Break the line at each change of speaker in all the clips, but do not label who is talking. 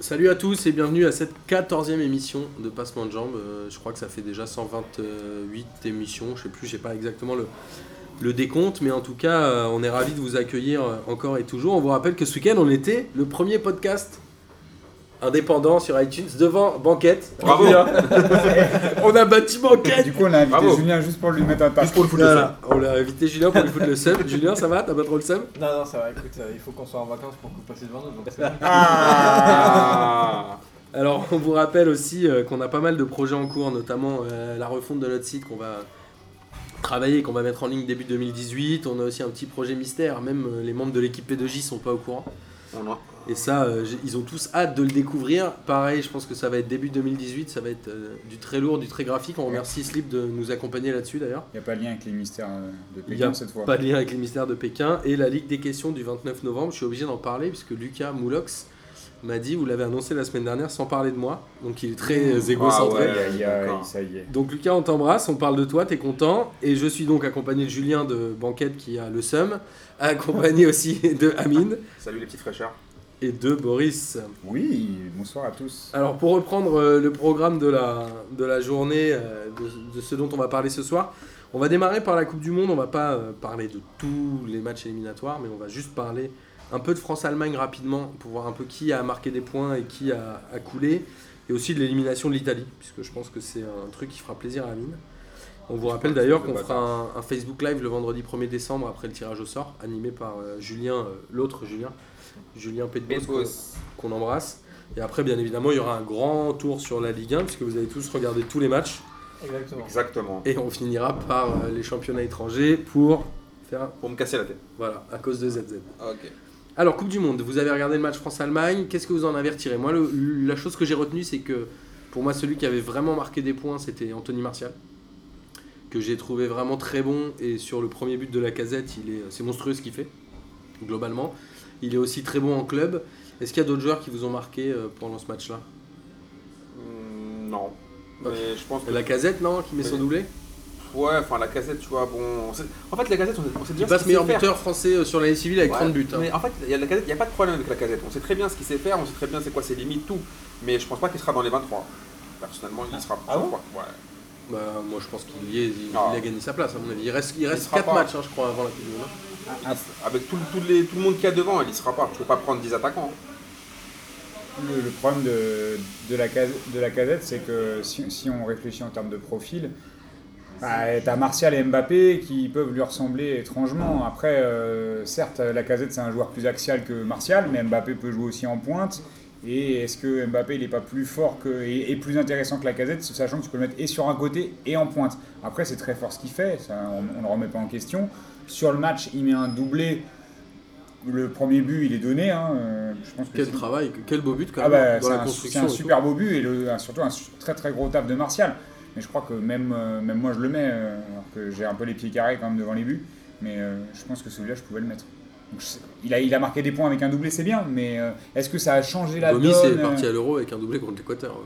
Salut à tous et bienvenue à cette 14e émission de Passement de Jambes. Euh, je crois que ça fait déjà 128 émissions, je sais plus, j'ai pas exactement le, le décompte, mais en tout cas, euh, on est ravis de vous accueillir euh, encore et toujours. On vous rappelle que ce week-end, on était le premier podcast indépendant sur iTunes devant Banquette.
Bravo.
on a bâti Banquette
Du coup, on a invité
Bravo.
Julien juste pour lui mettre un tas.
Juste pour le foot de
Voilà, on l'a invité Julien pour lui foutre le seum. Julien, ça va T'as pas trop le seum
Non, non, ça va, écoute, euh, il faut qu'on soit en vacances pour que vous passiez devant nous. Donc, c'est-
Ah
Alors, on vous rappelle aussi euh, qu'on a pas mal de projets en cours, notamment euh, la refonte de notre site qu'on va travailler, et qu'on va mettre en ligne début 2018. On a aussi un petit projet mystère, même euh, les membres de l'équipe P2J sont pas au courant.
On en-
Et ça, euh, j'ai- ils ont tous hâte de le découvrir. Pareil, je pense que ça va être début 2018, ça va être euh, du très lourd, du très graphique. On remercie Slip de nous accompagner là-dessus d'ailleurs.
Il n'y a pas de lien avec les mystères euh, de
Y a
Pékin cette fois.
Pas de lien avec les mystères de Pékin. Et la Ligue des questions du 29 novembre, je suis obligé d'en parler puisque Lucas Moulox m'a dit, vous l'avez annoncé la semaine dernière sans parler de moi. Donc il est très euh,
Ah
égocentré.
ouais.
Aïe, aïe, aïe,
D'accord.
ça y est.
Donc Lucas, on t'embrasse, on parle de toi, t'es content. Et je suis donc accompagné de Julien de Banquette qui a le seum, accompagné aussi de Amine
Salut les petites fraîcheurs.
et de Boris.
Oui, bonsoir à tous.
Alors pour reprendre euh, le programme de la, de la journée, euh, de, de ce dont on va parler ce soir, on va démarrer par la Coupe du Monde, on va pas euh, parler de tous les matchs éliminatoires, mais on va juste parler un peu de France-Allemagne rapidement pour voir un peu qui a marqué des points et qui a, a coulé, et aussi de l'élimination de l'Italie, puisque je pense que c'est un truc qui fera plaisir à Amine. On vous rappelle d'ailleurs qu'on fera un, un Facebook Live le vendredi 1er décembre après le tirage au sort, animé par euh, Julien, euh, l'autre Julien, Julien Pédbos, qu'on- qu'on embrasse. Et après, bien évidemment, il y aura un grand tour sur la Ligue 1, puisque vous avez tous regardé tous les matchs.
Exactement.
Exactement.
Et on finira par euh, les championnats étrangers pour faire.
Pour me casser la tête.
Voilà, à cause de ZZ.
Ok.
Alors, Coupe du Monde, vous avez regardé le match France-Allemagne. Qu'est-ce que vous en avez retiré Moi, le- la chose que j'ai retenue, c'est que pour moi, celui qui avait vraiment marqué des points, c'était Anthony Martial. Que j'ai trouvé vraiment très bon. Et sur le premier but de la casette, il est, c'est monstrueux ce qu'il fait, globalement. Il est aussi très bon en club. Est-ce qu'il y a d'autres joueurs qui vous ont marqué euh, pendant ce match-là
Hmm, non. Mais je pense que.
La casette, non Qui met son
Oui.
doublé
Ouais, enfin la cassette, tu vois, bon. on sait- En fait, la cassette, on sait, on sait
Il
déjà.
passe
ce qu'il
meilleur
sait faire.
buteur français euh, sur l'année civile avec
Ouais,
30 buts. hein.
Mais en fait, il y a la casette, il n'y a pas de problème avec la casette. On sait très bien ce qu'il sait faire, on sait très bien c'est quoi ses limites, tout. Mais je pense pas qu'il sera dans les 23. Personnellement, il sera.
Ah bon
Ouais.
Bah, moi je pense qu'il y est, il,
Ah.
il a gagné sa place à mon avis. Il reste, il reste
sera
4
pas.
matchs hein, je crois avant la Coupe du Monde.
Avec tout, le- tout les- tout le monde qu'il y a devant, il y sera pas. Tu peux pas prendre 10 attaquants.
Le, le problème de, de, la, case- de la casette, c'est que si, si on réfléchit en termes de profil, bah, t'as Martial et Mbappé qui peuvent lui ressembler étrangement. Après, euh, certes, la casette, c'est un joueur plus axial que Martial, mais Mbappé peut jouer aussi en pointe. Et est-ce que Mbappé n'est pas plus fort que, et, et plus intéressant que la casette, sachant que tu peux le mettre et sur un côté et en pointe Après, c'est très fort ce qu'il fait, ça, on ne le remet pas en question. Sur le match, il met un doublé. Le premier but, il est donné. hein, euh, je pense que
Quel
c'est-
travail, que- quel beau but quand
ah
même hein,
bah,
dans
c'est
la
un-
construction.
C'est
et
un
tout.
super beau but et le- un- surtout un su- très très gros taf de Martial. Mais je crois que même, euh, même moi je le mets, euh, alors que j'ai un peu les pieds carrés quand même devant les buts. Mais euh, je pense que celui-là je pouvais le mettre. Donc, je sais- il, a, il a marqué des points avec un doublé, c'est bien, mais euh, est-ce que ça a changé la
Domi
donne euh,
c'est
euh,
parti à l'euro avec un doublé contre l'Équateur.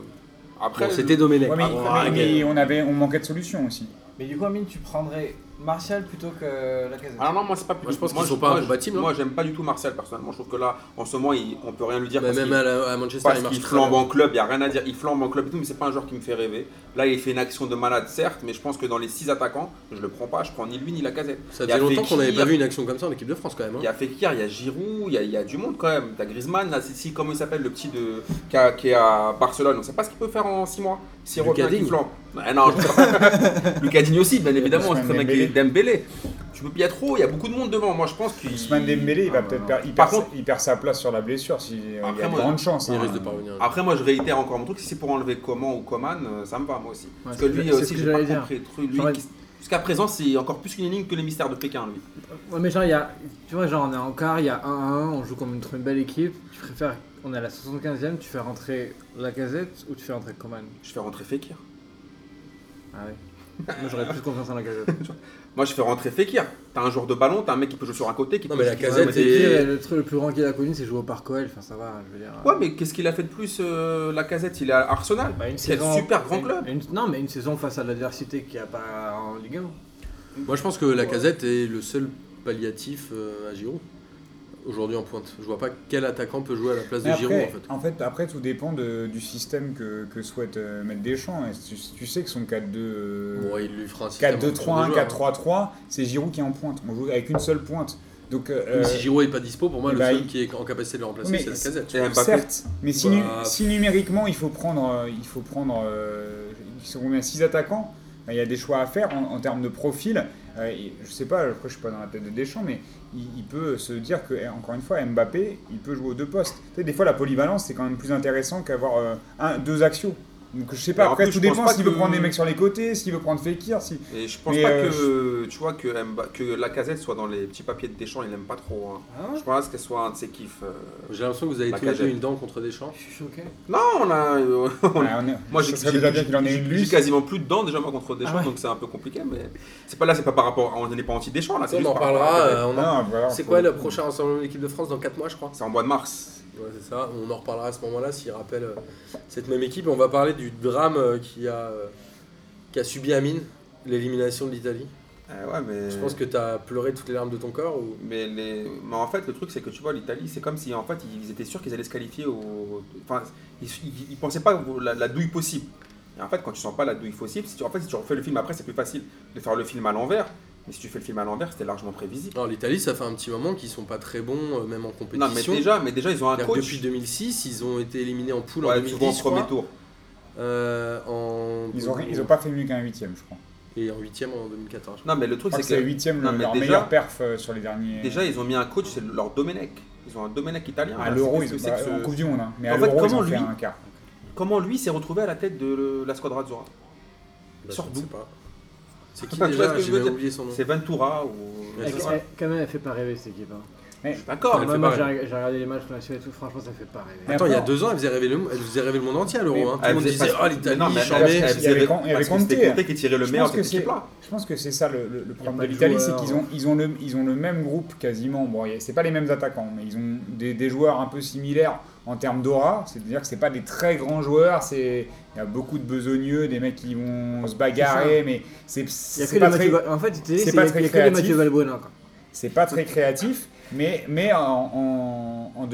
Après,
Bon, c'était Domenech.
Ouais, mais,
Ah,
mais-
ok.
mais on, avait, on manquait de solution aussi.
Mais du coup, Amine, tu prendrais Martial plutôt que la
Ah.
casette.
Alors non, moi c'est pas.
Moi, je pense qu'ils
je-
sont pas
moi,
incompatibles,
je-
hein.
Moi j'aime pas du tout Martial personnellement. Je trouve que là, en ce moment, il- on peut rien lui dire
Bah,
parce
même
qu'il
à, la- à Manchester,
parce
il marche
qu'il
très
flambe
bien.
en club. Il y a rien à dire. Il flambe en club et tout, mais c'est pas un joueur qui me fait rêver. Là, il fait une action de malade certes, mais je pense que dans les 6 attaquants, je le prends pas. Je prends ni lui ni la Casette.
Ça
Il y a
faisait longtemps
Fekir,
qu'on n'avait pas vu une action comme ça en équipe de France quand même. hein.
Il y a Fekir, il y a Giroud, il y a, il y a du monde quand même. T'as Griezmann, là, c'est- si, comment il s'appelle, le petit de, qui, a- qui est à Barcelone. On sait pas ce qu'il peut faire en 6 mois. Si
Lucas
revient,
Digne.
il flambe. Ah, non, je- Lucas Digne aussi, bien évidemment.
Ousmane
C'est un mec qui est Dembélé. Tu peux, il y a trop, il y a beaucoup de monde devant. Moi, je pense qu'il.
Ousmane Dembélé, il va
Ah,
peut-être
non.
perdre- il
Par
perd, sa- il perd sa place sur la blessure. Si, euh, il y
Après,
a de
moi,
grandes chances.
Il
hein.
risque de pas revenir.
Après, moi, je réitère encore mon truc. Si c'est pour enlever Coman ou Coman, euh, ça me va, moi aussi. Parce que
c'est-
lui
c'est ce
aussi,
que
j'ai pas
j'allais dire.
compris. le truc. Lui,
J'aurais-
qui- Jusqu'à présent, c'est encore plus une énigme que les mystères de Pékin, lui.
Ouais, mais genre, il y a, tu vois, genre, on est en quart, il y a 1-1, on joue comme une, trop une belle équipe. Tu préfères, on est à la 75ème, tu fais rentrer la casette ou tu fais rentrer Coman
Je fais rentrer Fekir.
Ah ouais. Moi, j'aurais plus confiance en la casette.
Moi, je fais rentrer Fekir. T'as un joueur de ballon, t'as un mec qui peut jouer sur un côté. Qui
Non,
peut
mais la
jouer-
Casette
Ouais, mais
est-
Fekir, le truc le plus grand qu'il a connu, c'est jouer au Parc OL. Enfin, ça va, je veux dire.
Ouais, mais qu'est-ce qu'il a fait de plus, euh, la casette Il est à Arsenal.
Bah, une
C'est un super grand
une-
club.
une- non, mais une saison face à l'adversité qu'il n'y a pas en Ligue 1.
Moi je pense que la casette est le seul palliatif euh, à Giroud. aujourd'hui en pointe. Je vois pas quel attaquant peut jouer à la place
Mais
de Giroud en
après,
fait.
après, tout dépend de- du système que, que souhaite euh, mettre Deschamps. Et tu, tu sais que son 4-2. euh,
Bon, il lui fera un système en fonction
4-2-3-1,
des joueurs, hein.
4-3-3, c'est Giroud qui est en pointe. On joue avec une seule pointe. Donc, euh,
Même si Giroud est pas dispo, pour moi,
eh
le
bah,
seul
il-
qui est en capacité de le remplacer,
Mais
c'est la casette.
Et Mbappé.
certes, mais si, nu-
Bah,
si numériquement il faut prendre, euh, il faut prendre, euh, ils sont combien 6 attaquants Ben, Il y a des choix à faire en, en termes de profil. Euh, et je sais pas, après je suis pas dans la tête de Deschamps, mais il, il peut se dire que, eh, encore une fois, Mbappé, il peut jouer aux deux postes. Tu sais, des fois la polyvalence c'est quand même plus intéressant qu'avoir euh, un, deux axiaux. Donc je sais pas,
Alors, en
après
plus,
tout
je pense
dépend
pas
s'il
que-
veut prendre des mecs sur les côtés, s'il veut prendre Fekir, si...
Et je pense
Mais,
pas
euh,
que, tu vois, que, Mba- que la casette soit dans les petits papiers de Deschamps, il aime pas trop. hein.
Ah,
Je pense qu'elle soit un de ses kiffs. euh.
J'ai l'impression que vous avez
La
tous les deux
Cazette.
une dent contre Deschamps.
Je suis choqué.
Non, on a. euh, on-
Ouais, on est-
Moi,
ça
j'ai
serait déjà bien qu'il en ait
j'ai-
une
j'ai
plus.
quasiment plus dedans déjà moi contre Deschamps,
Ah ouais.
donc c'est un peu compliqué. Mais c'est pas là, c'est pas par rapport. On n'est pas anti Deschamps
Ah,
là. c'est
On
juste
en
par rapport
parlera.
à-
euh, on en-
Non, voilà,
C'est
faut-
quoi le prochain rassemblement de l'équipe de France dans 4 mois, je crois
C'est en mois de mars.
Ouais, c'est ça. On en reparlera à ce moment-là s'il rappelle euh, cette même équipe. On va parler du drame euh, qui a, euh, qui a subi Amine, l'élimination de l'Italie.
Euh, ouais, mais.
Je pense que tu as pleuré toutes les larmes de ton corps. Ou...
Mais, les- mais en fait, le truc, c'est que tu vois, l'Italie, c'est comme si en fait, ils étaient sûrs qu'ils allaient se qualifier au. Enfin, ils, ils- ils pensaient pas au- la, la douille possible. Et en fait, quand tu sens pas la douille possible, si tu, en fait, si tu refais le film après, c'est plus facile de faire le film à l'envers. Mais si tu fais le film à l'envers, c'était largement prévisible.
Alors, l'Italie, ça fait un petit moment qu'ils sont pas très bons, euh, même en
Non, mais
compétition.
déjà, mais déjà, ils ont un
C'est-à-dire que
coach.
Depuis 2006, ils ont été éliminés en poule en
Ouais,
2010,
souvent au
je crois.
premier tour.
Euh, en...
Ils ont, ils ont pas fait mieux qu'un huitième, je crois.
Et en 8 en 2014. je crois.
Non, mais le
Je
truc,
crois
c'est
que c'est
que
huitième
Non,
le-
mais
leur
déjà-
meilleur perf euh, sur les derniers.
déjà, ils ont mis un coach, c'est leur Domenech. Ils ont un Domenech italien.
à
Alors,
l'euro,
qu'est-ce
ils
que
ont
c'est
pas-
que ce-
en Coupe du Monde, hein. mais
En
à
fait,
l'euro, ils
comment
ont fait
lui-
un quart.
Comment lui s'est retrouvé à la tête de le- la squadra azzurra
Bah,
Sort
je
d'où
sais pas. C'est qui
Tu vois ce
déjà
que je
J'ai
veux
même
dire
oublié son nom.
C'est Ventura ou.
Ouais,
Elle-
c'est ça.
elle- Quand même, elle fait pas rêver cette équipe. hein.
D'accord,
Elle
Moi,
fait
moi,
pas
j'ai
rêver.
j'ai regardé les matchs qu'on a suivis et tout, franchement, ça fait pas rêver.
Mais
Attends, il y a
après-
deux ans, elle faisait rêver le, elle faisait rêver le monde entier à l'Euro.
Mais-
hein. Tout
Ah,
le monde
vous êtes
disait
pas-
Oh,
Mais non,
l'Italie,
mais-
charmée.
elle
Il y avait
faisait-
Con- il y avait
parce que c'était
Conte.
Conte qui tirait le
Je
meilleur
pense
de
que
cette
c'est,
équipe-là.
je pense que c'est ça le, le- le problème
pas
de
de
l'Italie, c'est
joueurs.
qu'ils ont, ils ont, le, ils ont le même groupe quasiment. Bon, il y a- c'est pas les mêmes attaquants, mais ils ont des, des joueurs un peu similaires en termes d'aura. C'est-à-dire que c'est pas des très grands joueurs. C'est, il y a beaucoup de besogneux, des mecs qui vont se bagarrer, mais c'est,
Il y a que
c'est
les
pas
Mathieu
très,
Val- En fait, il y
c'est pas
a
très
il y a que les
créatif.
Mathieu Valbuena. quoi.
c'est pas très créatif, mais, mais en, en, en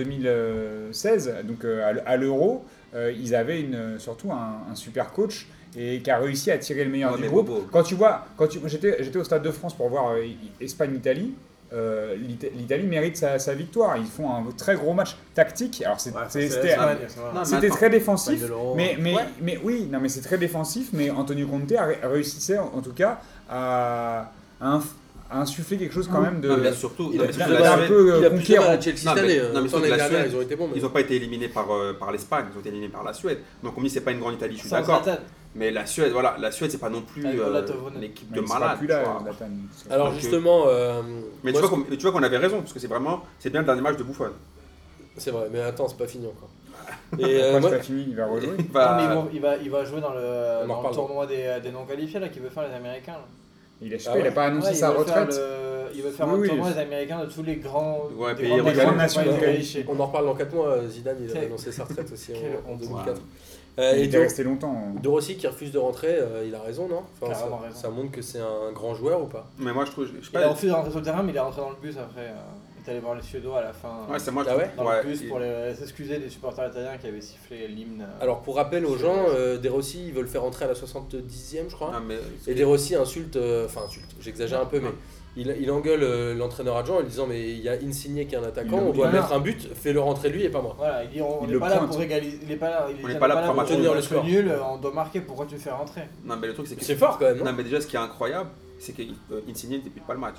2016, donc euh, à l- à l'Euro, euh, ils avaient une, surtout un, un super coach et qui a réussi à tirer le meilleur
Ouais,
du
mais
groupe.
Bobo.
Quand tu vois, quand tu, j'étais, j'étais au Stade de France pour voir euh, Espagne-Italie. euh, l'Ita- L'Italie mérite sa, sa victoire. Ils font un très gros match tactique. Alors c'est-
Ouais, ça,
c'est-
c'est-
c'était,
ça va dire, ça va.
Non, mais
c'était
attends.
très défensif,
Pas de l'euro.
mais, mais,
Oh. Ouais.
mais oui, non, mais c'est très défensif, mais Antonio Conte a ré- réussissait en en tout cas à, à inf- à insuffler quelque chose quand même de.
Ah Non, mais surtout,
Il
non,
a
mais
plus
surtout,
de
la
D'un
la
Suède,
peu, euh,
Il a plus de
conquérant.
mal à Chelsea
Non,
cette
mais-
année.
non, mais
Autant
surtout
l'année
la
dernière,
Suède.
ils ont été bons. mais-
ils n'ont pas été éliminés par, euh, par l'Espagne, ils ont été éliminés par la Suède. Donc on me dit c'est pas une grande Italie, je suis
Sans
d'accord.
Zlatan. Ah,
Mais la Suède, voilà, la Suède c'est pas non plus
Avec
euh,
Olatovone.
l'équipe
Mais
de
Ah, il sera
malade.
plus là,
tu vois.
Zlatan.
Alors
Donc,
justement, euh,
Mais
moi,
tu vois qu'on- tu vois qu'on avait raison, parce que c'est vraiment, c'est bien le dernier match de Buffon.
c'est vrai, mais attends, c'est pas fini encore. Et euh,
Pourquoi
moi,
c'est pas fini, il va rejouer.
Il va-
Non, mais ils vont- il, va, il va jouer dans le,
en
dans le
reparle.
tournoi des, euh, des non qualifiés là qui veut faire les Américains. là.
Il a, je sais
Ah
pas, il a
ouais.
pas annoncé
Ouais, il
sa
veut faire
retraite.
le- il veut faire
Oui,
un
oui,
tournoi
je-
des Américains de tous les grands
Ouais,
des
pays
grandes
riches.
Des
nations
grandes
qui sont
nations.
pas qualifiées.
on en reparle dans 4 mois. euh, Zidane, il a
Quel-
annoncé sa retraite aussi en-
quel
en,
honte.
2004. Euh,
Il
et
était
De,
resté longtemps.
De Rossi qui refuse de rentrer, euh, il a raison, non Enfin, ça,
Carrément raison.
ça montre que c'est un grand joueur ou pas
Mais moi je trouve, je sais
Il
pas.
a refusé de rentrer sur le terrain, mais il est rentré dans le bus après. euh, Il est allé voir les Suédois à la fin.
Ouais, c'est moi je
Ah
trouve-
ouais
dans
ouais,
le bus
il-
pour les- s'excuser des supporters italiens qui avaient sifflé l'hymne. euh,
Alors pour rappel aux gens, euh, De Rossi, il veut le faire rentrer à la 70e, je crois.
Non, mais-
Et De Rossi insulte, euh, enfin insulte, j'exagère un peu, mais il, il engueule euh, l'entraîneur adjoint en lui disant Mais il y a Insigné qui est un attaquant,
Il
on doit
l'oublie.
mettre un but, fais-le rentrer lui et pas moi.
Voilà, il dit on
Il
n'est
le
pas là
pointe.
pour égaliser, il est pas là, il
On n'est
est
pas là pour
pour
maintenir le
être
score.
nul, euh, on doit marquer, pourquoi tu le fais rentrer
Non, mais le truc c'est que.
C'est fort quand même, non
Non, mais déjà ce qui est incroyable, c'est qu'Insigne ne débute pas le match.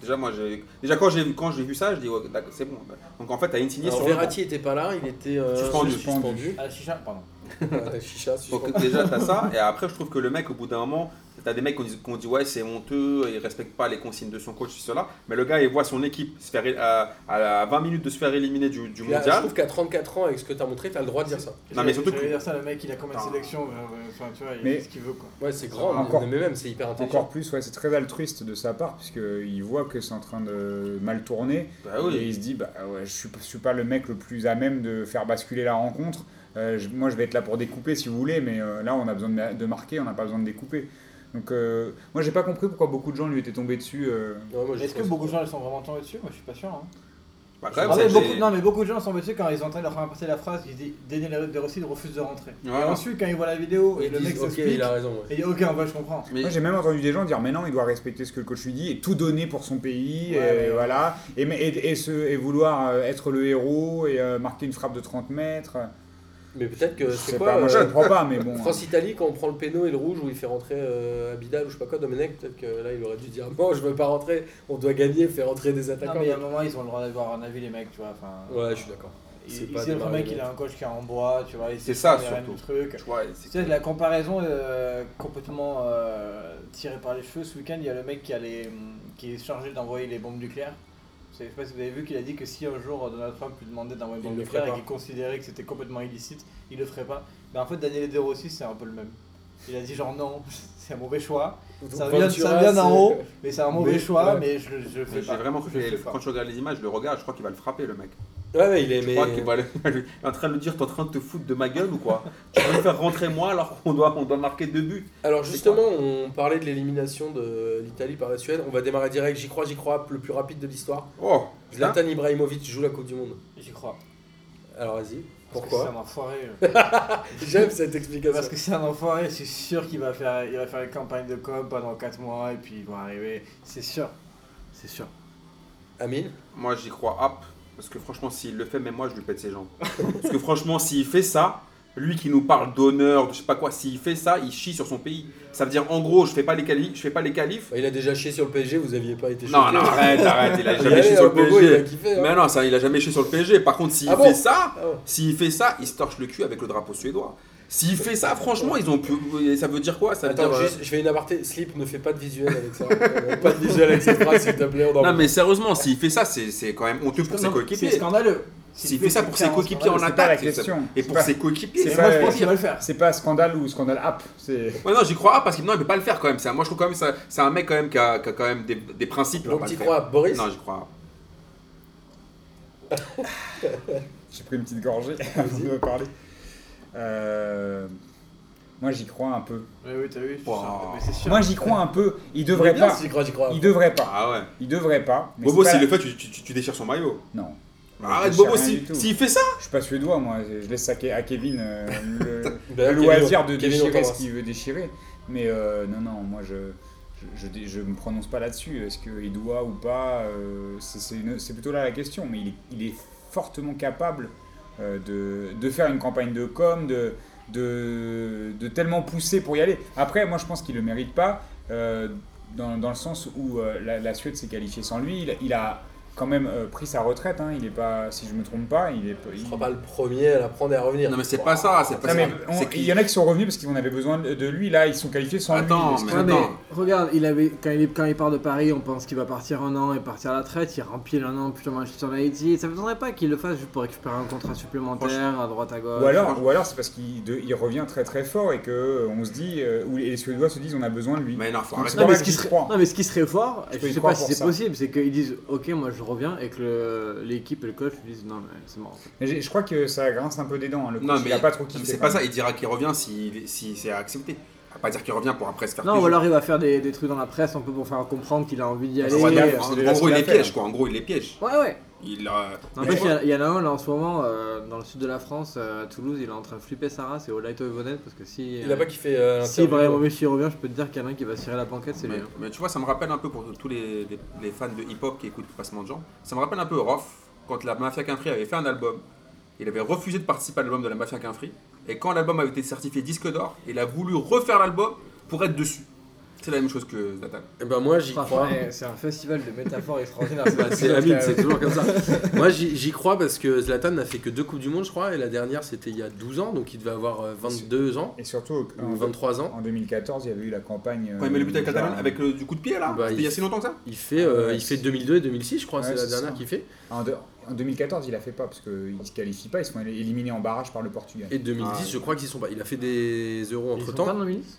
Déjà, moi, j'ai- déjà quand j'ai quand j'ai vu ça, je dis ouais, d'accord, c'est bon. Donc en fait, t'as Insigne
Alors,
sur le banc.
Verratti était pas là, il était euh,
Suspendu.
suspendu.
À la chicha, Ah, pardon.
Euh, Chicha, suspendu.
Donc déjà t'as ça et après je trouve que le mec au bout d'un moment t'as des mecs qu'on dit, qu'on dit ouais c'est honteux il respecte pas les consignes de son coach cela mais le gars il voit son équipe se faire é- à, à 20 minutes de se faire éliminer du, du
Là, je
mondial
trouve qu'à 34 ans, avec ce que t'as montré, t'as le droit de dire ça.
Non, mais surtout
J'allais
que-
dire ça, le mec, il a combien de
Putain.
sélections euh, euh, Enfin, tu vois, il
Mais-
fait ce qu'il veut, quoi.
Ouais, c'est grand,
Encore-
mais mais même, c'est hyper intelligent.
Encore plus, ouais, c'est très altruiste de sa part, puisqu'il voit que c'est en train de mal tourner.
Bah oui.
Et il se dit, bah ouais, je suis, je suis pas le mec le plus à même de faire basculer la rencontre. Euh, je- moi, je vais être là pour découper si vous voulez, mais euh, là, on a besoin de, de marquer, on n'a pas besoin de découper. Donc, euh, moi, j'ai pas compris pourquoi beaucoup de gens lui étaient tombés dessus. euh.
Ouais, moi, je
Est-ce que
pense
beaucoup de gens, ils sont vraiment tombés dessus Moi, je suis pas sûr. hein.
Bah, quand même,
Ah
ça a
ouais,
été-
beaucoup- non, mais beaucoup de gens sont battus quand ils ont entendu la première partie de la phrase, ils disent Daniel de Rossi refuse de rentrer. Et
Voilà.
ensuite, quand ils voient la vidéo et
Ils
le mec
disent, ok,
s'explique,
il a raison. ouais.
et il dit Ok, en vrai, je comprends.
Mais-
Moi, j'ai même entendu des gens dire mais non, il doit respecter ce que le coach lui dit et tout donner pour son pays,
Ouais,
et
ouais.
voilà, et, mais- et, et, se- et vouloir euh, être le héros et euh, marquer une frappe de 30 mètres. euh,
Mais peut-être que
Je
c'est
sais
quoi
pas, moi je
euh,
comprends pas, mais bon.
France-Italie, quand on prend le péno et le rouge où il fait rentrer euh, Abidal ou je sais pas quoi, Domenech, peut-être que là il aurait dû dire non, je veux pas rentrer, on doit gagner, faire rentrer des
Non,
attaquants.
mais il y a un moment, ils ont le droit d'avoir un avis, les mecs, tu vois. Enfin,
Ouais, je suis d'accord. C'est
Il,
pas
il sait le
démarrer
mec,
les
il a un coach qui est en bois, tu vois. il sait
C'est ça,
qu'il a
surtout.
le Truc.
Tu vois, c'est-
Tu sais, la comparaison euh, complètement euh, tirée par les cheveux, ce week-end, il y a le mec qui, a les, qui est chargé d'envoyer les bombes nucléaires. Je sais pas si vous avez vu qu'il a dit que si un jour euh, Donald Trump lui demandait d'envoyer une
Il
bombe
le ferait
nucléaire et
pas.
qu'il considérait que c'était complètement illicite, il le ferait pas. Mais en fait, Daniel De Rossi, c'est un peu le même. Il a dit genre non, c'est un mauvais choix, ça vient, ça
Ventura,
vient d'en
c'est-
haut, mais c'est un mauvais
Mais,
choix,
ouais.
mais je, je le fais
J'ai
pas.
vraiment
Je
cru
le fais
que
pas.
quand tu regardes les images, le regard, je crois qu'il va le frapper le mec.
Ouais, ouais, il est.
Je
mais-
crois qu'il va le- il est en train de lui dire T'es en train de te foutre de ma gueule ou quoi Tu veux me faire rentrer moi alors qu'on doit, on doit marquer deux buts
Alors
C'est
justement, on parlait de l'élimination de l'Italie par la Suède. On va démarrer direct. J'y crois, j'y crois, le plus rapide de l'histoire.
Oh putain.
Zlatan Ibrahimovic joue la Coupe du Monde.
J'y crois.
Alors vas-y.
Parce que C'est
Pourquoi
un enfoiré. euh.
J'aime cette explication.
Parce que c'est un enfoiré, c'est sûr qu'il va faire, il va faire une campagne de com pendant 4 mois et puis ils vont arriver. C'est sûr. C'est sûr.
Amine,
Moi j'y crois hop. Parce que franchement, s'il le fait, même moi je lui pète ses jambes. Parce que franchement, s'il fait ça, lui qui nous parle d'honneur, de je sais pas quoi, s'il fait ça, il chie sur son pays. Ça veut dire en gros, je fais pas les qualifs, je fais pas les qualifs.
bah, il a déjà chié sur le PSG. Vous aviez pas été
Non,
choqués.
non, arrête, arrête, il a
Il y
jamais
allait,
chié sur
hein,
le
Bobo, il a
PSG.
kiffé. hein.
Mais non, ça, il a jamais chié sur le PSG. Par contre, s'il
Ah bon
fait ça,
Ah ouais.
S'il fait ça, il se torche le cul avec le drapeau suédois. S'il fait ça, franchement, ils ont pu. Ça veut dire quoi Ça veut
Attends,
dire. euh,
juste, je fais une aparté. Slip, ne fais pas de visuel avec ça. Euh, pas de visuel avec cette phrase, s'il te plaît. On en
Non, mais sérieusement, s'il fait ça, c'est c'est quand même honteux pour ses
Non, C'est
coéquipiers.
scandaleux.
S'il fait ça pour ses coéquipiers en
hein. C'est pas la
attaque. c'est-
question.
Et
C'est
pour
pas-
ses coéquipiers.
c'est
Et moi je
pas-
pense qu'il va le faire.
C'est pas scandale ou scandale app, c'est.
Ouais, non, j'y crois pas parce que non, il peut pas le faire quand même. C'est un- Moi, je trouve quand même ça. C'est un mec quand même qui a, qui a quand même des, des principes. il va
Donc
pas
tu
le faire.
crois à Boris
Non, j'y crois.
J'ai pris une petite gorgée avant de parler. Euh, Moi j'y crois un peu.
Mais Eh oui, t'as vu. je suis
Wow.
sûr. Mais c'est sûr.
Moi j'y crois un peu. Il
Mais
devrait
bien,
pas.
si j'y crois, j'y crois.
Il devrait pas.
Ah ouais.
Il devrait pas. mais
Bobo,
c'est pas
s'il
la-
le fait, tu, tu- tu- tu déchires son maillot.
Non.
Arrête,
Je
Bobo,
sais rien du
si-
tout.
s'il fait ça.
Je suis pas suédois, moi. Je laisse ça à Kevin euh, le,
Bah,
le
Kevin,
loisir de
Kevin, on
déchirer ce
t'embrasse.
qu'il veut déchirer. Mais euh, non, non, moi je je, je, je me prononce pas là-dessus. Est-ce qu'il doit ou pas euh, c'est- C'est une- c'est plutôt là la question. Mais il est, il est fortement capable euh, de, de faire une campagne de com, de, de, de tellement pousser pour y aller. Après, moi je pense qu'il le mérite pas. euh, dans, dans le sens où euh, la, la Suède s'est qualifiée sans lui, il, il a quand même euh, pris sa retraite. hein. il est pas, si je me trompe pas, il est.
Je
il-
crois pas le premier à la prendre et à revenir.
Non, mais c'est pas ça. C'est pas
non,
ça.
mais on-
C'est qu'il-
il y en a qui sont revenus parce qu'on avait besoin de de lui. Là, ils sont qualifiés sans
Attends,
lui.
mais-
Ouais, mais
attends.
regarde, il avait, quand, il, quand il part de Paris, on pense qu'il va partir un an et partir à la traite. Il rempile un an, puis on Manchester United. Ça ne faudrait pas qu'il le fasse juste pour récupérer un contrat supplémentaire à droite à gauche.
Ou alors, ou alors c'est parce qu'il de- il revient très très fort et que euh, on se dit, euh, ou les les Suédois se disent, on a besoin de lui.
Mais non, faut
Non,
arrêter.
Non mais, ce
J'y
qui serait,
crois.
non, mais ce qui serait fort,
Je
et
peux
je,
y
sais
croire
pas si
pour
c'est
ça.
possible, c'est qu'ils disent ok moi je reviens et que le- l'équipe et le coach lui disent non mais c'est mort.
Mais j'ai- Je crois que ça grince un peu des dents. hein. Le coach,
Non,
il
mais
a pas trop
Non, mais
kiffé.
C'est
quand
pas ça,
même.
il dira qu'il revient si, si c'est accepté. Il va pas dire qu'il revient pour après se faire
Non
piéger.
ou alors il va faire des, des trucs dans la presse un peu pour faire comprendre qu'il a envie
Ah,
d'y aller.
En gros, il-
regarde,
euh,
c'est
en,
déjà
en
ce
gros,
qu'il
il
a
les
fait,
piège, quoi. En gros, il les piège.
Ouais ouais.
Il euh,
N'empêche il y a- il y, en a un là en ce moment euh, dans le sud de la France, euh, à Toulouse, il est en train de flipper Sarah, c'est Olaito Evonet parce que si
Il a pas kiffé. euh,
si
l'interview.
Ibrahimovic y revient, je peux te dire qu'il y en a un qui va cirer la banquette, c'est lui.
mais,
hein.
mais tu vois, ça me rappelle un peu pour tous les, les- les fans de hip-hop qui écoutent Passement de Gens. Ça me rappelle un peu Rof, quand la Mafia Quinfree avait fait un album. Il avait refusé de participer à l'album de la Mafia Quinfree. Et quand l'album avait été certifié disque d'or, il a voulu refaire l'album pour être dessus. C'est la même chose que Zlatan.
Eh ben moi j'y
Franchement,
crois. Bah,
eh, c'est un festival de métaphores extraordinaire.
C'est la
euh,
mine, c'est toujours comme ça. Moi j'y j'y crois parce que Zlatan n'a fait que deux Coupes du Monde, je crois, et la dernière c'était il y a 12 ans, donc il devait avoir euh, 22 ans
Et surtout,
ou
Ah, en,
23 ans.
en 2014, il y avait eu la campagne. euh,
Quand il met le but avec la
genre,
Catalogne, avec le- du coup de pied là,
Bah,
c'était
il-
il y a si longtemps que ça
Il fait, euh,
Ah, Ouais,
il fait
c'est-
2002 et 2006, je crois,
Ouais,
c'est la
c'est
dernière
ça.
qu'il fait.
En, de- en 2014, il a fait pas parce qu'ils ne se qualifient pas. Ils se font éliminer en barrage par le Portugal.
Et 2010,
Ah,
je crois qu'ils sont pas. Il a fait des euros entre
Ils sont pas
temps.
dans le ministre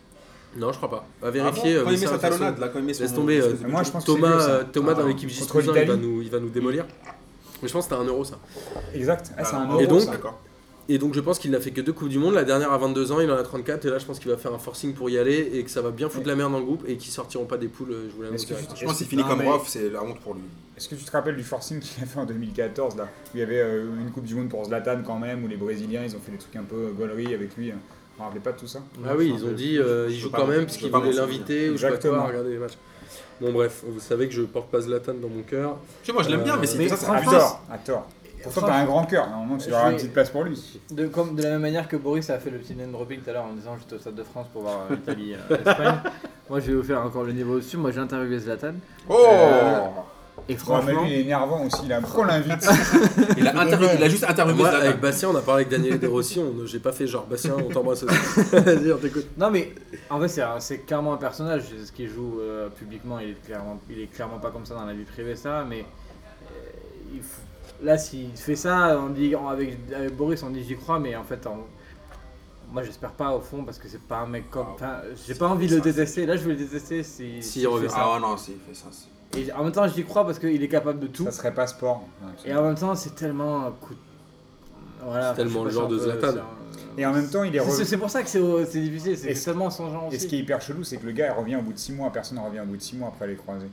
Non, je crois pas.
Ah
À vérifier. euh,
Quand
mais
il met
ça,
sa
de toute façon,
talonnade là, quand il met son.
laisse tomber, euh,
espèce de-
Moi, je pense que c'est
Thomas,
mieux, ça.
euh, Thomas dans
Ah, Mm.
l'équipe j
contre
il va
l'Italie.
nous, il va nous démolir. Mais je pense que t'as un euro ça.
Exact. Ah, c'est un
Ah,
euro,
Et donc,
ça.
d'accord.
Et donc je pense qu'il n'a fait que deux Coupes du Monde. La dernière à 22 ans, il en a 34. Et là, je pense qu'il va faire un forcing pour y aller et que ça va bien foutre la merde dans le groupe et qu'ils sortiront pas des poules. euh, Je vous l'annonce.
Est-ce que
direct.
tu-
Je pense
est-ce-
qu'il finit
non,
comme
mais
Rof, c'est la honte pour lui.
Est-ce que tu te rappelles du forcing qu'il a fait en 2014 là où Il y avait euh, une Coupe du Monde pour Zlatan quand même, où les Brésiliens ils ont fait des trucs un peu euh, gauleries avec lui. Vous vous rappelez pas de tout ça
Ah oui, ils ont dit euh, il
Je
joue
peux
quand
pas-
même
je
parce
peux
qu'ils
pas
voulaient
m'en
l'inviter ou je sais pas
Exactement.
quoi, regarder les matchs. Bon, bref, vous savez que je porte pas Zlatan dans mon cœur.
Tu sais, moi je l'aime bien,
Euh,
mais c'est
mais
ça, c'est
À
franchement,
abusé.
tort, à tort. Pourtant t'as un grand cœur, normalement tu
Je
dois avoir une
vais-
petite place pour lui.
De, comme, de la même manière que Boris a fait le petit name dropping tout à l'heure en disant j'étais au Stade de France pour voir euh, l'Italie euh, l'Espagne.
Moi, je vais vous faire encore le niveau au-dessus. Moi, j'ai interviewé Zlatan.
Euh,
Oh
Et
Ouais, mais
franchement,
lui il est énervant aussi, là. Pourquoi on l'invite
il, a interview- il a juste interviewé
Moi,
Zlatan.
avec Bastien, on a parlé avec Daniel De Rossi. On ne- J'ai pas fait genre Bastien, on t'embrasse aussi. Vas-y, on t'écoute.
non mais en fait, c'est un- c'est clairement un personnage. C'est Ce qu'il joue euh, publiquement, il est clairement, il est clairement pas comme ça dans la vie privée, ça. Mais euh, il faut- là, s'il fait ça, on dit on- avec, avec Boris, on dit j'y crois, mais en fait, on- moi, j'espère pas au fond parce que c'est pas un mec comme.
Ah,
Enfin, j'ai pas envie de le détester. Là, je vais le détester si.
S'il
s'il fait
revient.
ça.
Ah ouais, non, c'est il fait ça. c'est-
Et en même temps, j'y crois parce qu'il est capable de tout.
Ça serait pas sport.
Et en même temps, c'est tellement un coup. de- Voilà,
C'est tellement
je sais
le genre
pas si
de
on peut-
Zlatan.
c'est un-
Et en même temps il est
C'est-
revenu.
C'est c'est pour ça que c'est c'est difficile, c'est
Et
que
ce-
c'est tellement son genre
Et ce qui est
aussi.
hyper chelou, c'est que le gars il revient au bout de 6 mois, personne ne revient au bout de 6 mois après les croisés.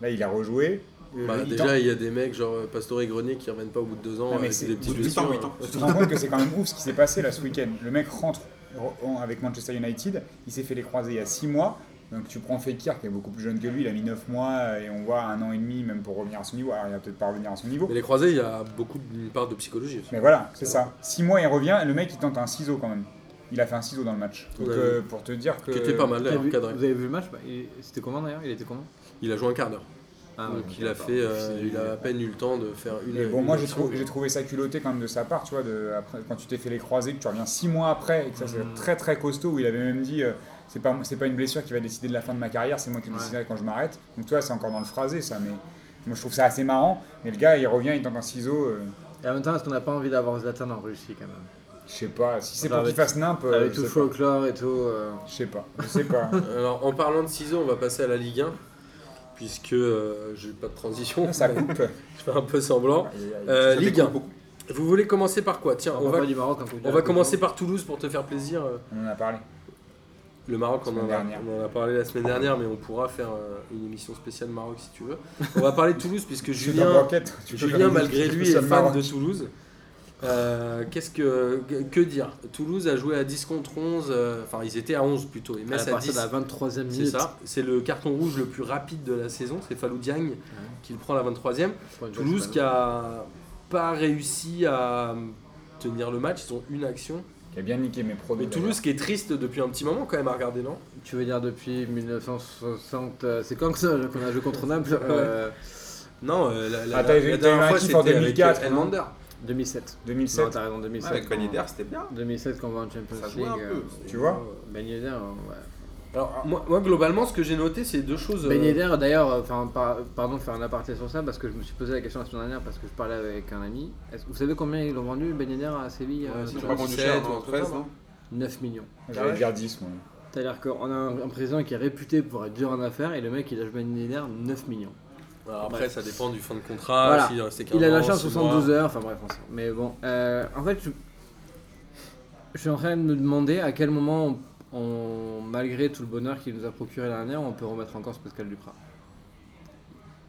Là, il a rejoué. euh,
Bah,
il
déjà,
tente-
il y a des mecs genre euh, Pastore et Grenier qui reviennent pas au bout de deux ans
Non, Ah, mais
avec
c'est-
des petites
c'est huit ans,
blessures.
huit ans.
euh.
tu te rends compte que c'est quand même ouf ce qui s'est passé là ce week-end. Le mec rentre re- en- avec Manchester United, il s'est fait les croisés il y a 6 mois. Donc tu prends Fekir qui est beaucoup plus jeune que lui, il a mis 9 mois et on voit un an et demi même pour revenir à son niveau. Alors il va peut-être pas revenir à son niveau.
Mais les croisés, il y a beaucoup d'une part de psychologie. aussi.
Mais voilà, c'est ça. 6 mois il revient et le mec il tente un ciseau quand même. Il a fait un ciseau dans le match. Donc
Ouais.
euh, pour te dire que.
Qui était pas mal
Vous avez
d'ailleurs,
vu-
cadré.
Vous avez vu le match bah, il- C'était comment d'ailleurs Il était comment
Il a joué un quart d'heure.
Ah,
Donc
ouais,
il a
d'accord.
fait, euh, il a à peine eu le temps de faire une.
Mais bon,
une
moi j'ai
action.
trouvé, j'ai trouvé ça culotté quand même de sa part, tu vois, de, après, quand tu t'es fait les croisés, que tu reviens six mois après, et que ça c'est
Mm.
très très costaud, où il avait même dit, euh, c'est pas, c'est pas une blessure qui va décider de la fin de ma carrière, c'est moi qui
Ouais.
déciderai quand je m'arrête. Donc tu vois, c'est encore dans le phrasé ça, mais moi je trouve ça assez marrant. Mais le gars, il revient, il tente un ciseau, euh,
Et en même temps, est-ce qu'on n'a pas envie d'avoir Zlatan en Russie quand même
je sais pas, si c'est
Bah,
pour qu'il
avec-
fasse nimp, euh,
Avec
je
tout le
sais pas.
folklore et tout. euh,
je sais pas, je sais pas.
Alors en parlant de ciseaux, on va passer à la Ligue 1 puisque euh, j'ai pas de transition.
Ah, ça coupe.
Je fais un peu semblant. Euh,
Ça
Ligue
découle
1.
beaucoup.
Vous voulez commencer par quoi Tiens, on,
parle
va,
pas du Maroc en Coupe du
on va
Monde.
commencer par Toulouse pour te faire plaisir. euh.
On en a parlé.
Le Maroc, on
Semaine
en, a,
dernière.
on en a parlé la semaine dernière, mais on pourra faire euh, une émission spéciale Maroc si tu veux. On va parler de Toulouse puisque
Je suis dans
Julien,
Broquette, tu peux faire
Julien
une
malgré
émission
lui, est
spéciale
fan
Maroc.
de Toulouse. Euh, Qu'est-ce que que dire Toulouse a joué à 10 contre 11, euh, enfin ils étaient à 11 plutôt, et
À
Metz
la
à
partie
10.
de la 23 e
C'est
minute.
ça, c'est le carton rouge le plus rapide de la saison, c'est Falou Diagne qui le prend à la 23e.
Pour une fois,
Toulouse
c'est
qui
pas
a pas réussi à euh, tenir le match, ils ont une action.
Qui a bien niqué mes pronos.
Mais Toulouse qui est triste depuis un petit moment quand même à regarder, non
mal. Tu veux dire depuis 1960. euh, C'est quand que ça qu'on a joué contre Naples euh,
Non, euh, la, la,
Ah, t'as-
la
t'as eu
dernière
un
fois
kiff
c'était
en
avec
2004,
euh,
hein.
Elmander.
2007. Non,
2007,
t'as raison,
Ouais,
2007.
Avec
quand-
Ben Yedder, c'était bien.
2007 quand on va en Champions
Ça jouait un
League. euh,
peu.
tu vois
Ben Yedder, ouais.
Alors Ah. moi, moi, globalement ce que j'ai noté c'est deux choses. euh,
Ben Yedder, d'ailleurs, euh, enfin, par- pardon de faire un aparté sur ça, parce que je me suis posé la question la semaine dernière, parce que je parlais avec un ami. Est-ce- vous savez combien ils l'ont vendu, Ben Yedder, à Séville
Ouais,
euh,
c'est
Ils
dans
ont
pas
pas
le-
vendu
17,
cher,
ou un
non,
truc comme
13,
ça,
non
9 millions.
j'allais dire 10 moi.
C'est-à-dire qu'on a un, un président qui est réputé pour être dur en affaires, et le mec, il a Ben Yedder 9 millions.
euh, alors après ça dépend du fin de contrat,
Voilà.
s'il restait qu'un
Il a
an,
lâché à
six
72
mois.
heures, enfin bref, on s'en- mais bon. euh, en fait, je... je suis en train de me demander à quel moment, on- on- malgré tout le bonheur qu'il nous a procuré l'année dernière, on peut remettre en cause Pascal Duprat.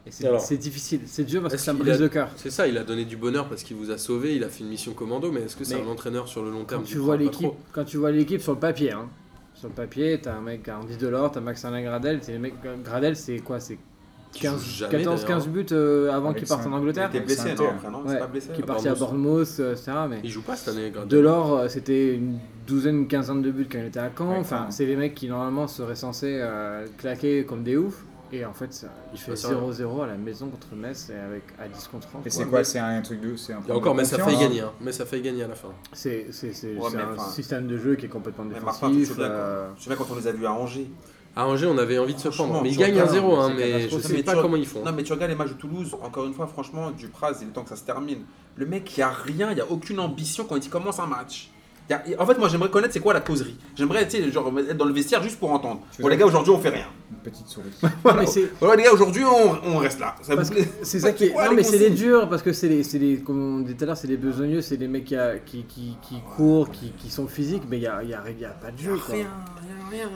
Et c'est
Alors
c'est difficile, c'est dur parce que
est-ce
ça me
qu'il
brise
a-
le cœur.
C'est ça, il a donné du bonheur parce qu'il vous a sauvé, il a fait une mission commando, mais est-ce que c'est
Mais
un entraîneur sur le long terme
Quand
qui
tu,
prend
vois
pas
l'équipe,
trop
quand tu vois l'équipe sur le papier, hein. sur le papier, t'as un mec, Andy Delors, t'as Max Alain Gradel, c'est les mecs, Gradel c'est quoi C'est
Qui
15,
joue jamais,
14,
d'ailleurs. hein.
15 buts euh, avant
Avec
qu'il parte
cinq.
en
Il
Angleterre
était
Avec
blessé,
Saint-Étienne.
non, après, non,
Ouais,
c'est pas blessé.
Qui est
à
parti à Bournemouth, euh, etc. Mais...
Il joue pas cette année, Gradel.
Delors, euh, c'était une douzaine, une quinzaine de buts quand il était à Caen.
Ouais,
enfin,
clairement.
c'est les mecs qui normalement seraient censés euh, claquer comme des oufs. Et en fait, ça- il fait
Ça sert à rien.
0-0 à la maison contre Metz et avec à 10 contre 11.
Et c'est
Ouais,
quoi C'est un truc de. C'est un
Il y a
problème
encore,
de
mais ça
confiance.
fait gagner, hein. mais ça fait gagner à la fin.
C'est c'est- c'est-
Ouais,
c'est
mais
un
enfin-
système de jeu qui est complètement
Mais Martin, tu te
défensif.
souviens
euh,
quand- tu te souviens quand on les a vus à Angers
À Angers, on avait envie de se
Franchement,
prendre. Mais ils
sur
gagnent
le
1-0,
terrain,
hein,
c'est
mais je
catastrophique.
sais
Mais
pas
tu-
comment ils font.
Non mais tu regardes les matchs de Toulouse, encore une fois franchement Dupraz, il est temps que ça se termine. Le mec il a rien, il a aucune ambition quand il commence un match. Y a- y- En fait, moi, j'aimerais connaître c'est quoi la causerie. J'aimerais, tu sais, genre être dans le vestiaire juste pour entendre.
Tu
Bon,
veux-
les gars, aujourd'hui, on fait rien.
Une petite souris.
Mais c'est-
Bon, les gars, aujourd'hui, on, on reste là. Ça
parce
vous
que
plaît
c'est ça qui est.
quoi,
Non,
les
mais c'est les
consignes
durs, parce que c'est les, c'est les. Comme on dit tout à l'heure, c'est les besogneux, c'est les mecs qui, a- qui, qui, qui courent, qui, qui sont physiques, mais il n'y a, y a, y a pas de jeu, quoi.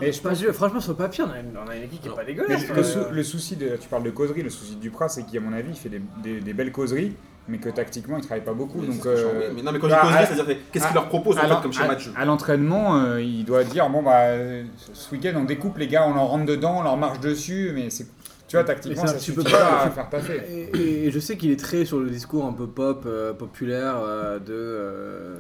Et
Je sais pas, je- franchement, sur le papier, on a une, on a une équipe qui est
Non.
pas
Mais
dégueulasse.
le,
quoi.
sou- le souci, de, tu parles de causerie, le souci de Duprat, c'est qu'à mon avis, il fait des, des- des belles causeries, mais que tactiquement, il travaille pas beaucoup.
Mais c'est ce
donc,
que
euh,
j'ai envie. Mais non, mais quand
bah,
je
à-
causerie, c'est-à-dire que- qu'est-ce
à-
qu'ils leur proposent en
à l'en-
fait, comme schéma
à-
de jeu
à l'entraînement, euh, il doit dire bon bah euh, ce week-end on découpe les gars, on leur rentre dedans, on leur marche dessus, mais c'est tu vois tactiquement
Mais ça,
ça
tu
suffit
peux
pas
pas-
à faire taffer.
Et, et- et je sais qu'il est très sur le discours un peu pop, euh, populaire, euh, de, euh,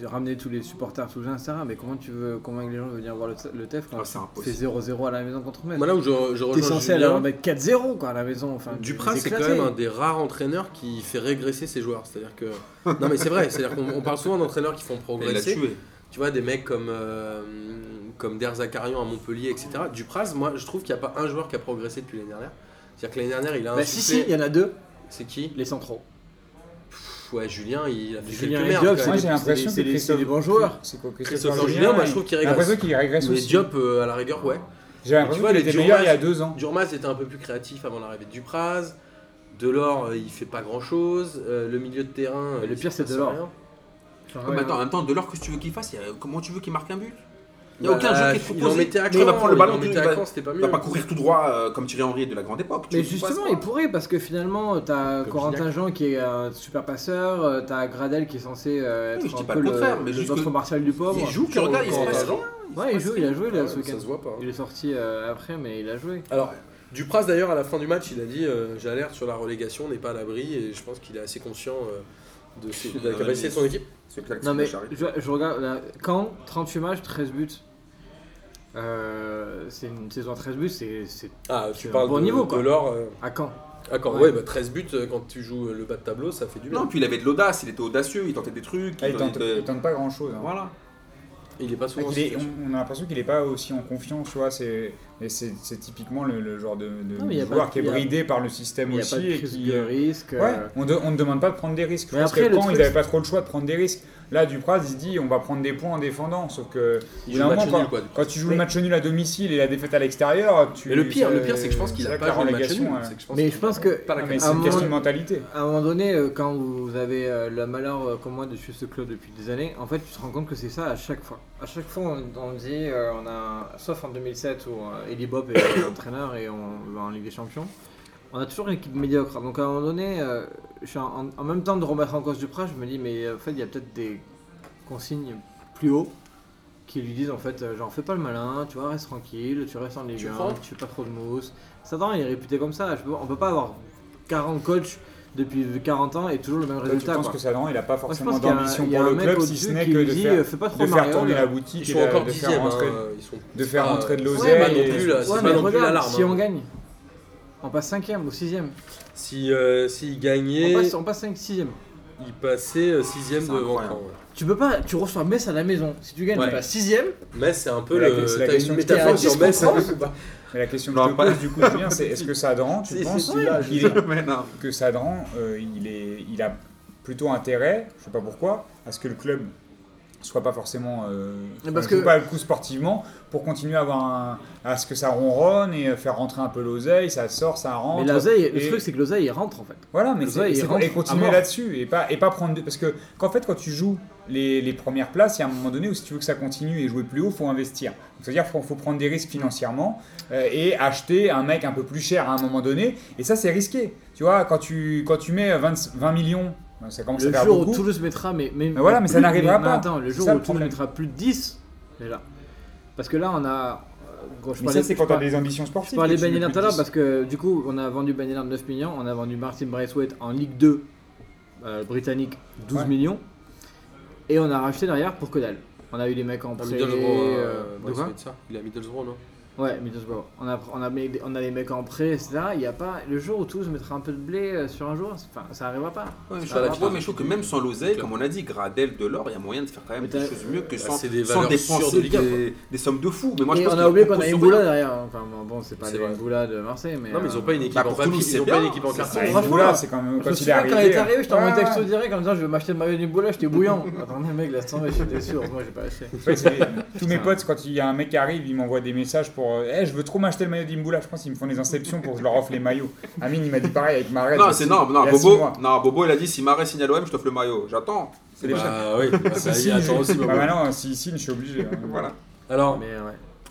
de ramener tous les supporters sous le jeu, etc. Mais comment tu veux convaincre les gens de venir voir le, le TEF quand
Ah, c'est
c'est
impossible.
0-0 à la maison contre Metz
Moi, là où je, je
T'es
rejoins
censé aller
Julien,
en mettre 4-0 quoi, à la maison. Enfin,
Duprat,
les
c'est quand
éclater.
même un des rares entraîneurs qui fait régresser ses joueurs. C'est-à-dire que. Non, mais c'est vrai, c'est-à-dire qu'on on parle souvent d'entraîneurs qui font
Il l'a
progresser.
tué.
Tu vois, des mecs comme, euh, comme Der Zakarian à Montpellier, etc. Dupraz, moi, je trouve qu'il n'y a pas un joueur qui a progressé depuis l'année dernière. C'est-à-dire que l'année dernière, il a un.
Bah, si, si, il y en a deux,
C'est qui
les centraux.
Pff, Ouais, Julien, il a fait
Julien
quelques
et
merdes. quand
Diop, c'est
Moi
même.
des-
j'ai l'impression
c'est
que
des- c'est
Christophe-
des bons joueurs.
C'est quoi
Christophe Julien, moi, je trouve qu'il
J'ai l'impression
régresse.
qu'il régresse
Mais
aussi.
Diop, euh, à la rigueur, ouais.
J'ai l'impression
vois,
qu'il
les
était meilleur il y a
Durmas-
deux ans.
Durmas était un peu plus créatif avant l'arrivée de Dupraz. Delors, euh, il fait pas grand-chose. Euh, le milieu de terrain.
Le
euh, il
pire,
se
c'est
passe
Delors.
rien.
Ah, mais attends, en même temps, de l'heure que tu veux qu'il fasse, il y a- comment tu veux qu'il marque un but Il n'y a
Bah,
aucun jeu qui est
Il en
proposé.
mettait à
Mais il va
Caen,
prendre le
il
ballon,
en
tout-
mettait
il
à
va-
Caen, c'était pas
Il
mieux.
va pas courir tout droit euh, comme Thierry Henry de la grande époque. Tu
Mais
veux qu'il fasse
justement,
quoi
il pourrait parce que finalement, t'as
Comme
Corentin Jean qui est un super passeur, euh, t'as Gradel qui est censé euh, être
Oui, je dis
un
pas
peu
le
le,
contraire, mais
le
juste
ventre
que-
martial du pauvre.
Il joue, tu regardes, il se
Corentin
passe
Jean.
rien.
Ouais, il joue, il a joué là ce
Ça
week-end.
se voit pas. hein.
Il est sorti euh, après, mais il a joué.
Alors, Dupras d'ailleurs à la fin du match, il a dit euh, j'alerte sur la relégation, on n'est pas à l'abri et je pense qu'il est assez conscient euh, de, ses- de la capacité de son équipe.
C'est clair que
Non
c'est
mais
pas charrette.
je, je regarde là, quand 38 matchs, 13 buts. Euh, c'est une saison à 13 buts, c'est c'est
Ah, tu
C'est
parles
un bon
de,
niveau,
de
quoi.
l'or. euh,
à quand
D'accord, ouais,
Ouais.
bah, 13 buts euh, quand tu joues euh, le bas de tableau, ça fait du bien.
Non, puis il avait de l'audace, il était audacieux, il tentait des trucs.
Ah, il tente,
tentait-
il tente pas hein. grand chose.
Voilà.
Il est pas
Ah,
souvent. en
qu'il est-
situation.
on, on a l'impression qu'il n'est pas aussi en confiance, tu vois. C'est, et c'est, c'est typiquement le, le genre de, de-
Non, mais
de
y a
joueur
pas-
qui est
y a-
bridé par le système
Il n'y a
aussi.
pas de
et
prise
qui,
de
euh,
risque.
ouais,
euh,
on, de- on ne demande pas de prendre des risques. Je
Mais
pense
après,
que
le
quand ils
truc,
n'avaient pas trop le choix de prendre des risques. Là, Dupraz, il se dit on va prendre des points en défendant. Sauf que, au bout
joue
d'un
match
moment, quand,
nul, quoi, Dupraz.
quand tu joues
Mais-
le match nul à domicile et la défaite à l'extérieur, tu.
Mais le pire,
ça-
le pire, c'est que je pense qu'il
c'est
a
là que
pas
la
joué le match
relégation, euh,
nul.
ouais.
c'est que je pense
Mais
qu'il
je
a
pense que
pas la
Ah, mais
capacité.
c'est
À un
une question de
moment-
mentalité.
à un moment donné, euh, quand vous avez euh, le malheur euh, comme moi de suivre ce club depuis des années, en fait, tu te rends compte que c'est ça à chaque fois. À chaque fois, on, on dit, euh, on a, sauf en 2007 où euh, Eli Bob est entraîneur et on va en Ligue des Champions, on a toujours une équipe médiocre. Donc à un moment donné, euh, je suis en, en- en même temps de remettre en cause Duprat, je me dis, mais euh, en fait, il y a peut-être des consignes plus haut qui lui disent en fait euh, genre fais pas le malin, tu vois, reste tranquille, tu restes en Ligue
Tu
1,
crois
tu fais pas trop de mousse. Satan il est réputé comme ça, je peux- on peut pas avoir 40 coachs depuis 40 ans et toujours le même
Toi, Bah, tu
résultat.
penses
quoi.
que ça, non, il n'a pas
Moi, je
forcément
pense qu'il y a un-
d'ambition
il y a
pour
un
le
mec
club, si
au-dessus
ce n'est
qui
que
lui
de
dit,
faire,
euh, fais pas trop
de faire
mariole.
tourner la boutique
Ils
et
sont
la-
encore
de
dixième,
faire
hein,
rentrer.
ils sont
de faire
pas-
rentrer de
c'est
l'oseille
pas non
et-
plus, là, c'est
Ouais,
pas
mais
non plus
regarde,
l'alarme,
si
hein.
on gagne, on passe 5ème ou 6ème.
Si euh, s'il
On
gagnait,
passe, on passe 5 6ème.
il passait 6ème
C'est
devant
incroyable.
Caen, ouais.
Tu peux pas, tu reçois Metz à la maison. Si tu gagnes,
Ouais.
tu passes 6ème.
Metz, c'est un peu
Mais la-
le.
c'est la
T'as
question
une
que je te
métaphore
pose.
sur Metz,
Tu comprends
ça- bah,
Mais la question que
Non,
je te
pas-
pose du coup, Julien, c'est est-ce que Sadran, tu
Si, si,
penses
si, là, je-
il, est-
Mais non.
que Sadran, euh, il, est, il a plutôt intérêt, je sais pas pourquoi, à ce que le club soit pas forcément euh,
Mais parce
joue
que-
pas le coup sportivement pour continuer à avoir un, à ce que ça ronronne et euh, faire rentrer un peu l'oseille, ça sort, ça rentre.
Mais l'oseille,
Et-
le truc c'est que l'oseille il rentre en fait.
voilà, mais
Le
c'est-
vrai, il
c'est-
rentre
et
à
continuer
mort.
là-dessus et pas et pas prendre de- parce que qu'en fait quand tu joues les, les premières places, il y a un moment donné où si tu veux que ça continue et jouer plus haut, faut investir. Donc, C'est-à-dire faut faut prendre des risques financièrement euh, et acheter un mec un peu plus cher à un moment donné et ça c'est risqué. Tu vois quand tu quand tu mets 20, 20 millions, euh, ça commence à
Le
faire
jour où
beaucoup.
Toulouse mettra, mais, mais,
Mais voilà, mais ça
plus-
n'arrivera
mais
pas.
attends, le
C'est
jour
ça,
où
le
Toulouse
problème.
mettra plus de 10, déjà. Parce que là, on a. euh, je
Mais
parlais-
ça c'est
je
quand tu as
par-
des ambitions
Je
sportives.
parlais
que tu mets
Benilin
plus
tout
de
à l'heure
10.
parce que du coup, on a vendu Benilin 9 millions, on a vendu Martin Braithwaite en Ligue 2 euh, britannique 12
Ouais.
millions, et on a racheté derrière pour que dalle. On a eu les mecs en
Un
prêt.
Middlesbrough, hein,
euh, de quoi
Braithwaite, ça. Il est à Middlesbrough, non
Ouais, Middlesbrough. On a, on, a, mis- on a les mecs en prêt, etc. Il y a pas, le jour où tous mettra un peu de blé euh, sur un joueur, c'est- enfin, ça arrivera pas.
Ouais,
Ah,
mais je
la
suis d'accord,
finale.
mais je trouve que même sans l'oseille, comme on a dit, Gradel, Delors, il y a moyen de faire quand même
Mais
des
t'as-
choses mieux que sans,
c'est des
sans
valeurs sûres de
dépenser
Ligue un,
des, des sommes de fous. Mais moi,
Et
je pense
on a oublié
qu'on
qu'on a
peut
Imboula
sauver.
derrière. Enfin bon, bon, c'est pas
C'est
les
vrai.
Imboula de Marseille, mais.
Non, mais ils
euh,
ont pas une équipe
Bah,
en
pour
papier,
Toulouse,
ils ont
c'est
pas une
bien.
équipe en
C'est
carton.
ça.
Bah,
franchement,
Ndoula, c'est quand même
Je
quand
me
il est
souviens quand il
arrivé.
est
hein. Ah.
arrivé, je t'ai envoyé un
Ouais,
texto
ouais.
direct en disant je veux m'acheter le maillot d'Imboula, j'étais bouillant. Attendez, mec, laisse tomber, je suis déçu, heureusement, j'ai pas acheté.
Ouais, c'est- Tous mes potes, quand il y a un mec qui arrive, ils m'envoient des messages pour euh, Eh, je veux trop m'acheter le maillot d'Imboula. Je pense qu'ils me font des inceptions pour que je leur offre les maillots. Amine, il m'a dit pareil avec Marais.
Non, c'est non, non,
il y a six
Bobo,
mois.
non, Bobo, il a dit si Marais signe à l'OM, je t'offre le maillot. J'attends. C'est déjà.
Bah oui, bah, ça y
Si,
est, attends aussi.
bah
Bobo.
maintenant, s'il signe, je suis obligé. hein.
Voilà.
Alors,
Mais ouais.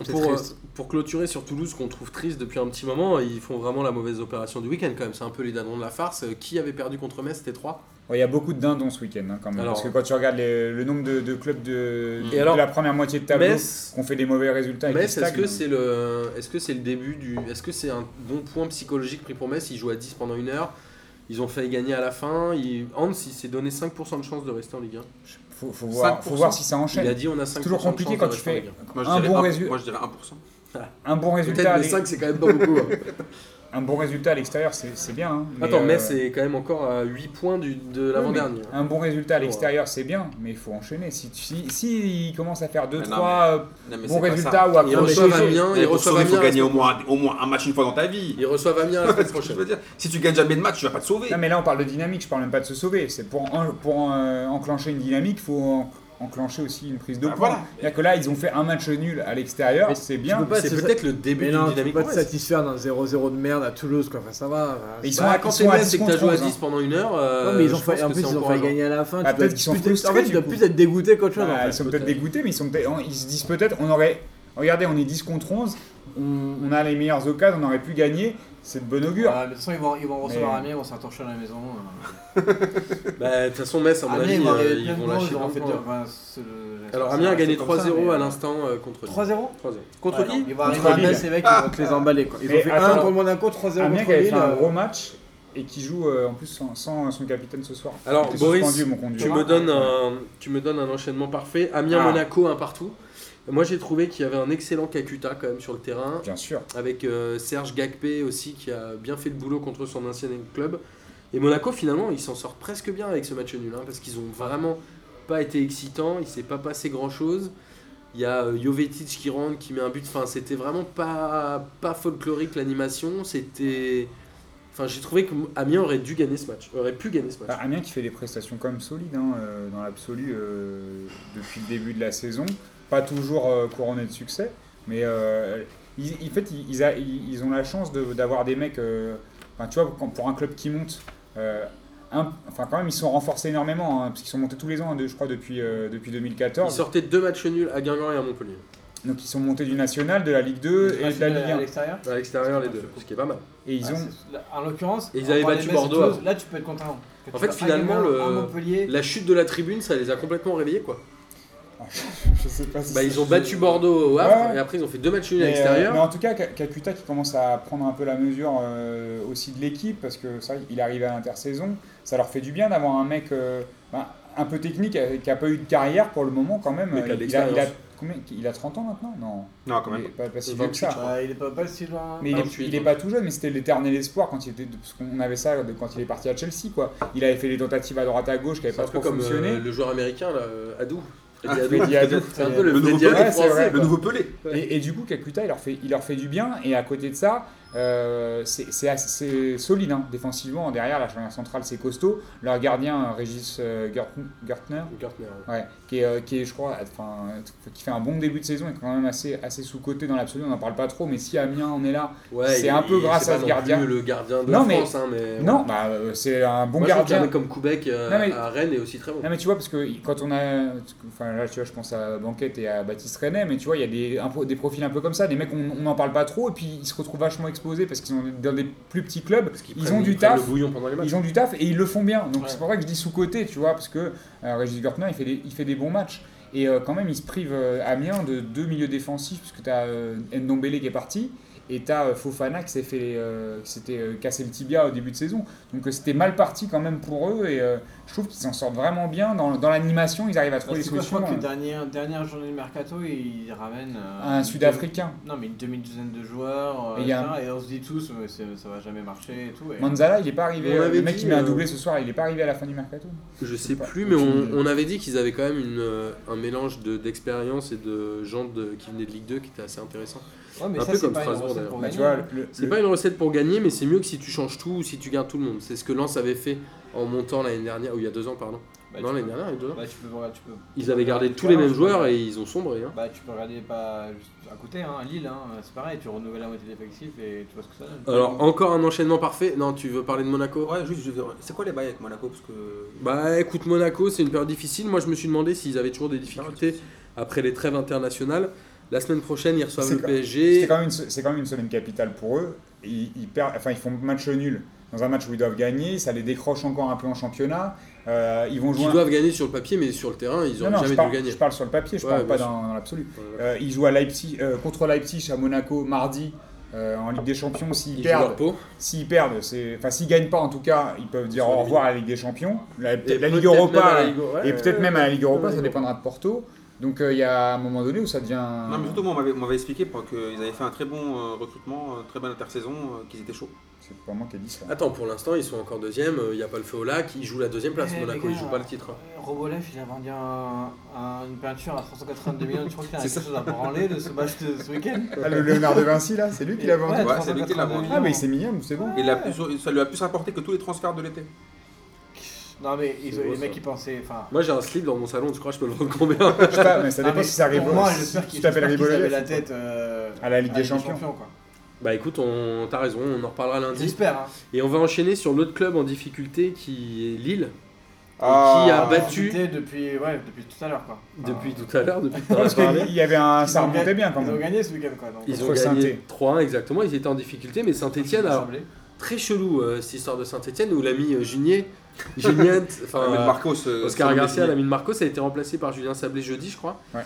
C'est
pour, euh,
triste.
pour clôturer sur Toulouse, qu'on trouve triste depuis un petit moment, ils font vraiment la mauvaise opération du week-end quand même. C'est un peu les dindons de la farce. Euh, Qui avait perdu contre Metz C'était 3.
Ouais, Il y a beaucoup de dindons ce week-end hein, quand même.
Alors-
parce que quand tu regardes les- le nombre de, de clubs de,
Et
de
alors,
la première moitié de tableau
Metz,
qui ont fait des hein. mauvais résultats. et qui
Metz est-ce
stagnent.
que c'est le, est -ce que c'est le début du. Est-ce que c'est un bon point psychologique pris pour Metz Ils jouent à 10 pendant une heure. Ils ont failli gagner à la fin. Ils- Hans, il s'est donné 5% de chance de rester en Ligue 1.
hein. faut, faut voir,
5%.
faut voir si ça
Il a
enchaîne.
dit on a 5%
C'est toujours compliqué
de chance
quand
de
tu
rester en
fais
Ligue
Moi, je
un
dirais
bon,
un-
résu-
moi, je dirais 1%.
un bon
un.
résultat.
Peut-être
à
le
l'ex-
5, c'est quand même pas beaucoup. hein.
Un bon résultat à l'extérieur, c'est c'est bien. hein, mais,
Attends,
euh, Ah,
Metz est quand même encore à 8 points du- de l'avant-dernier.
Un bon résultat à l'extérieur, c'est bien, mais il faut enchaîner. Si, si, si il commence à faire
Mais
2-3
non, Non, mais c'est
bons
pas ça.
résultats ou à
Ils
protéger-
reçoivent Amiens,
Ouais,
ils
pour
reçoivent
sauver, il faut
Amiens.
gagner au moins, au moins un match une fois dans ta vie.
Ils reçoivent Amiens la
C'est
semaine
ce que je
prochaine.
veux dire. Si tu gagnes jamais de match, tu vas pas te sauver.
Non, mais là, on parle de dynamique, je parle même pas de se sauver. C'est pour, en- pour euh, enclencher une dynamique, il faut en- enclencher aussi une prise de
Ah,
points.
voilà.
C'est-à-dire que là, ils ont fait un match nul à l'extérieur,
Mais
c'est
tu
bien.
peux pas-
C'est
c'est-
peut-être le début
Mais
d'une
non, tu peux
dynamique.
pas te
ouais.
satisfaire d'un 0-0 de merde à Toulouse, quoi. Enfin, ça va. enfin,
Mais ils
c'est
sont
pas-
à-
Bah, quand t'es
à
Metz
10
et que t'as joué à
contre 11,
10 pendant une heure, euh,
Ouais, mais ils ont
je
failli-
pense
en
que
plus, ils ont
c'est
failli
encourageant.
gagner à la fin.
Bah,
tu
peut-être
dois-
qu'ils sont
plus-
frustrés,
En fait, tu
du
dois
coup.
plus être dégoûté qu'autre chose.
Bah,
en fait,
ils sont peut-être
peut-être.
dégoûtés, mais ils, sont peut-être- ils se disent peut-être, on aurait. Regardez, on est 10 contre 11,
Mm,
on, on a les meilleures occasions, on aurait pu gagner, c'est de bon augure.
Ouais, mais de toute façon, ils vont, ils vont recevoir
Mais-
Amiens, ils vont s'attorcher à la maison. euh.
Bah, de toute façon, Metz, à mon
Amiens,
avis,
ils vont
euh,
arriver
ils
plein de
vont
blancs,
lâcher
ils
plein
auront
de
fait
points.
dire, ben, c'est le-
Alors,
c'est-
Amiens a
c'est
gagné
comme ça,
3-0
mais,
à
euh,
l'instant euh, contre Lille.
3-0
3-0. Contre
Ouais, non,
qui
Ils vont
Contre
arriver à
Lille.
Metz, les mecs, ils vont te les emballer. Quoi. Ils
Mais
ont fait
attends.
1 contre Monaco, 3-0
Amiens
contre
qui avait
Lille.
fait un
euh,
gros match et qui joue euh, en plus sans, sans son capitaine ce soir.
Alors,
Il était
Boris,
suspendu, mon conduit.
Tu me, donnes un, tu me donnes un enchaînement parfait.
Ah.
Amiens-Monaco, un partout. Moi, j'ai trouvé qu'il y avait un excellent Kakuta quand même sur le terrain.
Bien sûr.
Avec euh, Serge Gagpé aussi, qui a bien fait le boulot contre son ancien club. Et Monaco, finalement, ils s'en sortent presque bien avec ce match nul. hein, parce qu'ils ont vraiment pas été excitants. Il s'est pas passé grand-chose. Il y a euh, Jovetic qui rentre, qui met un but. Enfin, c'était vraiment pas, pas folklorique l'animation. C'était. Enfin, j'ai trouvé que Amiens aurait dû gagner ce match. Aurait pu gagner ce match.
Bah, Amiens qui fait des prestations quand même solides hein, euh, dans l'absolu euh, depuis le début de la saison. Pas toujours euh, couronné de succès, mais euh, ils, en fait, ils, ils a- ils- ils ont la chance de- d'avoir des mecs. euh, enfin, tu vois, quand- pour un club qui monte, euh, un- enfin quand même, ils sont renforcés énormément hein, parce qu'ils sont montés tous les ans, hein, de- je crois, depuis, euh, depuis
Ils
2014.
sortaient deux matchs nuls à Guingamp et à Montpellier.
Donc ils sont montés du national, de la Ligue 2 et de la Ligue
à
1.
l'extérieur.
À l'extérieur, les deux, ce qui est pas mal.
Et ils
Ah,
ont
c'est- là, En l'occurrence,
Et ils
on
avaient
parlait
battu
de Metz et
Bordeaux
Toulouse,
avant.
Là, tu peux être content. Que
En
tu
fait,
vas à
finalement,
Guingamp,
le-
à Montpellier,
La chute de la tribune, ça les a complètement réveillés, quoi.
Je sais pas si
Bah,
c'est-
ils ont battu Bordeaux au Havre,
Ouais.
et après, ils ont fait deux matchs nuls
Mais,
à
euh, mais
l'extérieur.
en tout cas, Ka- Kakuta qui commence à prendre un peu la mesure euh, aussi de l'équipe, parce que ça, il arrive à l'intersaison. Ça leur fait du bien d'avoir un mec euh, ben, un peu technique, euh, qui n'a pas eu de carrière pour le moment quand même.
Mais qui a de
il, a, il, a,
l'expérience.
combien- il a 30 ans maintenant Non,
Non, quand
il
même.
est pas, pas si
Il
vieux que ça.
bah, il est pas, pas si loin.
Mais il est-
28,
il est pas tout jeune, mais c'était l'éternel espoir quand il était, parce qu'on avait ça de- quand il est parti à Chelsea, quoi. Il avait fait des tentatives à droite à gauche qui n'avaient
C'est
pas
un peu
trop
comme euh,
fonctionné. Ah,
le joueur américain, là, euh, Adou. Freddy Adou.
Freddy Adou.
C'est un peu le,
Le nouveau
Freddy Adou
Pelé, c'est
français,
vrai.
quoi.
Le nouveau Pelé.
Et, et du coup, Kakuta, il leur fait, il leur fait du bien. Et à côté de ça, euh, c'est- c'est assez solide hein, défensivement. Derrière, la charnière centrale, c'est costaud. Leur gardien, euh, Régis euh, Gert- Gertner,
Gartner, ouais.
ouais, qui, est, euh, qui est, je crois, enfin, euh, qui fait un bon début de saison et quand même assez, assez sous-coté dans l'absolu. On n'en parle pas trop, mais si Amiens en est là.
Ouais,
C'est
il-
un peu
il-
grâce
c'est
à
pas
ce
non
gardien.
plus le gardien de
Non, mais-
France, hein, mais.
Non, bah, euh, c'est un bon
Moi, je trouve qu'un
gardien.
mec comme Koubek euh,
Non, mais-
à Rennes est aussi très bon.
Non mais tu vois parce que quand on a enfin là tu vois je pense à Banquette et à Baptiste Renet mais tu vois il y a des, un pro- des profils un peu comme ça des mecs on n'en parle pas trop et puis ils se retrouvent vachement exposés parce qu'ils sont dans des plus petits clubs
Parce qu'ils
ils
prennent-
ont
ils
du
prennent
taf
Le bouillon pendant les matchs.
ils ont du taf et ils le font bien donc
Ouais.
c'est pour ça que je dis sous côté tu vois parce que euh, Régis Gertner il fait des, il fait des bons matchs et euh, quand même il se prive euh, Amiens de deux milieux défensifs parce que tu as Ndombele qui est parti et tu as Fofana qui s'est fait euh, qui s'était euh, cassé le tibia au début de saison donc euh, c'était mal parti quand même pour eux et euh, je trouve qu'ils s'en sortent vraiment bien. Dans, dans l'animation, ils arrivent à trouver
Parce
des
que Bah, quoi, je
solutions. hein.
crois que dernière, dernière journée de mercato, ils ramènent. euh,
Un
une
Sud-Africain.
demi- Non, mais une demi-douzaine de joueurs. euh,
Et il y a
etc., et on se dit tous, mais c'est- ça va jamais marcher et tout. Et...
Manzala, il est pas arrivé.
On
euh,
avait
Le mec
dit,
qui met un
euh,
doublé ce soir, il est pas arrivé à la fin du mercato.
Je sais
pas,
plus, mais on,
aucune idée.
on avait dit qu'ils avaient quand même une, euh, un mélange de- d'expérience et de gens de- qui venaient de Ligue 2 qui était assez intéressant.
Ouais, mais
Un
ça,
peu
c'est
comme
pas une
Strasbourg,
recette
d'ailleurs.
pour
Bah, tu
gagner.
vois, le- le-
C'est
le-
pas une recette pour gagner, mais c'est mieux que si tu changes tout ou si tu gardes tout le monde. C'est ce que Lens avait fait en montant l'année dernière, ou il y a deux ans, pardon.
Bah,
non,
tu
l'année
peux-
dernière, il y a deux ans.
Bah, tu peux, regarder- tu peux-
Ils avaient gardé
tu
tous
vois,
les mêmes
tu peux-
joueurs et ils ont sombré. hein.
Bah, tu peux regarder pas juste à côté, hein, Lille, hein, c'est pareil, tu renouvelles la moitié de l'effectif et tu vois ce que ça donne.
Alors, encore un enchaînement parfait. Non, tu veux parler de Monaco
Ouais, juste, je veux dire, c'est quoi les bails avec Monaco Parce que.
Bah écoute, Monaco, c'est une période difficile. Moi, je me suis demandé s'ils avaient toujours des difficultés après les trêves internationales. La semaine prochaine, ils reçoivent
C'est
le
quand-
PSG.
C'est quand, même une se- c'est quand même une semaine capitale pour eux. Ils, ils perdent, enfin, ils font match nul dans un match où ils doivent gagner. Ça les décroche encore un peu en championnat. Euh, ils vont jouer.
Ils
un-
doivent gagner sur le papier, mais sur le terrain, ils
Non,
n'ont
non,
jamais
je,
dû
parle,
gagner.
je parle sur le papier, je
Ouais,
parle
bien
pas
sûr.
dans, dans l'absolu.
Voilà.
Euh, ils jouent à Leipzig, euh, contre Leipzig à Monaco mardi euh, en Ligue des Champions. S'ils
Ils jouent
perdent,
leur peau.
S'ils perdent, c'est... enfin s'ils gagnent pas en tout cas, ils peuvent dire
sont
au revoir à la Ligue des Champions, la,
Et
la Ligue
peut-être même à
Europa, hein.
la Ligue- ouais,
et peut-être
ouais,
même à la Ligue Europa,
ouais,
ça
ouais.
dépendra de Porto. Donc euh, il y a un moment donné où ça devient.
Non, mais surtout, moi, on m'avait- on m'avait expliqué pour qu'ils avaient fait un très bon euh, recrutement, euh, très bonne intersaison, euh, qu'ils étaient chauds.
C'est pas moi qui ai dit ça.
Attends, pour l'instant, ils sont encore deuxième. euh, Il n'y a pas le feu au lac. Ils jouent la deuxième place.
Eh,
Monaco,
les
ils
gars.
jouent pas le titre. hein.
Robolev, il a vendu un- un- une peinture à 382 millions, tu crois qu'il y a
C'est
quelque chose à branler de ce match de ce week-end
Ah, le Léonard de Vinci là, c'est lui qui l'a vendu.
Ouais, c'est lui qui l'a vendu.
Ah mais c'est mignon, c'est bon.
Et il a plus- ça lui a plus rapporté que tous les transferts de l'été.
Non mais ils-
C'est beau,
les
ça.
mecs ils pensaient, enfin...
Moi, j'ai un slip dans mon salon. Tu crois que je peux le vendre combien
Je sais pas, mais ça
non,
dépend
mais
si ça rigole.
Pour moi,
si
j'espère
tu
qu'ils
t'appelles
j'espère qu'ils
rigolo.
avaient la tête euh,
À la Ligue des Champions.
quoi.
Bah écoute, on... t'as raison. On en reparlera lundi.
J'espère. Hein.
Et on va enchaîner sur l'autre club en difficulté qui est Lille.
Ah.
qui a battu-
C'était depuis, ouais, depuis tout à l'heure quoi.
Depuis tout à l'heure, depuis que t'en
Ah. Parce
as parlé.
qu'il y avait un, Ah, ça
Ils ont
remontait
gagné-
bien quand
Ils ont
même.
gagné ce week-end quoi. Donc,
Ils ont
Contre
gagné
Saint-Étienne.
3-1 exactement, ils étaient en difficulté, mais Saint-Etienne, alors très chelou euh, cette histoire de Saint-Etienne où l'ami euh, Junier, Junier, enfin
Mais
euh,
Marcos, euh,
Oscar
Samuel
Garcia,
Gignac.
l'ami de Marco, ça a été remplacé par Julien Sablé jeudi, je crois,
Ouais.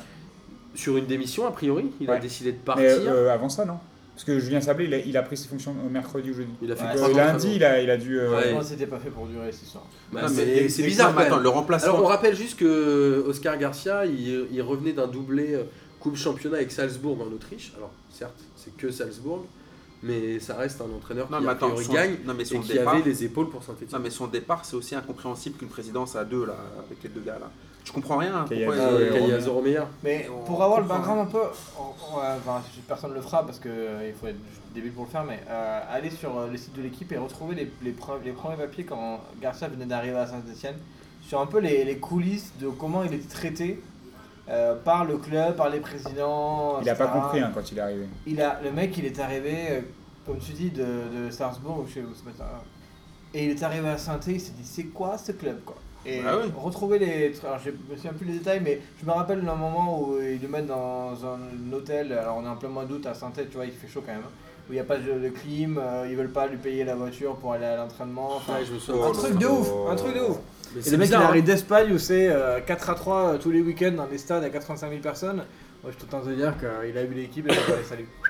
sur une démission a priori. Il a
Ouais.
décidé de
Mais
partir.
hein.
euh, avant ça non, parce que Julien Sablé il a, il a pris ses fonctions au mercredi ou jeudi.
il a fait
ouais,
trois
Euh,
entraînements.
lundi il a, il a dû. euh,
Ouais.
Moi c'était pas fait pour durer cette histoire.
Bah,
Non, mais
c'est c'est bizarre.
mais
quand
attends,
même.
le remplacement.
Alors on rappelle juste que euh, Oscar Garcia, il, il revenait d'un doublé euh, Coupe Championnat avec Salzbourg en Autriche. Alors certes, c'est que Salzbourg, mais ça reste un entraîneur
non,
qui
mais
a
attends,
priori
son-
gagne
non, mais son
et qui
départ.
avait les épaules pour Saint-Etienne.
Non, mais son départ, c'est aussi incompréhensible qu'une présidence à deux, là, avec les deux gars, là. Je comprends rien. hein,
Kaya
pourquoi ils-
Zoé,
Euh,
Romero.
Cagliazzo Romero.
Mais
On
pour avoir le
comprend.
background un peu, on- on- euh, enfin, je- personne ne le fera parce que euh, il faut être débile pour le faire, mais euh, aller sur euh, le site de l'équipe et retrouver les, les, preuves- les premiers papiers quand Garcia venait d'arriver à Saint-Etienne, sur un peu les, les coulisses de comment il était traité euh, par le club, par les présidents.
Il a pas
etc..
compris hein, quand il est arrivé.
Il a, le mec, il est arrivé, euh, comme tu dis, de, de Sarpsbourg, ou je sais où c'est pas ça. Et il est arrivé à saint il s'est dit, c'est quoi ce club, quoi Et
Ah oui.
retrouver les. Alors, je me souviens plus les détails, mais je me rappelle d'un moment où ils le mettent dans un hôtel, alors on est en plein mois d'août à saint tu vois, il fait chaud quand même, hein, où il n'y a pas de, de clim, euh, ils veulent pas lui payer la voiture pour aller à l'entraînement. enfin,
Ouais, je me souviens.
un truc de ouf, un truc de ouf.
Mais
Et
oh, c'est
le mec, il
bizarre, hein.
arrive d'Espagne où c'est euh, 4 à 3 euh, tous les week-ends dans les stades à 85 000 personnes. Moi, je suis content de dire qu'il a eu l'équipe et qu'il a salut.
hein.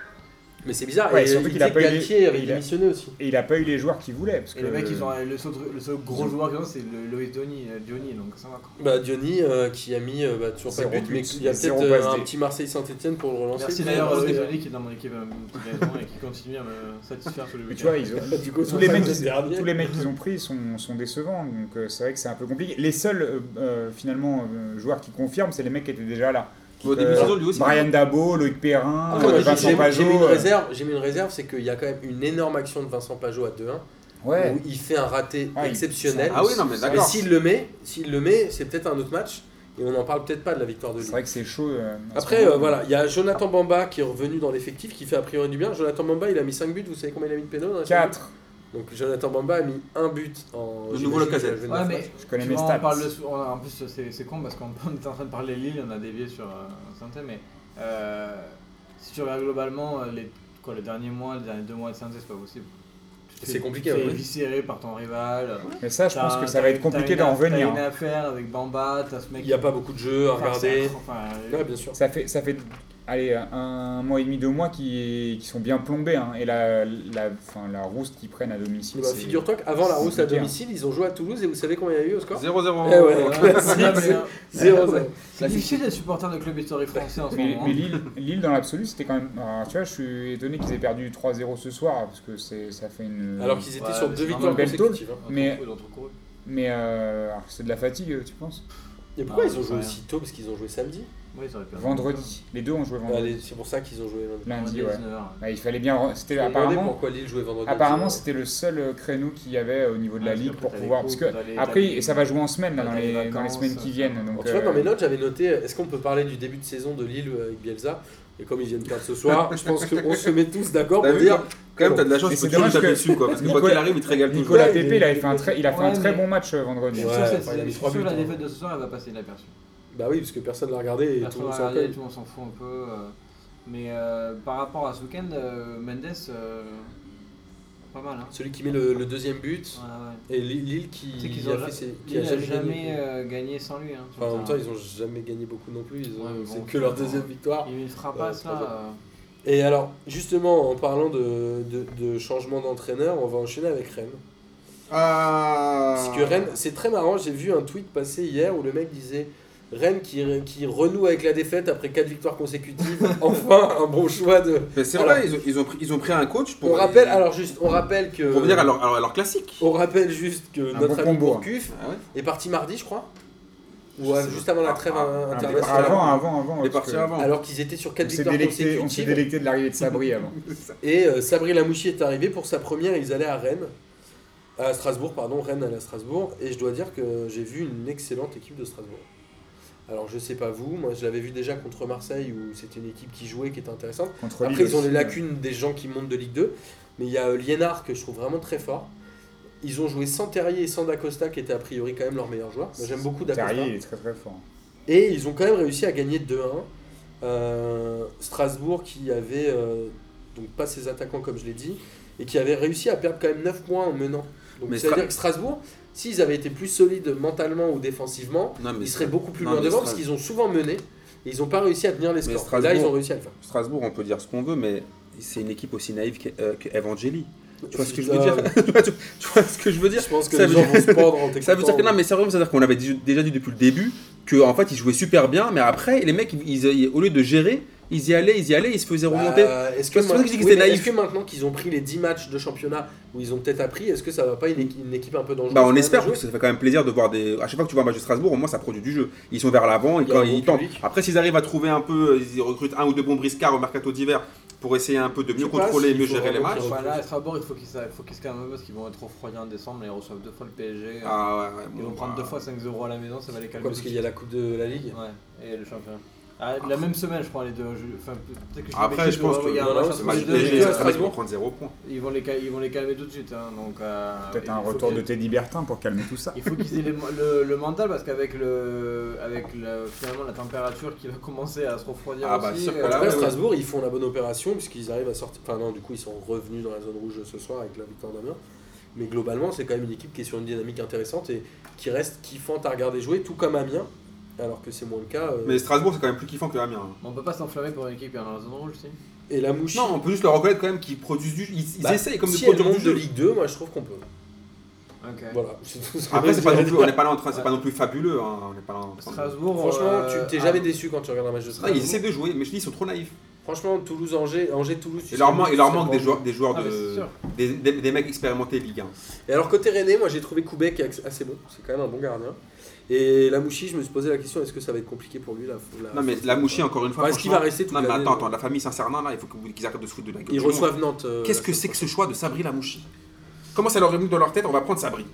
Mais c'est bizarre.
Ouais,
et
surtout
surtout
qu'il a pas eu les-
Galtier avait
il a-
démissionné aussi.
Et il a pas eu les joueurs qu'il voulait. Parce
Et
que-
le mec, ils ont, le, seul, truc- le seul gros joueur qu'ils ont, c'est le- Loïs Johnny, Johnny, donc ça va quoi.
Bah Diony euh, qui a mis euh, bah, toujours pas de
Zéro
but,
but,
mais il y a
zéro
peut-être euh,
passe
un
D.
petit Marseille Saint-Etienne pour le relancer.
Merci
Mais-
d'ailleurs à
euh,
Loïs Johnny qui est dans mon équipe à raison et qui continue à me satisfaire tous les
Mais
week-ends.
tu vois, ils ont-
du coup,
tous les mecs,
c'est dernier.
Tous les mecs qu'ils ont pris sont, sont décevants, donc euh, c'est vrai que c'est un peu compliqué. Les seuls euh, euh, finalement euh, joueurs qui confirment, c'est les mecs qui étaient déjà là.
Au début de
Euh,
saison, lui aussi.
Brian Dabo, Loïc Perrin,
Après,
euh,
moi, j'ai-
Vincent
hein. Ah, j'ai- J'ai mis une
Pajot. euh,
réserve, j'ai mis une réserve, c'est qu'il y a quand même une énorme action de Vincent Pajot à 2-1
Ouais.
où il fait un raté
Ah, il-
exceptionnel.
Ah oui, non, mais
Et
d'accord.
s'il le met, s'il le met, c'est peut-être un autre match et on n'en parle peut-être pas de la victoire de
C'est
Lille.
vrai que c'est chaud. euh, en ce
Après,
moment.
euh, voilà, il y a Jonathan Bamba qui est revenu dans l'effectif, qui fait a priori du bien. Jonathan Bamba, il a mis 5 buts, vous savez combien il a mis de pénaux dans la saison
4.
Donc Jonathan Bamba a mis un but en.
De nouveau
j'imagine,
Lacazette.
je vais
Ouais,
dire
mais
Je connais
tu
mes
vois,
stats.
On parle de, sou- on a- en plus, c'est c'est con parce qu'on on était en train de parler de Lille, on a dévié sur euh, Saint-Étienne, mais euh, si tu regardes globalement euh, les, quoi, les derniers mois, les derniers deux mois de Saint-Étienne, c'est pas possible. Tu te
C'est
fais-
compliqué,
Tu te fais
ouais.
viscérer par ton rival.
Mais ça, je
T'as-
pense que ça
t'as
va être
une- t'as
compliqué
une
d'en
aff-
revenir.
T'as une affaire avec Bamba, t'as ce
ça.
mec.
Il n'y a pas beaucoup de jeux à
Enfin, euh, c'est
regarder.
atroce, enfin,
Ouais, bien sûr.
Ça fait, ça fait allez, un mois et demi, deux mois qui, qui sont bien plombés. hein. Et la, la, enfin, la rousse qu'ils prennent à domicile.
Bah,
c'est-
Figure-toi qu'avant la
c'est
rousse à
bien.
domicile, ils ont joué à Toulouse et vous savez combien il y a eu au score
0-0.
Eh ouais, classique,
Non, mais,
c'est
hein,
0-0.
C'est difficile d'être supporter de club historique français en ce
Mais,
moment.
mais
hein.
Lille, Lille, dans l'absolu, c'était quand même. alors, tu vois, je suis étonné qu'ils aient perdu 3-0 ce soir, parce que c'est- ça fait une.
Alors qu'ils étaient
Euh, Ouais,
sur
mais
deux
c'est
victoires
normal.
consécutives. hein.
mais-
Ils ont trop couru.
Mais euh, alors que c'est de la fatigue, tu penses
Et pourquoi
Ah,
ils ont joué
ouais.
aussi tôt Parce qu'ils ont joué samedi.
Ouais, ils auraient
Bah,
perdu.
Vendredi. Les deux ont joué vendredi.
Allez, C'est pour ça qu'ils ont joué vendredi.
Lundi,
Vendredi,
ouais.
19h, hein.
Bah, il fallait bien. C'était
Je me demandais
apparemment.
pourquoi Lille jouait vendredi.
Apparemment, c'était le seul euh, créneau qu'il y avait au niveau de la
Ah, parce
ligue
qu'après,
pour
t'as les
pouvoir. Parce
coupes,
que
t'as les-
après,
t'as les-
et ça va jouer en semaine là,
t'as
dans,
les
les, dans les
vacances,
semaines qui viennent.
Bon,
Donc,
tu vois, dans mes
euh,
notes, j'avais noté est-ce qu'on peut parler du début de saison de Lille euh, avec Bielsa Et comme ils viennent perdre ce soir, je pense qu'on se met tous d'accord
Bah
T'as
pour
vu,
dire
Quand même, t'as de la chance,
Mais
tu peux
c'est
toujours le
dommage
taper
que-
dessus, quoi. Parce que quoi
Nicolas-
qu'il arrive, il te régale toujours.
Nicolas
Ouais,
Pepe,
mais-
il a fait un très, il a fait un
Ouais,
très
mais-
bon match euh, vendredi.
Je
Ouais,
suis sûr
enfin,
que
il y a
c'est-
les
je
trois
suis sûr que la
buts, hein.
défaite de ce soir, elle va passer inaperçue.
Bah oui, parce que personne ne l'a regardé et tout
Personne
le monde
va
s'en
Bah, regarder,
rappelle.
tout le monde s'en fout un peu. euh, Mais euh, par rapport à ce week-end, euh, Mendes, euh, pas mal. Hein.
Celui qui met le, le deuxième but
Ouais, ouais.
et Lille, Lille qui,
Tu sais qu'ils
a,
ont
fait
ja-
ses- qui
Il
a
n'a
jamais,
jamais,
gagné.
euh, gagné sans lui. Hein, sur
Enfin,
le
en même temps,
terrain.
ils ont jamais gagné beaucoup non plus. Ils ont-
Ouais, mais
c'est
bon,
que leur
c'est-
deuxième victoire.
Il y a eu une frappasse
Ouais,
là.
c'est pas
euh,
Et alors, justement, en parlant de, de, de changement d'entraîneur, on va enchaîner avec Rennes.
Ah
Parce que Rennes, c'est très marrant, j'ai vu un tweet passer hier où le mec disait Rennes qui, qui renoue avec la défaite après 4 victoires consécutives, enfin un bon choix de.
Mais c'est
Alors-
vrai, ils ont, ils, ont pris, ils ont pris un coach pour.
On rappelle, alors juste, on rappelle que. Oh.
Pour venir à leur, à leur classique.
On rappelle juste que
Un
notre
bon
ami
combo, hein.
Gourcuff
Ah ouais.
est parti mardi, je crois.
Je
Ou euh,
sais
juste
pas.
avant la
Ah,
trêve
ah,
euh,
Ah, mais
internationale.
Avant, avant, avant.
On est
parce
parti
que
avant.
Alors qu'ils étaient sur 4
On s'est
victoires
délecté, on s'est
consécutives.
délecté de l'arrivée de Sabri avant.
Et euh, Sabri Lamouchi est arrivé pour sa première, ils allaient à Rennes, à Strasbourg, pardon, Rennes allait à Strasbourg, et je dois dire que j'ai vu une excellente équipe de Strasbourg. Alors je sais pas vous, moi je l'avais vu déjà contre Marseille où c'était une équipe qui jouait, qui était intéressante.
Contre
Après
Lille
ils ont
aussi,
les
euh,
lacunes des gens qui montent de Ligue 2, mais il y a euh, Liénard que je trouve vraiment très fort. Ils ont joué sans Terrier et sans Dacosta qui était a priori quand même leur meilleur joueur. Moi j'aime beaucoup Dacosta.
Terrier, il est très très fort.
Et ils ont quand même réussi à gagner 2-1. Euh, Strasbourg qui avait euh, donc pas ses attaquants comme je l'ai dit et qui avait réussi à perdre quand même 9 points en menant. Donc
Mais
c'est à dire
Stra-
que Strasbourg, s'ils avaient été plus solides mentalement ou défensivement,
Non, mais
ils seraient beaucoup plus
non,
loin
mais
devant
Stra-
parce qu'ils ont souvent mené et ils n'ont pas réussi à tenir les
Mais
scores. Et là ils ont
Strasbourg-
réussi à le faire.
Strasbourg, on peut dire ce qu'on veut, mais c'est une équipe aussi naïve qu'E- euh, qu'Evangeli. Tu vois ce que je veux
Euh,
dire tu, vois, tu- tu vois ce que je veux dire
Je pense que
Ça
les
veut
gens vont
dire-
se pendre en
Ça veut dire que non,
t'écoutant.
mais sérieusement, c'est-à-dire qu'on avait dit- déjà dit depuis le début que en fait ils jouaient super bien, mais après les mecs, ils, ils- au lieu de gérer, ils y allallaient, ils y allaient, ils se faisaient remonter.
Bah, Est-ce que,
C'est pour ça que je dis que
oui,
c'était
mais
naïf.
est-ce que maintenant qu'ils ont pris les 10 matchs de championnat où ils ont peut-être appris, est-ce que ça va pas une, équi- une équipe un peu dangereuse
Bah
quand
on
même à
espère
jouer
parce que ça fait quand même plaisir de voir des. À chaque fois que tu vois un match de Strasbourg, au moins ça produit du jeu. Ils sont vers l'avant et
Il y a
quand
un
ils
bon
tentent.
public.
Après s'ils arrivent à trouver un peu, ils recrutent un ou deux bons briscards au mercato d'hiver pour essayer un peu de
Je
mieux
sais pas
contrôler et
s'il
mieux
faut
gérer les
vraiment
matchs.
qu'ils
Voilà, à Strasbourg, il faut qu'ils sa- faut qu'ils se calment un peu parce qu'ils vont être refroidis en décembre. Là, ils reçoivent deux fois le PSG. euh,
Ah ouais, ouais,
Ils
bon,
vont prendre
bah,
deux fois 5 euros à la maison, ça va les calmer.
Pourquoi Parce qu'il y a la Coupe de la Ligue.
Ah
Ouais, et le championnat. Ah, la même semaine, je crois, les deux. je- Enfin, peut-être que je dis
Après
bêtise,
je pense
mais
que
il y a
non,
un match
non,
entre
c'est
ce
les
match
le
deux,
PSG,
les
PSG,
deux,
à
ça
Strasbourg.
sera ils vont prendre zéro point.
Ils vont les, cal- ils vont les calmer tout de suite. hein, donc, euh,
Peut-être
il
un
faut
retour
que-
de Teddy Bertin pour calmer tout ça.
Il faut qu'ils aient les mo- le, le mental parce qu'avec le, avec le- finalement la température qui va commencer à se refroidir
Ah bah,
aussi, euh,
sûr que
En
là,
tout cas,
ouais,
Strasbourg, ils font la bonne opération puisqu'ils arrivent à sortir. Enfin, non, du coup, ils sont revenus dans la zone rouge ce soir avec la victoire d'Amiens. Mais globalement, c'est quand même une équipe qui est sur une dynamique intéressante et qui reste kiffante à regarder jouer, tout comme Amiens, alors que c'est moins le cas. euh.
Mais Strasbourg c'est quand même plus kiffant que le Amiens. hein.
on peut pas s'enflammer pour une équipe qui est dans la zone rouge si.
Et la mouche.
Non, on peut juste leur reconnaître quand même qu'ils produisent du. Ils, ils
Bah,
essayent comme
si
de
elle
produire
monte
du
de
jeu.
Ligue 2, moi je trouve qu'on peut.
Ok.
Voilà, c'est tout ce que
Après,
je
c'est pas
dirais.
non plus, on n'est pas là en train, c'est pas non plus fabuleux. hein, On n'est pas là en train de-
Strasbourg.
Franchement,
euh,
tu t'es jamais
ah,
déçu quand tu regardes un match de
Ah, ils
Strasbourg.
essaient de jouer, mais je dis ils sont trop naïfs.
Franchement, Toulouse-Angers, Angers-Toulouse. tu
Il leur,
sais
man-
pas
il leur
si
manque
c'est
des
bon.
joueurs, des joueurs
Ah, mais c'est
de,
sûr.
des, des- des mecs expérimentés Ligue 1.
Et alors côté René, moi j'ai trouvé Koubek qui est assez bon, c'est quand même un bon gardien. Et Lamouchi, je me suis posé la question, est-ce que ça va être compliqué pour lui la, la-
Non mais la mouchie encore une fois.
Enfin, est-ce qu'il
franchement-
va rester toute
Non mais
l'année,
attends,
euh,
attends, la famille Saint-Cernin là, il faut que- qu'ils arrêtent de se foutre de la gueule.
Ils
du monde.
reçoivent Nantes. euh,
Qu'est-ce
la
que
semaine
c'est que ce choix de Sabri Lamouchi Comment ça leur est venu dans leur tête On va prendre Sabri.
prochaine.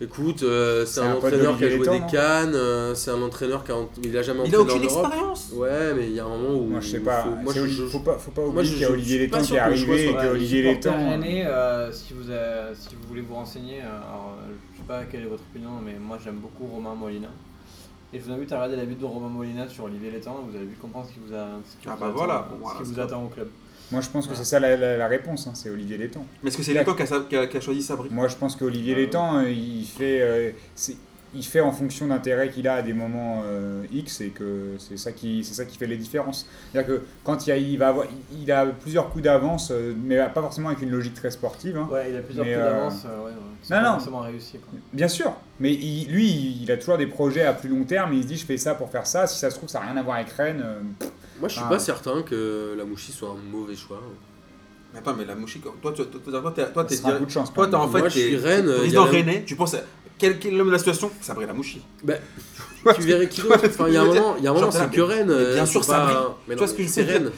Écoute, euh, c'est
C'est
un,
un pote
entraîneur qui a
d'Olivier
joué
Létang,
des
non
cannes, euh, c'est un entraîneur qui a, il a jamais
Il a
entraîné en
aucune
Europe.
expérience.
Ouais, mais il y a un moment où
Moi, je sais
il
pas.
faut- moi,
c'est
je-
Oli-
je-
faut pas, faut pas
moi,
oublier
je-
qu'il y a
je-
Olivier
je suis pas
Létang qui
sûr
est
que le choix
arrivé et
soit-
que
ouais,
Olivier
les supporters
Létang.
rennais, euh, si, vous, euh, si vous voulez vous renseigner, euh, alors, euh, je sais pas quelle est votre opinion, mais moi j'aime beaucoup Romain Molina. Et je vous invite à regarder la vidéo de Romain Molina sur Olivier Létang, vous allez vite comprendre ce qui vous, a, ce qui
Ah
vous
bah
attend-
voilà, bon,
ce
voilà,
qui vous
c'est
attend au club.
Moi, je pense que c'est ça la, la- la réponse. hein, c'est Olivier Létang.
Mais est-ce que c'est l'époque qui a, qui a- qui a choisi Sabri
Moi, je pense qu'Olivier
Euh,
Létang, euh, il fait. euh, c'est- il fait en fonction d'intérêt qu'il a à des moments euh, X et que c'est ça qui c'est ça qui fait les différences. C'est-à-dire que quand il, y a, il va avoir- il a plusieurs coups d'avance, euh, mais pas forcément avec une logique très sportive. hein.
Ouais, il a plusieurs
Mais,
coups
euh,
d'avance. euh, ouais, ouais, c'est
non,
pas
non.
forcément réussi. Quoi.
Bien sûr, mais il- lui, il a toujours des projets à plus long terme. Il se dit, je fais ça pour faire ça. Si ça se trouve, ça n'a rien à voir avec Rennes. euh,
Moi, je suis
Ah.
pas certain que la mouchi soit un mauvais choix.
Mais Attends, mais la mouchi, toi, toi, toi, toi, toi, t'es- toi,
ce
t'es
sera un coup
direct-
de chance.
toi,
quand
t'es en
même.
fait.
Moi, je suis
t'es-
Rennes,
t'es
euh,
Président
y a la-
Rennais, tu penses. à- Quel quel est l'homme de la situation Sabrina Mouchi.
tu verrais qui d'autre Enfin, il y a un moment, il y a un moment,
Genre,
c'est
mais-
que Rennes.
mais
euh,
bien
c'est
sûr,
pas-
Sabri.
Mais
Tu
non,
vois ce que
mais
je
c'est
veux dire
Rennes.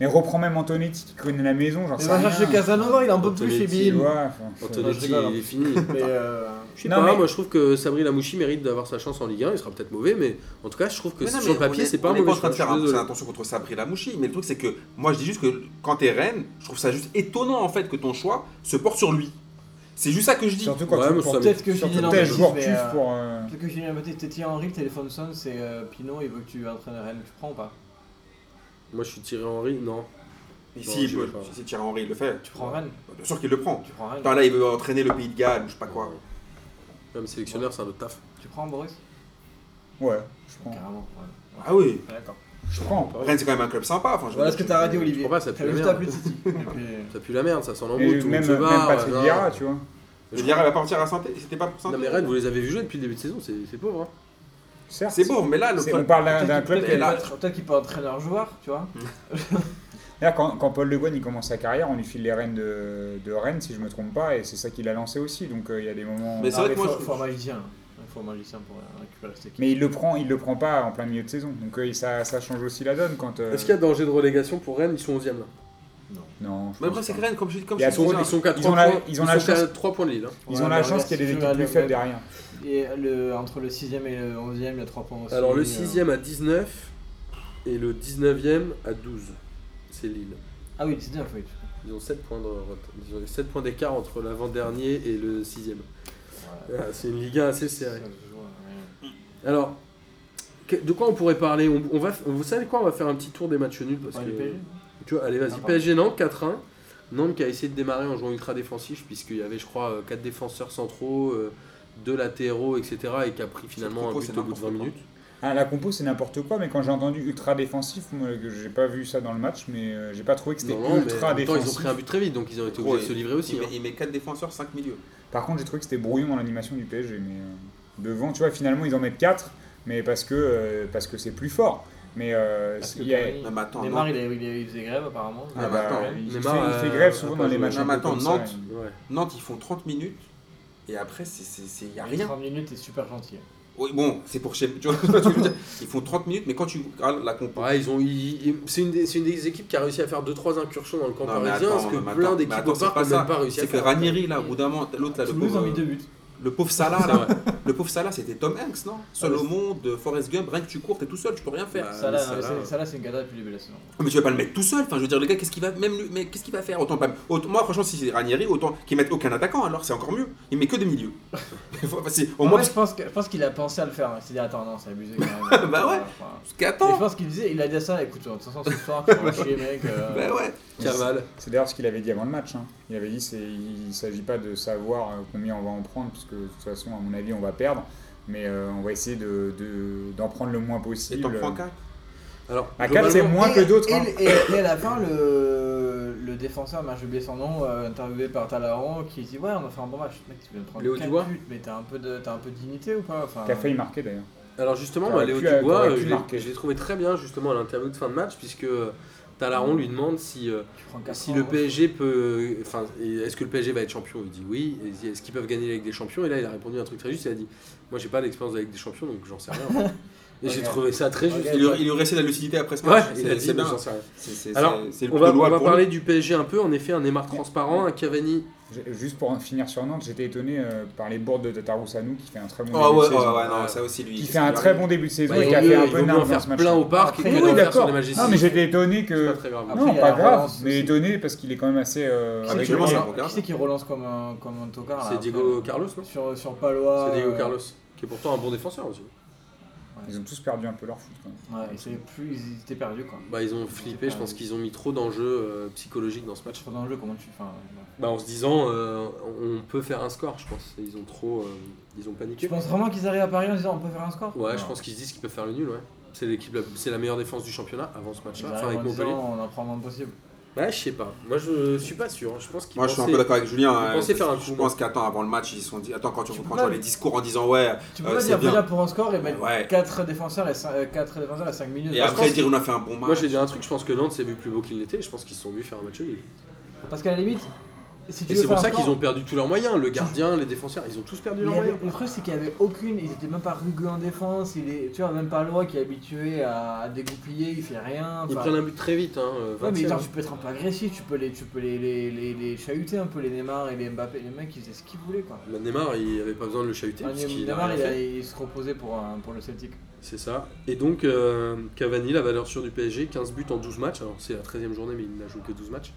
Mais reprends même Antonetti qui connaît la maison, j'en
Mais
sais
va
rien.
chercher Casanova, il en peut plus,
Antonetti,
Tu
Fibi.
vois, enfin, faut-
Antonetti,
rigole, hein.
il est fini.
Mais euh,
Je sais
Non,
pas,
mais-
moi je trouve que Sabri Lamouchi mérite d'avoir sa chance en Ligue 1, il sera peut-être mauvais, mais en tout cas je trouve que
Mais non,
sur le
mais on
papier
est-
c'est pas
on
un
est
mauvais
en train
choix.
de
Je suis
faire un-
désolé.
c'est attention contre Sabri Lamouchi, mais le truc c'est que moi je dis juste que quand t'es Rennes, je trouve ça juste étonnant en fait que ton choix se porte sur lui. C'est juste ça que je dis.
Surtout quand
Ouais, mais
tu prends
ça-
peut-être que
surtout
Julien
tel
Lambert,
joueur
mais,
tu
euh,
pour. euh,
Peut-être que Julien Baptiste, t'es Thierry Henry, le téléphone sonne, c'est euh, Pinot, il veut que tu entraînes Rennes, tu prends ou pas
Moi je suis Thierry Henry, non. Non,
Ici,
je
il
sais pas.
peut- si Thierry Henry le fait, bah,
Tu prends Rennes
bien sûr qu'il le prend.
Tu prends Rennes
Attends, là, il veut entraîner le pays de Galles ou je sais pas quoi.
Même sélectionneur c'est un autre taf.
Tu prends Boris
Ouais, je prends.
Carrément. ouais.
Ah oui,
D'accord.
Je prends.
Rennes c'est quand même un club sympa. Enfin, je veux
Voilà ce
dire,
que t'as dit, Olivier.
Je crois pas, ça pue
T'as
la
juste
merde.
appelé Titi. Et puis-
Ça pue la merde, ça sent
Et
l'embrouille, tout le
même,
monde se
même
barre.
Patrick
non.
Vieira, tu vois.
Le Villarreal va partir à saint c'était pas pour saint
Non mais Rennes, vous les avez vus jouer depuis le début de saison, c'est c'est pauvre. hein.
Certes.
C'est bon, mais là, le
C'est-
problème-
on parle d'un-
Peut-être
d'un Ah, club
qu'il- peut-être
qui
qu'il
est là.
peut être- Peut-être qu'il peut entraîner un joueur, tu vois.
D'ailleurs, quand, quand Paul Le Guen il commence sa carrière, on lui file les rênes de, de Rennes, si je me trompe pas, et c'est ça qu'il a lancé aussi. Donc euh, il y a des moments.
Mais
Mais,
c'est vrai
Non,
que
mais
moi,
faut-
je-
faut un magicien. Il faut un magicien pour euh, récupérer cette équipe.
il le prend, il le prend pas en plein milieu de saison. Donc euh, ça, ça change aussi la donne quand. euh,
Est-ce qu'il y a danger de relégation pour Rennes Ils sont 11ème là.
Non. je
Mais
pense
après, c'est
pas.
que Rennes, comme je dis, comme
Il y a
je
trop-
dis,
Ils
c'est
sont- ils
un-
sont qu'à
Ils
3
ont la-
points.
ils ont la
sont qu'à
chance-
3 points de Lille. hein.
Ils
Ouais,
ont la
mais
chance
regarde,
qu'il y
si
ait des
tu
équipes
regardes
plus
le-
faibles derrière.
Et le, entre le 6ème et le 11ème, il y a 3 points aussi.
Alors le
euh,
6ème à 19 et le 19ème à 12. C'est Lille.
Ah oui, le 19, oui.
Ils ont 7 points de ret- ils ont 7 points d'écart entre l'avant-dernier et le 6ème. Ah, c'est une Ligue 1 assez serrée.
Ça se joue, ouais.
Alors, que- de quoi on pourrait parler on, on va, f- vous savez quoi On va faire un petit tour des matchs nuls parce
Ouais,
que
du PSG.
tu vois, allez
Ah,
vas-y
pardon.
PSG Nantes 4-1. Nantes qui a essayé de démarrer en jouant ultra défensif puisqu'il y avait je crois 4 défenseurs centraux, 2 latéraux, etc. et qui a pris finalement un
propos,
but
c'est
au bout de 20
n'importe quoi.
minutes.
Ah, la compo, c'est n'importe quoi, mais quand j'ai entendu ultra défensif, moi, que j'ai pas vu ça dans le match, mais euh, j'ai pas trouvé que c'était
Non, non, mais en
ultra
même temps, ils ont
défensif.
pris un but très vite donc ils ont été obligés de se livrer aussi.
Il met-
hein.
il met 4 défenseurs, 5 milieux.
Par contre, j'ai trouvé que c'était brouillon dans l'animation du PSG, mais euh, devant, tu vois, finalement, ils en mettent 4, mais parce que euh, parce que c'est plus fort. Mais euh,
Parce
il
que
y a-
Cavani-
Non, mais attends,
Neymar,
non.
il, a- il a- il faisait grève apparemment.
Ah
Ah
bah,
bah,
il, fait,
Neymar,
il fait
euh,
grève
a
souvent
pas
dans les
joué.
matchs.
Non,
un
mais
peu
attends,
comme ça,
Nantes,
ouais.
Ouais.
Nantes, ils font 30 minutes et après, il n'y a rien.
30 minutes, c'est super gentil.
Oui, bon, c'est pour chez. Tu vois ce que je veux dire Ils font 30 minutes, mais quand tu regardes la compo.
Ouais, ils ont, ils- ils- c'est une, des- c'est une des équipes qui a réussi à faire 2-3 incursions dans le camp
Non, mais
parisien,
attends,
parce que
mais
plein
attends, mais
d'équipes
attends,
au
c'est
parc
pas
n'ont
ça.
même pas réussi à
C'est que
faire.
Ranieri, là, au bout d'un moment, l'autre, là, le
Toulouse a
pauvre, euh,
mis deux buts.
le pauvre Salah,
C'est
là,
vrai.
le pauvre Salah, c'était Tom Hanks, non Seul
Ah,
au monde, euh, Forrest Gump, rien que tu cours, t'es tout seul, tu peux rien faire. Ah,
Bah,
Ça là,
mais ça,
non, mais
là.
c'est- ça là, c'est une gada depuis le début de la saison.
Mais tu vas pas le mettre tout seul, enfin je veux dire le gars qu'est-ce qu'il va même lui- mais qu'est-ce qu'il va faire autant pas autant- moi franchement si c'est Ranieri autant qu'il mette aucun attaquant alors c'est encore mieux. Il met que des milieux. Enfin, c'est- au
En
moins
vrai, je pense que- je pense qu'il a pensé à le faire. hein. Il s'est dit, attends, non, c'est abusé quand même.
Bah ouais.
Enfin,
parce
mais je
qu'attends.
pense qu'il disait, il a dit ça, écoute, de toute façon, ce soir, tu vas chier, mec. euh,
Bah ouais.
Caval.
C'est d'ailleurs ce qu'il avait dit avant le match. hein. Il avait dit c'est, il ne s'agit pas de savoir euh, combien on va en prendre, parce que de toute façon, à mon avis, on va perdre. Mais euh, on va essayer de, de- d'en prendre le moins
Et
possible.
t'en
hein.
prends quatre.
Alors,
À 4, c'est
globalement,
moins
Et-
que d'autres.
Et,
hein.
et- et à la fin, le, le défenseur, merde, j'ai oublié son nom, euh, interviewé par Talaron, qui dit Ouais, on a fait un bon match. Mec, tu viens de prendre
Léo
quatre
Dubois
buts, mais t'as un, peu de- t'as un peu de dignité ou pas enfin,
hein.
T'as failli marquer d'ailleurs.
Alors justement,
T'aurais
bah, Léo
pu- t'aurais
Dubois,
pu
euh, je
marquer.
l'ai- je l'ai trouvé très bien justement à l'interview de fin de match, puisque euh,
Mm.
Talaron lui demande si, euh,
tu prends quatre
si
Oh.
ans,
le
ouais.
PSG peut... Enfin, et est-ce que le PSG va être champion Il dit oui. Et il dit, Est-ce qu'ils peuvent gagner la Ligue des Champions Et là, il a répondu un truc très juste, il a dit « Moi, j'ai pas d'expérience de la Ligue des Champions, donc j'en sais rien. en fait. » Et j'ai
Ok.
trouvé ça très juste.
Ok.
Il, lui- il lui restait la lucidité après ce
Ouais,
match.
il a
C'est-
dit «
c'est bien.
J'en sais rien.
C'est- c'est-
Alors,
c'est- c'est le
On
coup
va,
de loi
on va
pour lui.
parler du PSG un peu. En effet, un Neymar transparent, un Cavani.
J'ai- Juste pour en finir sur Nantes, j'étais étonné euh, par les bourdes de Tataroussanou qui fait un très bon
Oh
Ah
début
ouais,
de
ouais,
saison.
ouais, non, ça aussi lui.
Qui
qu'est-ce
fait un
qu'il
très
arrive
bon début de saison
Ouais,
et
Bah, il
qui
vaut mieux,
a fait un
il vaut
peu
mieux
nain
en
dans
faire
ce match.
plein au parc
Après,
que
il
d'en
va
Oui,
faire
d'accord.
sur les magiciens.
Non, mais j'étais étonné
C'est pas
que.
très grave.
Après,
Non,
il y a
pas
la
grave,
relance
mais
aussi.
étonné parce qu'il est quand même assez euh,
Qui c'est qui
Actuellement, c'est
régulier.
un
relance-
regard.
Qui c'est qui relance comme un, comme un tocard là,
C'est
Ah,
après
Diego Carlos, non
Sur, sur Palois.
C'est Diego
euh,
Carlos, qui est pourtant un bon défenseur aussi.
ouais,
Ils ont tous perdu un peu leur foot quand même.
Ouais, ils savaient plus, ils étaient perdus quoi.
Bah, ils ont flippé, je pense qu'ils ont mis trop d'enjeux euh, psychologiques dans ce match.
Match pendant le jeu, comment tu. Enfin, ouais.
Bah, en se disant, euh, on peut faire un score, je pense. Ils ont trop. euh, ils ont paniqué.
Tu penses vraiment qu'ils arrivent à Paris en disant on peut faire un score
Ouais,
Non.
je pense qu'ils se disent qu'ils peuvent faire le nul, ouais. C'est l'équipe, la- c'est la meilleure défense du championnat avant ce
Ils
match-là, enfin
arrivent
avec
en disant,
Montpellier.
on en prend le moins possible.
Ouais, je sais pas. Moi, je suis pas sûr. hein. Je pense qu'ils
Moi, je suis un
pensaient-
peu d'accord avec Julien.
Ils
hein,
pensaient faire un
je
coup.
pense qu'attends, avant le match, ils se sont dit. Attends, quand tu,
Tu
quand
peux
tu
pas-
vois les discours en disant ouais,
Tu peux
Euh,
pas
c'est
dire
bien.
venir pour un score et mettre
Ouais.
4 défenseurs et 5, 4 défenseurs et 5 milieux.
et
je
après
pense-
dire on a fait un bon match.
Moi, je vais dire un truc. Je pense que Nantes s'est vu plus beau qu'il l'était. Je pense qu'ils se sont vus faire un match nul.
Parce qu'à la limite, si tu
Et
veux
c'est
faire
pour ça
un score-
qu'ils ont perdu tous leurs moyens. Le gardien, les défenseurs, ils ont tous perdu
Il y
leurs
avait-
moyens.
le truc c'est qu'il n'y avait aucune, ils étaient même pas rugueux en défense, il est, tu vois, même pas Loi qui est habitué à dégoupiller, il fait rien.
Ils
enfin-
prennent un but très vite. Hein, euh,
Ouais, mais
27,
genre,
hein.
tu peux être un peu agressif, tu peux les, tu peux les, les, les, les chahuter un peu, les Neymar et les Mbappé, les mecs ils faisaient ce qu'ils voulaient quoi.
Bah, Neymar, il avait pas besoin de le chahuter.
Enfin,
parce qu'il a
Bah,
rien
Neymar il, a-
fait.
il se reposait pour, un- pour le Celtic.
C'est ça. Et donc, euh, Cavani, la valeur sûre du PSG, 15 buts en 12 matchs. Alors, c'est la 13 e journée, mais il n'a joué que 12 matchs.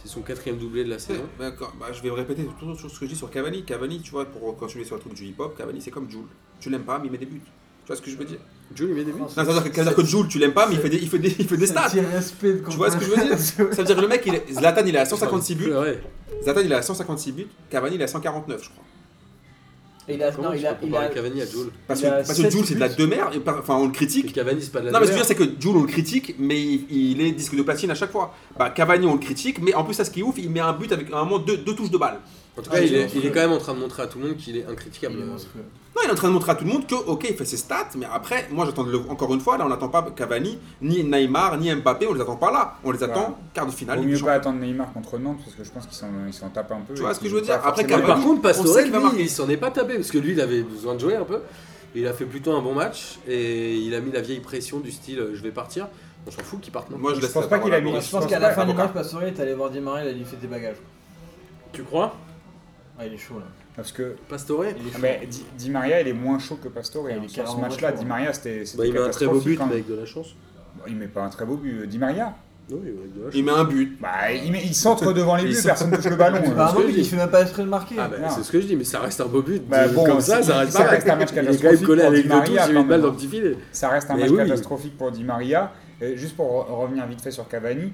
C'est son quatrième doublé de la
Ouais,
saison.
bah, quand- bah, je vais répéter tout, tout ce que je dis sur Cavani. Cavani, tu vois, pour continuer sur le truc du hip-hop, Cavani, c'est comme Jules. Tu l'aimes pas, mais il met des buts. Tu vois ce que je veux dire
Jules, il met des buts.
Non,
Non, ça veut dire que, ça veut dire que Jules, tu l'aimes pas, mais il fait des, il fait des, il fait des stats.
Petit respect de
Tu vois ce que je veux dire Ça veut dire que le mec, il est, Zlatan, il est à 156 buts.
Ouais.
Zlatan, il est à 156 buts. Cavani, il est à 149, je crois.
Et il a,
Comment
Ah, non,
tu
il a,
peux
il
comparer
a-
Cavani à Jules
Parce
Il a
que, parce que
sept
Jules, c'est de la
buts.
demeure. et par- Enfin, on le critique.
Cavani, c'est pas de la
Non, mais ce que je veux
douleur.
dire, c'est que Jules, on le critique, mais il, il est disque de platine à chaque fois. Bah, Cavani, on le critique, mais en plus, ça, ce qui est ouf, il met un but avec à un moment deux, deux touches de balle.
En tout
Ah,
cas,
il
il
est
est,
monstrueux.
il est quand même en train de montrer à tout le monde qu'il est incritiquable.
il est monstrueux.
Non, il est en train de montrer à tout le monde que, ok, il fait ses stats, mais après, moi, j'attends de le Encore une fois, là, on n'attend pas Cavani, ni Neymar, ni Mbappé, on les attend pas là. On les attend
Ouais.
quart de finale.
Vaut
Ligue des
mieux pas
Champions.
attendre Neymar contre Nantes parce que je pense qu'ils s'en ils s'en tapent un peu.
Tu
et
vois ce que
qu'ils
je veux
vont
dire
pas
Après,
Mais
forcément-
Ah
Cavani,
par contre,
on
Pastore,
sait qu'il va
lui,
marquer.
il s'en est pas tapé parce que lui, il avait besoin de jouer un peu. Et il a fait plutôt un bon match et il a mis la vieille pression du style euh, je vais partir. On s'en fout qu'il parte. Non.
Moi, je
Je
laisse
pense
la
pas
parole
qu'il a
à
mis-
Moi,
Boris.
je pense qu'à la fin du
Avocat.
match, Pastore est allé voir Dimari, il a dit fait tes bagages.
Tu crois
Ah, il est chaud là.
Parce que
Pastore
Il est
ah,
chaud.
mais Di, Di Maria, il est moins chaud que Pastore.
Il est
hein. Sur ce
carrément
match-là,
moins chaud,
Di
hein.
Maria, c'était c'était
bah, Il met un très beau
catastrophique,
but,
quand
mais
même.
avec de la chance.
Bon, Il met pas un très beau but. euh, Di Maria
Non, il met avec de la chance.
Il met un but.
bah, il, met- il centre devant les
Il
buts,
centre.
personne touche le ballon.
Bah,
euh.
Bah,
ce
un
que
mec,
je
il
dis.
fait même pas esprit de marquer.
Ah, bah,
Non.
c'est ce que je dis, mais ça reste un beau but.
Bah,
De-
bon,
Comme ça,
c'est-
ça reste
ça
pas.
reste un match
Il est quand même
catastrophique
collé à
pour
avec
Di
deux touches,
Maria,
il met une balle dans
quand
le
même.
petit filet.
Ça reste un
Mais
match
oui.
catastrophique pour Di Maria. Et juste pour re- revenir vite fait sur Cavani,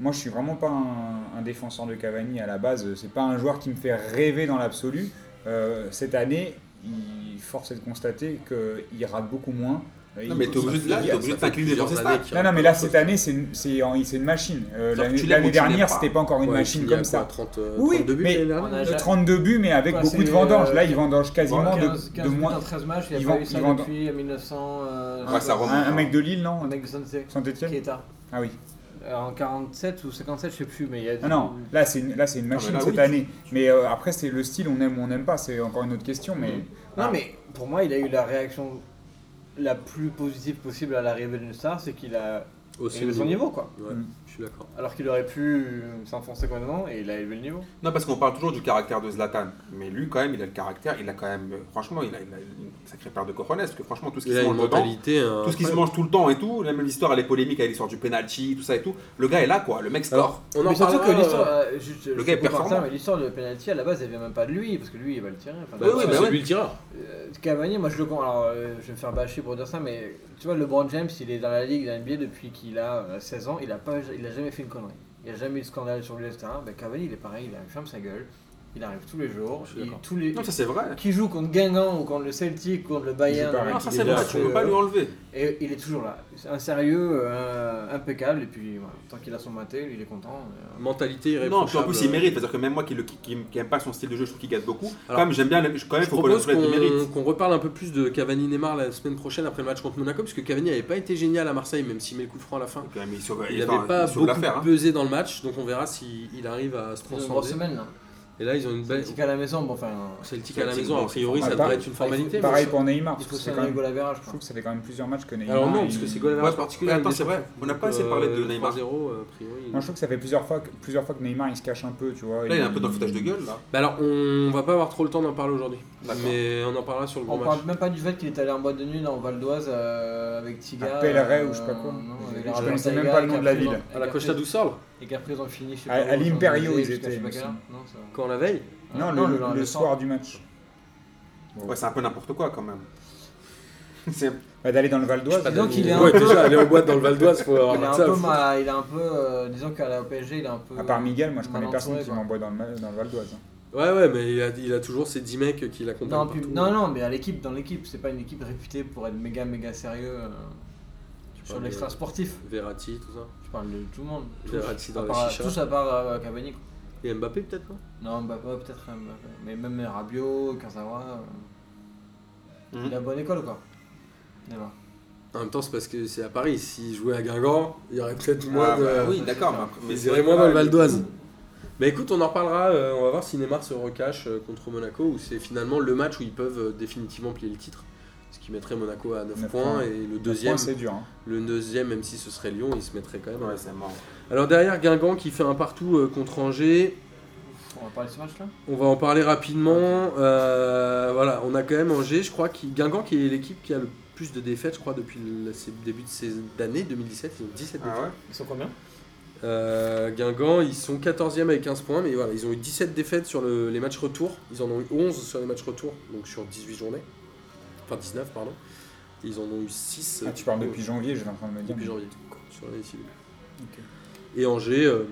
moi je suis vraiment pas un, un défenseur de Cavani à la base. C'est pas un joueur qui me fait rêver dans l'absolu. Euh, cette année, il force est de constater qu'il rate beaucoup moins. Euh,
Non,
il-
mais t'es obligé de là, t'es obligé de t'incliner devant ses
Plusieurs
stats.
années qu'il
non, non, mais là cette année, c'est une, c'est une- c'est une machine. Euh,
Sauf que
L'année
tu l'aimes ou
l'année
tu l'aimes
dernière,
pas.
c'était pas encore une
Ouais,
machine
il y a
comme
quoi,
ça.
30, euh,
Oui,
32 buts
mais-
l'année
On
dernière.
a
Euh,
ja-
32 buts, mais avec
Quoi,
beaucoup
c'est,
de vendanges.
euh,
Là, ils vendangent quasiment de-
15,
de,
buts en
moins.
13 matchs, il n'y
ils
a pas
vont-
eu ça
ils vont-
depuis 1900. euh,
Ouais, ça
un-
Un,
remonte.
un mec de Lille, non
Un mec de Sunset.
Saint-Etienne
Keita.
Ah oui.
Euh, En 47 ou 57, je sais plus, mais il y a.
Ah non, là c'est une, là, c'est une
Ah,
machine
bah
mais là,
cette
oui.
année. Mais euh, après, c'est le style, on aime ou on n'aime pas, c'est encore une autre question. Mais
Mm.
Non, mais pour moi, il a eu la réaction la plus positive possible à l'arrivée d'une star, c'est qu'il a
Aussi
élevé son niveau, quoi.
Ouais,
Mm.
je suis d'accord.
Alors qu'il aurait pu euh, s'enfoncer complètement et il a élevé le niveau.
Non, parce qu'on parle toujours du caractère de Zlatan. Mais lui, quand même, il a le caractère. Il a quand même. euh, Franchement, il a, il a une sacrée paire de cojones. Parce que franchement, tout ce qui
Il
se
a une
mange dedans.
mentalité. hein,
Tout ce qui se
incroyable.
mange tout le temps et tout. Même l'histoire, elle est polémique avec l'histoire du penalty, tout ça et tout. Le gars est là, quoi. Le mec score.
Alors, on en
mais surtout
parlera.
que l'histoire.
euh,
euh, juste, je
gars
te
est
coupe par ça,
performant.
mais l'histoire de penalty à la base, elle vient même pas de lui, parce que lui, il va le tirer. Enfin,
bah,
Oui,
parce
oui,
que
bah
c'est
ouais.
lui le tireur.
Euh, Cavani, moi je le comprends. Alors, euh, je vais me faire bâcher pour dire ça, mais tu vois, LeBron James, il est dans la ligue, dans la NBA depuis qu'il a euh, 16 ans. Il a, pas, il a jamais fait une connerie. Il a jamais eu de scandale sur lui, etc. Ben, Cavani, il est pareil, il arrive, ferme sa gueule. Il arrive tous les jours.
Je suis
il-
d'accord.
tous les,
Non, ça c'est vrai.
qui joue contre Guingamp ou contre le Celtic, contre le Bayern.
pareil.
Non, ça
Il
c'est
est là,
vrai. Tu peux pas lui enlever.
Et il est toujours là. C'est un sérieux, euh, impeccable. Et puis, voilà, tant qu'il a son maté, il est content. euh.
Mentalité
Non,
irréprochable. euh,
puis en plus il mérite, c'est-à-dire que même moi qui n'aime qui, qui aime pas son style de jeu, je trouve qu'il gagne beaucoup. quand
Alors,
même, j'aime bien, le- quand même,
Je
il faut qu'on le
propose
souhaite,
qu'on
il mérite.
qu'on reparle un peu plus de Cavani Neymar la semaine prochaine après le match contre Monaco, puisque Cavani n'avait pas été génial à Marseille, même s'il met le coup franc à la fin.
Quand même, euh, il sauve,
Il
Bah, enfin,
n'avait pas
il sauve
beaucoup
l'affaire. hein.
pesé dans le match, donc on verra s'il il arrive à se
Ils ont une grosse
transformer.
semaine là.
Et là, ils ont une belle.
Celtic Bah, à la maison, bon enfin.
Celtic à la
Celtic,
maison,
bon,
a priori,
c'est
ça
formidable.
devrait être une formalité.
pareil pour Neymar,
Il
parce
faut
que
se
c'est
faire
quand
un
même,
goal à verrage, je
je
crois.
trouve que ça fait quand même plusieurs matchs que Neymar.
Alors non,
il-
parce que c'est goal
Ouais,
average
attends,
particulier.
attends, c'est vrai. On n'a pas assez parlé de
Euh,
Neymar.
0 a priori.
Moi, je trouve que ça fait plusieurs fois, que- plusieurs fois que Neymar il se cache un peu, tu vois.
Là, il est un peu dans le foutage de gueule, là.
Bah alors, on va pas avoir trop le temps d'en parler aujourd'hui,
D'accord.
mais on en parlera sur le grand
On
match.
parle même pas du fait qu'il est allé en boîte de nuit dans Val d'Oise euh, avec Tiga. euh,
À Pelleret ou je sais pas quoi.
non, avec
Je
les
connaissais
Raja
même
Saga,
pas le nom de la
et qu'après,
ville.
ils ont-
À la
et
Costa
qu'après-
du Sol,
Et qu'après ils ont fini, je sais
À-
pas.
à
où,
l'Imperio,
ils ont
ils
été jusqu'à
étaient,
je sais
il
pas
me
quelle heure.
semble.
Non, ça-
quand la veille.
Non,
Ah,
le,
le-
le
le
soir du match.
Ouais, c'est un peu n'importe quoi quand même. C'est-
Bah, D'aller dans le Val d'Oise. euh,
Donc, il est un
Ouais,
peu-
déjà, aller en boîte dans le Val d'Oise, faut
Il est
avoir
un
Ah, ça.
peu,
faut-
ma- il est un peu euh, disons qu'à la PSG, il est un peu.
À part Miguel, moi je connais
Mal
personne
entouré,
qui
quoi.
m'envoie dans le, Ma- dans le Val d'Oise. hein.
Ouais, ouais, mais il a, il a toujours ces 10 mecs qui l'accompagnent.
Non, puis-
partout.
non, non, mais à l'équipe, dans l'équipe, c'est pas une équipe réputée pour être méga méga sérieux euh, sur
parles de-
l'extra sportif.
euh, Verratti, tout ça.
Je parle de tout le monde. Tous,
Verratti dans
à
les
part,
chichas.
tous à part euh, Cavani. quoi.
Et Mbappé, peut-être, non
Non, bah, ouais, peut-être. euh, Mbappé. Mais même Rabiot, Kurzawa. euh,
Mhm.
Il a bonne école, quoi. Neymar.
En même temps, c'est parce que c'est à Paris. S'il jouait à Guingamp, il y aurait peut-être moins
Ah,
de.
bah oui,
ça,
d'accord. mais
c'est clair.
après- mais
Ils
c'est
iraient
vrai
moins
que
dans le
là,
Val d'Oise. Mais écoute, on en reparlera. euh, on va voir si Neymar se recache euh, contre Monaco ou c'est finalement le match où ils peuvent euh, définitivement plier le titre. Ce qui mettrait Monaco à 9,
Neuf
points,
points.
et le deuxième,
Franchement, c'est dur. hein.
le deuxième, même si ce serait Lyon, il se mettrait quand même. à
Ouais, c'est mort.
Alors derrière Guingamp qui fait un partout euh, contre Angers,
On va parler de ce match là
on va en parler rapidement. Euh, voilà, on a quand même Angers, je crois, qui, Guingamp qui est l'équipe qui a le plus de défaites, je crois, depuis le ses- début de ces années 2017, ils ont 17 défaites.
Ah ouais
Ils sont combien
Euh, Guingamp, ils sont 14e avec 15 points, mais voilà, ils ont eu 17 défaites sur le- les matchs retour. Ils en ont eu 11 sur les matchs retour, donc sur 18 journées. Enfin 19, pardon. Ils en ont eu 6
Ah, tu parles depuis janvier, j'étais en train de me dire.
depuis janvier sur les six.
Ok.
Et Angers, euh,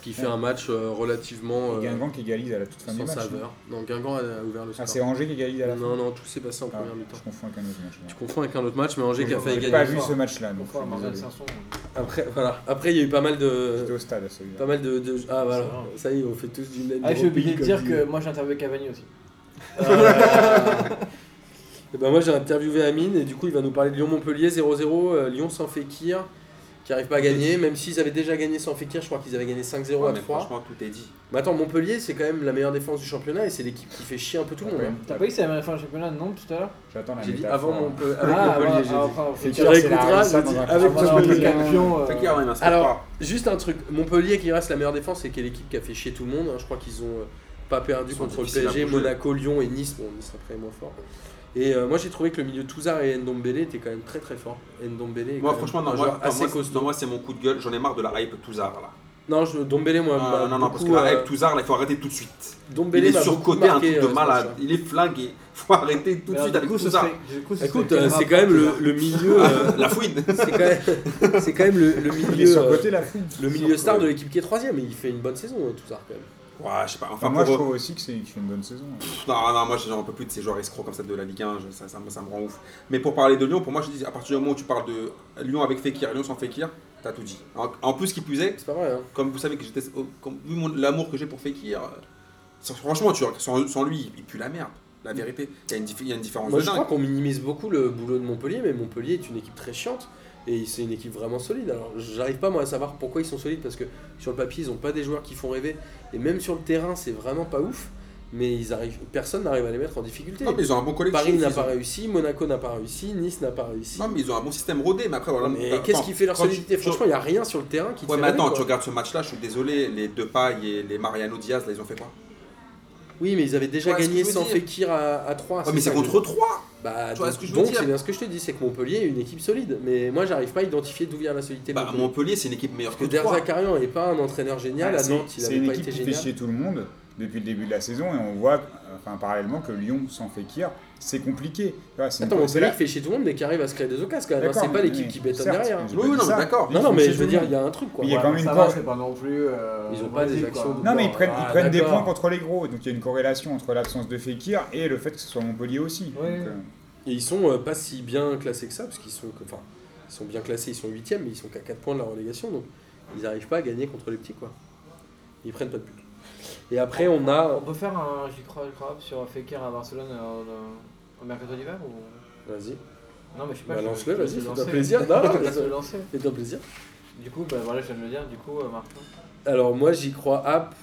qui fait
Ouais.
un match euh,
Et
relativement euh,
Guingamp qui égalise à la toute fin du
sans
match. hein.
saveur. Non, Guingamp a ouvert le
Ah,
score.
c'est Angers qui égalise à la
non, non, tout s'est passé en
fin. Ah,
première mi-temps.
je confonds avec un autre match.
Tu confonds avec un autre match, mais Angers qui a
J'ai
failli
J'ai
gagner.
pas
gagné.
vu ce match-là. donc
Pourquoi
je suis
Marcel euh.
désolé.
Sanson
Après, voilà. Après, il y a eu pas mal
J'étais
de.
au stade à celui-là.
Pas mal de. de- Ah, voilà.
C'est vrai.
Ça y est, on fait tous du name
Ah, j'ai oublié de
dropping,
dire
comme
que
dit-
moi j'ai interviewé Cavani aussi.
Eh ben moi j'ai interviewé Amine et du coup il va nous parler de Lyon-Montpellier 0-0, euh, Lyon sans Fekir qui arrive pas
Ah,
à gagner, même s'ils avaient déjà gagné sans Fekir, je crois qu'ils avaient gagné 5-0
Ouais,
à
mais
3.
franchement, tout est dit.
Mais attends, Montpellier c'est quand même la meilleure défense du championnat et c'est l'équipe qui fait chier un peu tout
Ah,
le monde. hein.
T'as pas dit que c'est la même fin de championnat non tout à l'heure
J'attends la
J'ai dit
métaphore.
avant Montpellier, avec
Ah,
Montpellier,
voilà,
j'ai
ah,
dit.
enfin,
Fekir,
Tu
c'est la
réécouteras,
Rissa
je dis
dans un
avec
combat.
Voilà, le
Montpellier.
champion. euh,
T'inquiète, ouais, mais on se
Alors, juste un truc, Montpellier qui reste la meilleure défense et qui est l'équipe qui a fait chier tout le monde. hein. Je crois qu'ils ont euh, pas perdu
Ils sont
contre le
difficiles à
PSG,
bouger.
Monaco, Lyon et Nice. Bon, Nice après est moins fort. Et euh, moi j'ai trouvé que le milieu Touzard et Ndombele étaient quand même très très forts. Ndombele est
Moi,
quand
franchement,
même
non,
un
moi,
joueur
attends,
assez
moi, c'est-
costaud.
non, moi, c'est mon coup de gueule. J'en ai marre de la hype Touzard là.
Non, je, Dombele moi.
Ah,
m'a
non, non, parce que
beaucoup,
la
euh,
hype Touzard là, il faut arrêter tout de suite.
Ndombele
Il est
m'a beaucoup
surcoté, un
marqué,
truc de
euh,
malade.
ce match-là.
Il est flingué. Faut arrêter tout de
Alors,
suite
du
avec
coup, ce
Touzard.
serait- du coup, ce
Écoute,
serait
euh,
quel
c'est
rapport
quand même le,
Touzard
le milieu. euh,
La fouine.
c'est quand même, c'est quand même le, le
Il est
milieu. euh,
surcoté la fouine.
le milieu star de l'équipe qui est troisième. Il fait une bonne saison, euh, Touzard quand même.
Ouais, je sais pas. Enfin,
Enfin, moi je
pour-
trouve aussi que c'est qu'il fait une bonne saison.
Pff, Non, non, moi j'en peux plus de ces joueurs escrocs comme ça de la Ligue 1, je- ça, ça me- ça me rend ouf. Mais pour parler de Lyon, pour moi je dis à partir du moment où tu parles de Lyon avec Fekir, Lyon sans Fekir, t'as tout dit. En, en plus, qui plus est,
C'est pas vrai. Hein.
comme vous savez que j'étais. oh, comme- vu mon- l'amour que j'ai pour Fekir, euh, sans- franchement, tu vois, sans, sans lui, il pue la merde, la vérité. Il y a une, diffé- il y a une différence
Moi,
de
je
dingue.
crois qu'on minimise beaucoup le boulot de Montpellier, mais Montpellier est une équipe très chiante et c'est une équipe vraiment solide. Alors, j'arrive pas moi à savoir pourquoi ils sont solides parce que sur le papier, ils ont pas des joueurs qui font rêver et même sur le terrain, c'est vraiment pas ouf. Mais ils arrivent, personne n'arrive à les mettre en difficulté.
Non, mais ils ont un bon collectif.
Paris n'a
ils ont-
pas réussi, Monaco n'a pas réussi, Nice n'a pas réussi.
Non, mais ils ont un bon système rodé, mais après, voilà.
mais
t'as-
qu'est-ce
attends,
qui fait leur
quand tu-
solidité
tu-
Franchement, il n'y a rien sur le terrain qui te
Ouais,
fait
mais
rêver,
attends,
quoi.
tu regardes ce match-là, je suis désolé, les Depay et les Mariano Diaz, là, ils ont fait quoi
Oui, mais ils avaient déjà
Tu vois ce
gagné
que je veux
sans
dire
Fekir à, à 3.
Ouais, mais c'est contre 3
Bah,
Tu vois
donc-
ce que je veux
donc,
dire
c'est bien ce que je te dis, c'est que Montpellier est une équipe solide. Mais moi, j'arrive pas à identifier d'où vient la solidité. de
Bah,
Montpellier.
Montpellier, c'est une équipe meilleure
Parce que
que 3.
Derzakarian n'est pas un entraîneur génial, à
Ah, C'est-
Nantes il
c'est
n'avait
une
pas
équipe
été
qui fait
génial.
chier tout le monde depuis le début de la saison et on voit, enfin parallèlement, que Lyon sans Fekir, c'est compliqué. Tu vois, c'est une-
Attends,
c'est
Montpellier
la-
qui fait chier tout le monde mais qui arrive à se créer des occasions quand même. hein.
D'accord,
C'est pas
mais-
l'équipe
mais
qui bétonne
certes,
derrière. hein.
je
Oui,
te
oui,
dis
non,
ça.
mais d'accord.
Non, non,
Ils
mais
font
je veux
chier
dire,
tout
il y a un truc quoi.
Il y a
Ouais,
quand
mais
même
ça
une
va,
cor-
c'est pas non plus. euh,
Ils ont
on
pas
va
des
dire,
actions
quoi.
de-
Non, mais ils prennent, ils
Ah,
prennent des
d'accord.
points contre les gros. Donc il y a une corrélation entre l'absence de Fekir et le fait que ce soit Montpellier aussi.
Ouais.
Donc, euh,
Et ils sont euh, pas si bien classés que ça, parce qu'ils sont, que- enfin, ils sont bien classés, ils sont 8 mais ils sont qu'à 4 points de la relégation, donc ils n'arrivent pas à gagner contre les petits quoi. Ils prennent pas de but. Et après on
On
a.
peut faire un j'y crois, j'y crois up sur Fekir à Barcelone euh, en- en- au mercato d'hiver ou
Vas-y,
Non, mais je sais pas.
bah,
je-
lance-le,
je vais
vas-y,
se
fais-toi
lancer.
plaisir. Non, non,
Je vais se
vas-y,
lancer.
fais-toi plaisir.
Du coup, bah voilà, je viens de le dire. Du coup, euh, Martin.
Alors moi j'y crois app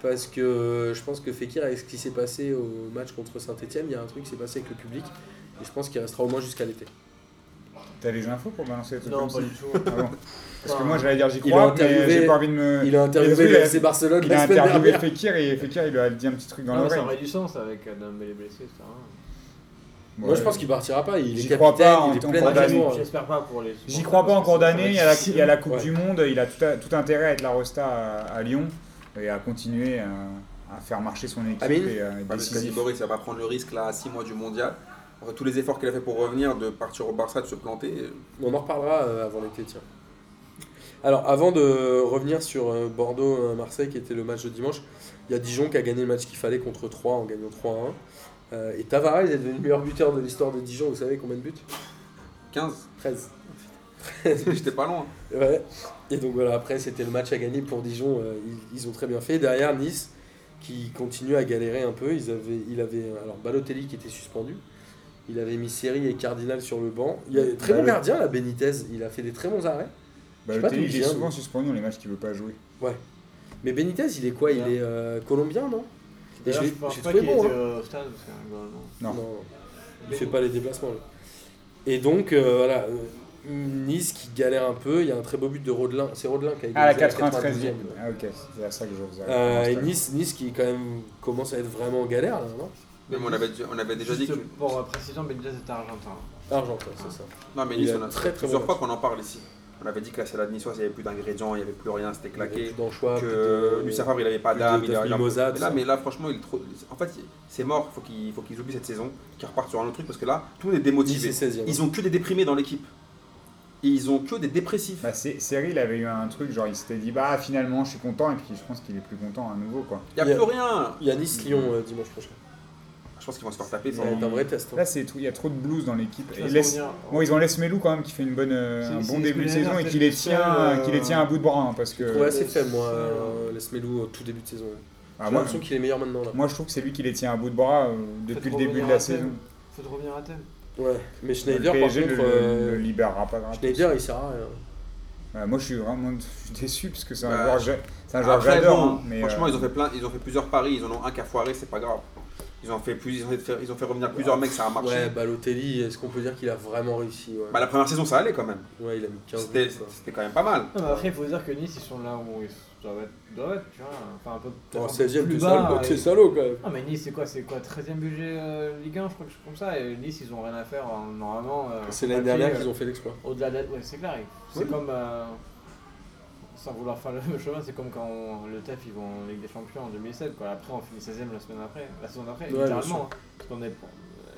parce que euh, je pense que Fekir avec ce qui s'est passé au match contre Saint-Etienne, il y a un truc qui s'est passé avec le public et je pense qu'il restera au moins jusqu'à l'été.
T'as des infos pour balancer des trucs
Non,
comme
pas
ça
du tout.
Ah bon. Parce que
Enfin,
moi j'allais dire j'y
il a
crois, mais
interviewé-
j'ai pas envie de me.
Il a interviewé
Il
le
a-
FC Barcelone
Il a
la semaine
interviewé
dernière.
Fekir et Fekir il lui a dit un petit truc dans
Non, mais ça
l'oreille.
aurait du sens avec euh, Dembélé blessé, ça. hein.
Bon,
Moi je
euh,
pense qu'il partira pas, il est
J'y crois
capitaine,
pas,
il
en-
est
en
plein
cours d'année.
d'amour.
J'espère- J'espère pas pour les.
J'y crois pas en cours d'année, il y a la- il y a la Coupe
Ouais.
du Monde, il a, tout à, tout intérêt à être la Rosta à, à Lyon et à continuer à, à faire marcher son équipe
Amine Ah,
et à être
Bah, Parce que
décisif. Bah,
Boris, ça va prendre le risque là à 6 mois du mondial. après tous les efforts qu'il a fait pour revenir, de partir au Barça, de se planter.
On en reparlera euh, avant l'été, tiens. Alors, avant de revenir sur euh, Bordeaux-Marseille, qui était le match de dimanche, il y a Dijon qui a gagné le match qu'il fallait contre 3 en gagnant 3-1. Euh, et Tavares est devenu le meilleur buteur de l'histoire de Dijon. Vous savez combien de buts
15,
13.
j'étais pas loin.
Ouais. Et donc voilà, après, c'était le match à gagner pour Dijon. euh, ils, ils ont très bien fait. Derrière, Nice, qui continue à galérer un peu. Ils avaient, il avait, alors, Balotelli qui était suspendu. Il avait mis Seri et Cardinal sur le banc. Il y a très bon
Balo-
gardien, la Benitez. Il a fait des très bons arrêts. Je
Bah,
sais
le
pas
télé,
d'où
il
il
est
vient,
souvent
mais-
suspendu dans les matchs qu'il veut pas jouer.
Mais Benitez, il est quoi Il
Ouais.
est euh, colombien, non Et
D'ailleurs,
je
je
l'ai-
pense
je l'ai
pas
trouvé
qu'il
bon,
était au stade. parce que, bah, non.
Non.
Il fait pas les déplacements. lui. Et donc, euh, voilà. euh, Nice qui galère un peu. Il y a un très beau but de Rodelin. C'est Rodelin qui a
Ah, la
égalisé
93 e
92e, ouais.
Ah, ok, c'est à ça que je vous
Euh, et Nice, nice qui quand même commence à être vraiment en galère là, non
Même on avait, déjà- on avait déjà dit que.
Juste Pour euh, précision, Benitez était argentin.
Argentin, c'est ça.
Non, mais
Il
Nice,
a
on a
très, très
plusieurs
bon
fois qu'on en parle ici. On avait dit que la salade niçoise, il n'y avait plus d'ingrédients, il n'y avait plus rien, c'était claqué.
Dans le choix,
Que Lucien Favre, il n'avait pas
plus de
d'âme. il
Taf
a- il a-
Mimosa,
mais
tout
là,
ça.
mais là, franchement, il est trop... en fait, il- c'est mort. Faut qu'il faut qu'ils oublient cette saison, qu'ils repartent sur un autre truc parce que là, tout est démotivé.
Nice est 16e.
Ils ont que des déprimés dans l'équipe. Et Ils ont que des dépressifs.
Bah, c'est- Seri, il avait eu un truc, genre il s'était dit, bah finalement je suis content, et puis je pense qu'il est plus content à nouveau, quoi.
Il n'y a,
Il y a-
plus rien.
Il y a Nice-Lyon euh, dimanche prochain.
Je pense qu'ils vont se faire taper.
Ça
sans-
va être un vrai test. hein.
Là, c'est tout- il y a trop de blues dans l'équipe.
De
Et
toute façon,
laisse-
on vient-
Bon, ils ont laissé Melou quand même qui fait une bonne, euh,
C'est-
un
c'est
bon début
ce que
de
j'allais
saison
dire,
et
c'est
qui
le
les tient,
seul,
euh, qui les tient à bout de bras hein, parce
Je trouvais
que.
assez
euh,
faible moi,
c'est,
euh, Lesmelou au tout début de saison. J'ai
Ah, moi,
l'impression qu'il est meilleur maintenant là.
moi, je trouve que c'est lui qui les tient à bout de bras euh, depuis
Faites
le début
revenir
de la
à Thème.
saison.
Faut de revenir à Thème.
Ouais, mais
Le
Schneider par
PSG
contre,
ne
euh,
le libérera pas grave. Euh,
Schneider il sert à rien.
moi, je suis vraiment je suis déçu parce que c'est un
Bah,
joueur, que j'a- c'est un joueur que
Après,
j'adore.
bon,
hein, mais,
franchement,
euh,
ils ont fait plein, ils ont fait plusieurs paris. Ils en ont un qui a foiré, c'est pas grave. Ils ont fait plus, ils ont fait, ils ont fait revenir plusieurs mecs, ça a marché.
Ouais, Balotelli, est-ce qu'on peut dire qu'il a vraiment réussi ouais.
Bah, la première saison, ça allait quand même.
Ouais, il a mis 15
C'était
buts. quoi.
c'était quand même pas mal.
Non, mais après, il faut dire que Nice, ils sont là où ils doivent être, doivent être tu vois. Enfin, un peu.
Oh,
un peu
16ème,
plus
t'es
bas,
salaud,
et-
t'es salaud quand même.
Non, mais Nice, c'est quoi C'est quoi 13ème budget euh, Ligue 1, je crois que c'est comme ça. Et Nice, ils ont rien à faire hein, normalement. euh,
C'est
sur
l'année
papier,
dernière
euh,
qu'ils ont fait l'exploit.
Au-delà de la. Ouais, c'est clair. C'est
Oui.
comme. euh, sans vouloir faire le même chemin, c'est comme quand on- le TAF ils vont en Ligue des Champions en 2007. Quoi. Après, on finit 16ème la semaine après, la saison d'après,
Ouais, bien
littéralement. hein. Parce qu'on est.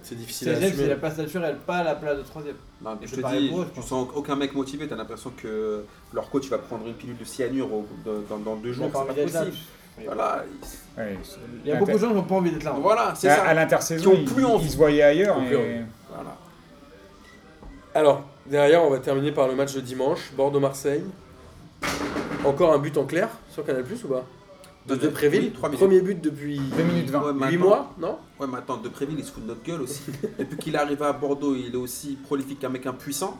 C'est difficile à
16ème, c'est la
assumer.
place naturelle, pas la place de 3ème.
Non, mais
Et
Bah, je
c'est
te
pareil
dis,
pour eux, je
tu
pense.
sens aucun mec motivé, t'as l'impression que leur coach va prendre une pilule de cyanure au- dans, dans- dans deux jours, c'est pas possible. Voilà, ils-
ouais, c'est-
Il y a beaucoup de gens qui n'ont pas envie d'être là.
voilà c'est
à, à
ça.
l'intersaison,
Qui ont
ils,
plus envie.
ils se voyaient ailleurs.
Qui ont plus
et-
Voilà.
Alors, derrière, on va terminer par le match de dimanche, Bordeaux-Marseille. Encore un but en clair sur Canal Plus ou pas De
Deux-
Depréville,
oui, trois minutes. Euh,
premier but depuis
2 minutes 20.
Ouais, mais
8
attends.
mois, non
Ouais, mais attends, Depréville, il se fout de notre gueule aussi. Depuis qu'il est arrivé à Bordeaux, il est aussi prolifique qu'un mec impuissant.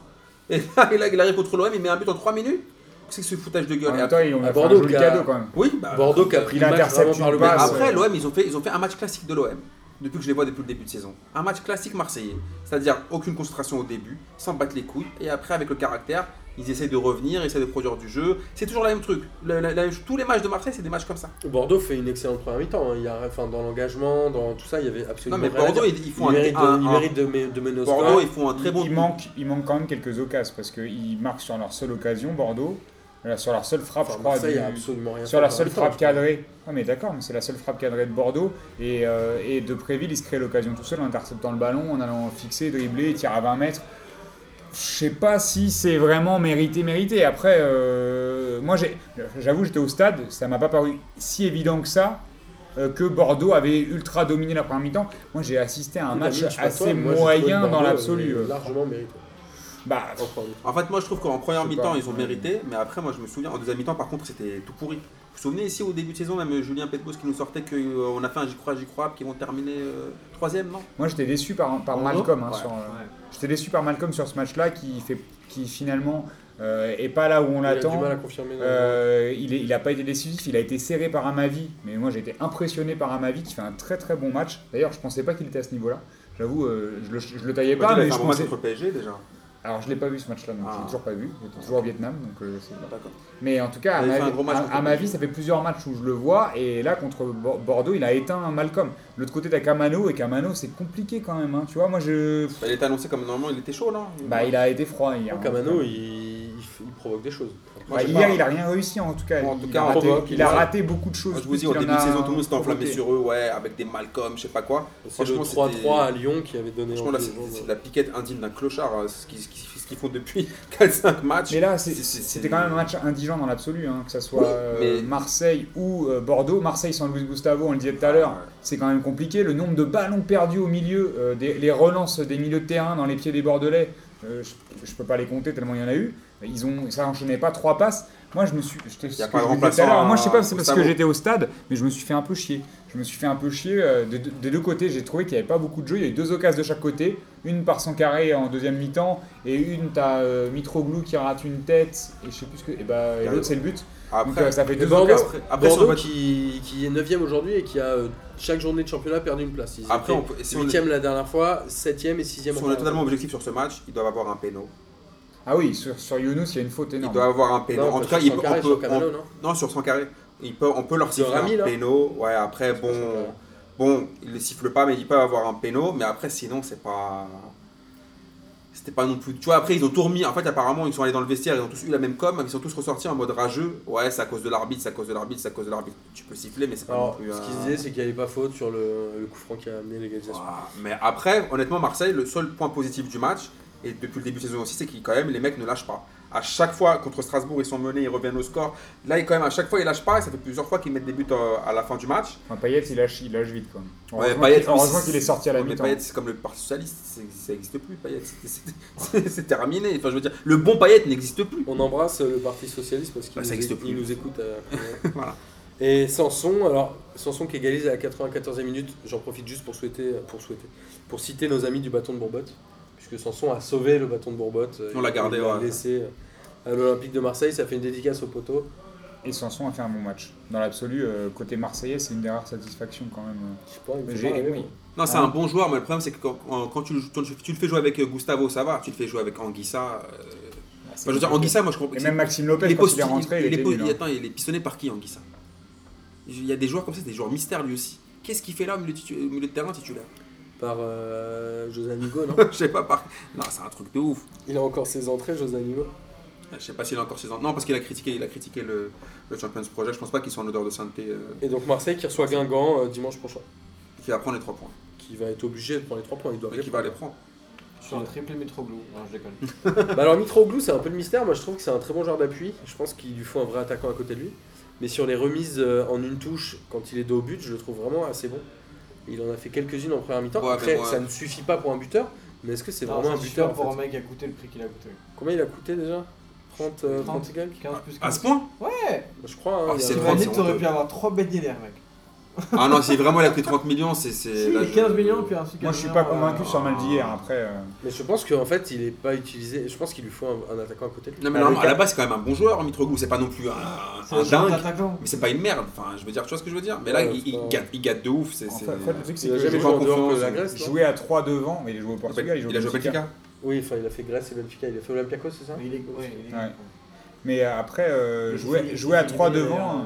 Et là, et là, il arrive contre l'OM, il met un but en 3 minutes. Qu'est-ce que c'est que ce foutage de
En
gueule Et
même temps,
après-
ils ont
à
fait un
Bordeaux,
joli
qui a-
cadeau quand même.
Oui, bah,
Bordeaux qui a
euh,
pris
il
le match
intercepte
vraiment par
une
le
passe,
bas.
Après, l'OM, ils ont, fait, ils ont fait un match classique de l'OM, depuis que je les vois depuis le début de saison. Un match classique marseillais, c'est-à-dire aucune concentration au début, sans battre les couilles, et après, avec le caractère, ils essaient de revenir, ils essaient de produire du jeu. C'est toujours le même truc. Le- la- la- tous les matchs de Marseille, c'est des matchs comme ça.
Bordeaux fait une excellente première mi-temps. hein. Il y a, enfin, dans l'engagement, dans tout ça, il y avait
Non,
absolument
mais
rien à
Bordeaux,
dire.
ils, ils font
Ils
un,
méritent
un-
de- ils
un-
méritent de, me- de mener au
Bordeaux,
score.
ils font un très bon.
il, manque, il manque quand même quelques occasions parce qu'ils marquent sur leur seule occasion, Bordeaux, euh, sur leur seule frappe,
Enfin,
je crois,
Marseille
du-
a absolument rien
sur
fait
la
par
seule
mi-temps,
frappe
je crois.
cadrée. Ah mais d'accord, mais c'est la seule frappe cadrée de Bordeaux et, euh, et de Préville, il se crée l'occasion tout seul en interceptant le ballon, en allant fixer, dribbler, tirer à 20 mètres. Je sais pas si c'est vraiment mérité, mérité. Après, euh, moi j'ai- j'avoue, j'étais au stade, ça m'a pas paru si évident que ça. euh, que Bordeaux avait ultra dominé la première mi-temps. Moi, j'ai assisté à un
Oui,
match
David, je sais pas toi,
assez
mais moi, j'ai trouvé
moyen
Bordeaux,
dans
euh,
l'absolu.
Largement mérité.
Bah,
en première mi-temps.
En fait, moi, je trouve qu'en première
Je sais
mi-temps,
pas.
ils ont mérité, mais après, moi, je me souviens, en deuxième mi-temps, par contre, c'était tout pourri. Vous vous souvenez ici, au début de saison, même Julien Petbos qui nous sortait qu'on a fait un j'y crois, j'y crois, qu'ils vont terminer euh, troisième, non
Moi, j'étais déçu par, par
En
Malcolm. hein,
Ouais,
sur, euh,
ouais.
J'étais déçu par Malcolm sur ce match-là qui, fait, qui finalement euh, est pas là où on
Il a du
l'attend.
mal à confirmer. dans le-
Euh, il, est- il a pas été décisif, il a été serré par Amavi. Mais moi, j'ai été impressionné par Amavi qui fait un très très bon match. D'ailleurs, je pensais pas qu'il était à ce niveau-là. J'avoue, euh, je, le, je le taillais
Peut-être qu'il
pas,
a
mais
fait
je
un bon match
pensais.
contre le PSG déjà.
Alors, je l'ai pas vu ce match-là, donc
Ah.
je l'ai toujours pas vu. J'étais toujours au Vietnam, donc euh, c'est pas.
D'accord.
Mais en tout cas, à
Il avait
ma,
fait un gros match
à-
contre
à ma
Bordeaux.
vie, ça fait plusieurs matchs où je le vois. Et là, contre Bo- Bordeaux, il a éteint Malcolm. L'autre côté, t'as Camano. Et Camano, c'est compliqué quand même. hein. Tu vois, moi, je.
Bah, il était annoncé comme normalement, il était chaud, non
Bah, il a été froid hier.
Oh,
hein.
Camano, il, il
f- il provoque des choses. Moi,
Bah,
j'ai
hier,
pas-
il a rien réussi en tout cas.
Bon, en tout
il,
cas,
a
on
raté,
provoque,
il
il
a
a-
raté beaucoup de choses.
Moi, je vous dis,
qu'il
au
en
début
a
de saison, tout le monde s'était enflammé
provoqué.
sur eux, ouais, avec des Malcolm, je sais pas quoi.
C'est le
Franchement,
3-3 à
c'était-
Lyon qui avait donné
Franchement,
envie
là, c'est
aux gens de-
c'est de la piquette indigne d'un clochard, hein, ce qu'ils ce qu'ils- ce qu'ils font depuis 4-5 matchs.
Mais là, c'est-
C'est- c'est-
c'était quand même un match indigent dans l'absolu, hein, que ce soit
Oui,
euh,
mais-
Marseille ou euh, Bordeaux. Marseille sans Luis Gustavo, on le disait tout à l'heure,
Ah, Ouais.
c'est quand même compliqué. Le nombre de ballons perdus au milieu, euh, des- les relances des milieux de terrain dans les pieds des Bordelais, euh, je, je peux pas les compter tellement il y en a eu. Ils ont, ça enchaînait pas trois passes. Moi, je me suis. Je t'ai- ce
y a
que
pas
je
de
disais tout à l'heure.
remplaçant
Moi, je sais pas,
à
c'est parce
Gustavo.
que j'étais au stade, mais je me suis fait un peu chier. Je me suis fait un peu chier euh, des deux- des deux côtés. J'ai trouvé qu'il n'y avait pas beaucoup de jeu. Il y a eu deux occasions de chaque côté. Une par son carré en deuxième mi-temps et une t'as euh, Mitroglou qui rate une tête et je sais plus ce que. Et bah et
Regarde.
l'autre c'est le but. Donc
Après,
euh, ça fait
Mais
deux
Bordeaux,
occasions.
après- après, si on
Bordeaux
va-
qui, qui est 9ème aujourd'hui et qui a euh, chaque journée de championnat perdu une place. Ils
après, on
étaient
peut- si on
8
est-
la dernière fois, 7 et 6
si on est totalement objectif sur ce match, ils doivent avoir un péno.
Ah oui, sur, sur Younous il y a une faute
Ils
énorme.
doivent avoir un péno. En tout cas, il peut- on peut- on-
non
Non, sur 100 carrés. Il peut, on peut leur
Sur hein. Rami,
siffler
là
un péno. Ouais, après, bon, bon, ils ne sifflent pas, mais ils peuvent avoir un péno. Mais après, sinon, c'est pas. C'était pas non plus. Tu vois, après, ils ont tout remis. En fait, apparemment, ils sont allés dans le vestiaire, ils ont tous eu la même com, ils sont tous ressortis en mode rageux. Ouais, c'est à cause de l'arbitre, c'est à cause de l'arbitre, c'est à cause de l'arbitre. Tu peux siffler, mais c'est pas non
Alors,
plus.
ce
un-
qu'il se disait, c'est qu'il n'y avait pas faute sur le, le coup franc qui a amené l'égalisation.
Ouah, Mais après, honnêtement, Marseille, le seul point positif du match, et depuis le début de saison aussi, c'est qu'ils quand même, les mecs ne lâchent pas. À chaque fois, contre Strasbourg, ils sont menés, ils reviennent au score. Là, ils, quand même, à chaque fois, ils lâchent pas, et ça fait plusieurs fois qu'ils mettent des buts euh, à la fin du match.
Enfin, Payet il lâche, il lâche vite quoi.
Ouais,
Heureusement
Payet,
qu'il- heureusement
oui,
qu'il est sorti à la
mais
mi-temps.
Payet, c'est comme le Parti Socialiste, c'est- ça n'existe plus, Payet. C'était- c'était- C'est c'est terminé. Enfin, je veux dire, le bon Payet n'existe plus.
On embrasse euh, le Parti Socialiste parce qu'il
Bah, ça
nous,
existe
écoute-
plus.
il nous écoute. à-
Voilà.
Et Sanson, alors Sanson qui égalise à la 94e minute, j'en profite juste pour souhaiter, pour souhaiter, pour citer nos amis du bâton de Bourbotte, puisque Sanson a sauvé le bâton de Bourbotte. euh,
On
Il-
l'a gardé,
il l'a
ouais.
laissé euh, à l'Olympique de Marseille, ça fait une dédicace au poteau.
Et Sanson a fait un bon match. Dans l'absolu, euh, côté marseillais, c'est une des rares satisfactions quand même. Euh,
Je sais pas, il me fait
J'ai-
pas hein, rêver,
oui.
moi.
Non, c'est
Ah.
un bon joueur, mais le problème, c'est que quand, quand- quand tu, tu, tu le fais jouer avec euh, Gustavo, ça va. Tu le fais jouer avec Anguissa. euh, enfin, je veux dire, Anguissa, moi, je comprends.
Et même Maxime
Il
Lopez
est
quand il
posti-
est rentré, il,
il est
était
po-
nul,
il-
hein.
attends, il est pistonné par qui, Anguissa Il y a des joueurs comme ça, c'est des joueurs mystères lui aussi. Qu'est-ce qu'il fait là au milieu, titu- au milieu de terrain titulaire
Par euh, José Amigo, non
Je sais pas par. Non, c'est un truc de ouf.
Il a encore ses entrées, José Amigo.
Je sais pas s'il a encore ses ans. Non, parce qu'il a critiqué, il a critiqué le, le Champions Project. Je pense pas qu'ils sont en odeur de sainteté. euh,
Et donc Marseille qui reçoit Guingamp euh, dimanche prochain,
qui va prendre les trois points.
qui va être obligé de prendre les 3 points, il doit
Et qui va les prendre.
Sur un triple Mitroglou. Non, je déconne.
Bah alors Mitroglou c'est un peu le mystère, moi je trouve que c'est un très bon joueur d'appui, je pense qu'il lui faut un vrai attaquant à côté de lui, mais sur les remises euh, en une touche quand il est dos au but, je le trouve vraiment assez bon. Il en a fait quelques-unes en première mi-temps,
Ouais,
après
mais moi-
ça ne suffit pas pour un buteur, mais est-ce que c'est
Non,
vraiment un
suffit
buteur
pas
en
pour un
fait
mec qui a coûté le prix qu'il a coûté.
Combien il a coûté déjà 30, euh, 30 et quelques
15 plus 15.
À ce point
Ouais
Je crois, hein,
Ah,
il y a-
c'est
Tu
vrai.
m'as
30,
dit que t'aurais
honteux.
pu avoir 3 bêtes d'hiver, mec.
Ah non, c'est vraiment, il a pris 30 millions. C'est. c'est-
Si,
là,
les
je-
15 millions, puis ensuite.
Moi, je suis pas convaincu
Ah.
sur Maldier. hein, Après, euh,
mais je pense qu'en fait il est pas utilisé, je pense qu'il lui faut un, un attaquant à côté de lui.
Non, mais
Ah,
normalement,
le
à la
cas-
base, c'est quand même un bon joueur, Mitroglou. C'est pas non plus un, un
C'est un genre
dingue.
d'attaquant.
Mais c'est pas une merde. Enfin, je veux dire, tu vois ce que je veux dire Mais là,
Ouais,
il, il
c'est pas-
gâte, il gâte de ouf. C'est.
en
c'est-
fait, en fait, le truc, c'est
Il a
que
jamais
j'ai
joué
pas
en dehors que
confiance,
la
mais
Grèce, non
jouer à 3 devant, mais il joue au Portugal, il joue
Il a joué au Benfica.
Oui, enfin il a fait Grèce et Benfica, il a fait Olympiakos c'est ça
Mais Il est. Ouais, il est.
Ouais. Mais euh, après, euh,
Il est- il
jouer,
est-
jouer à
il est
3
payé,
devant,
euh,
euh,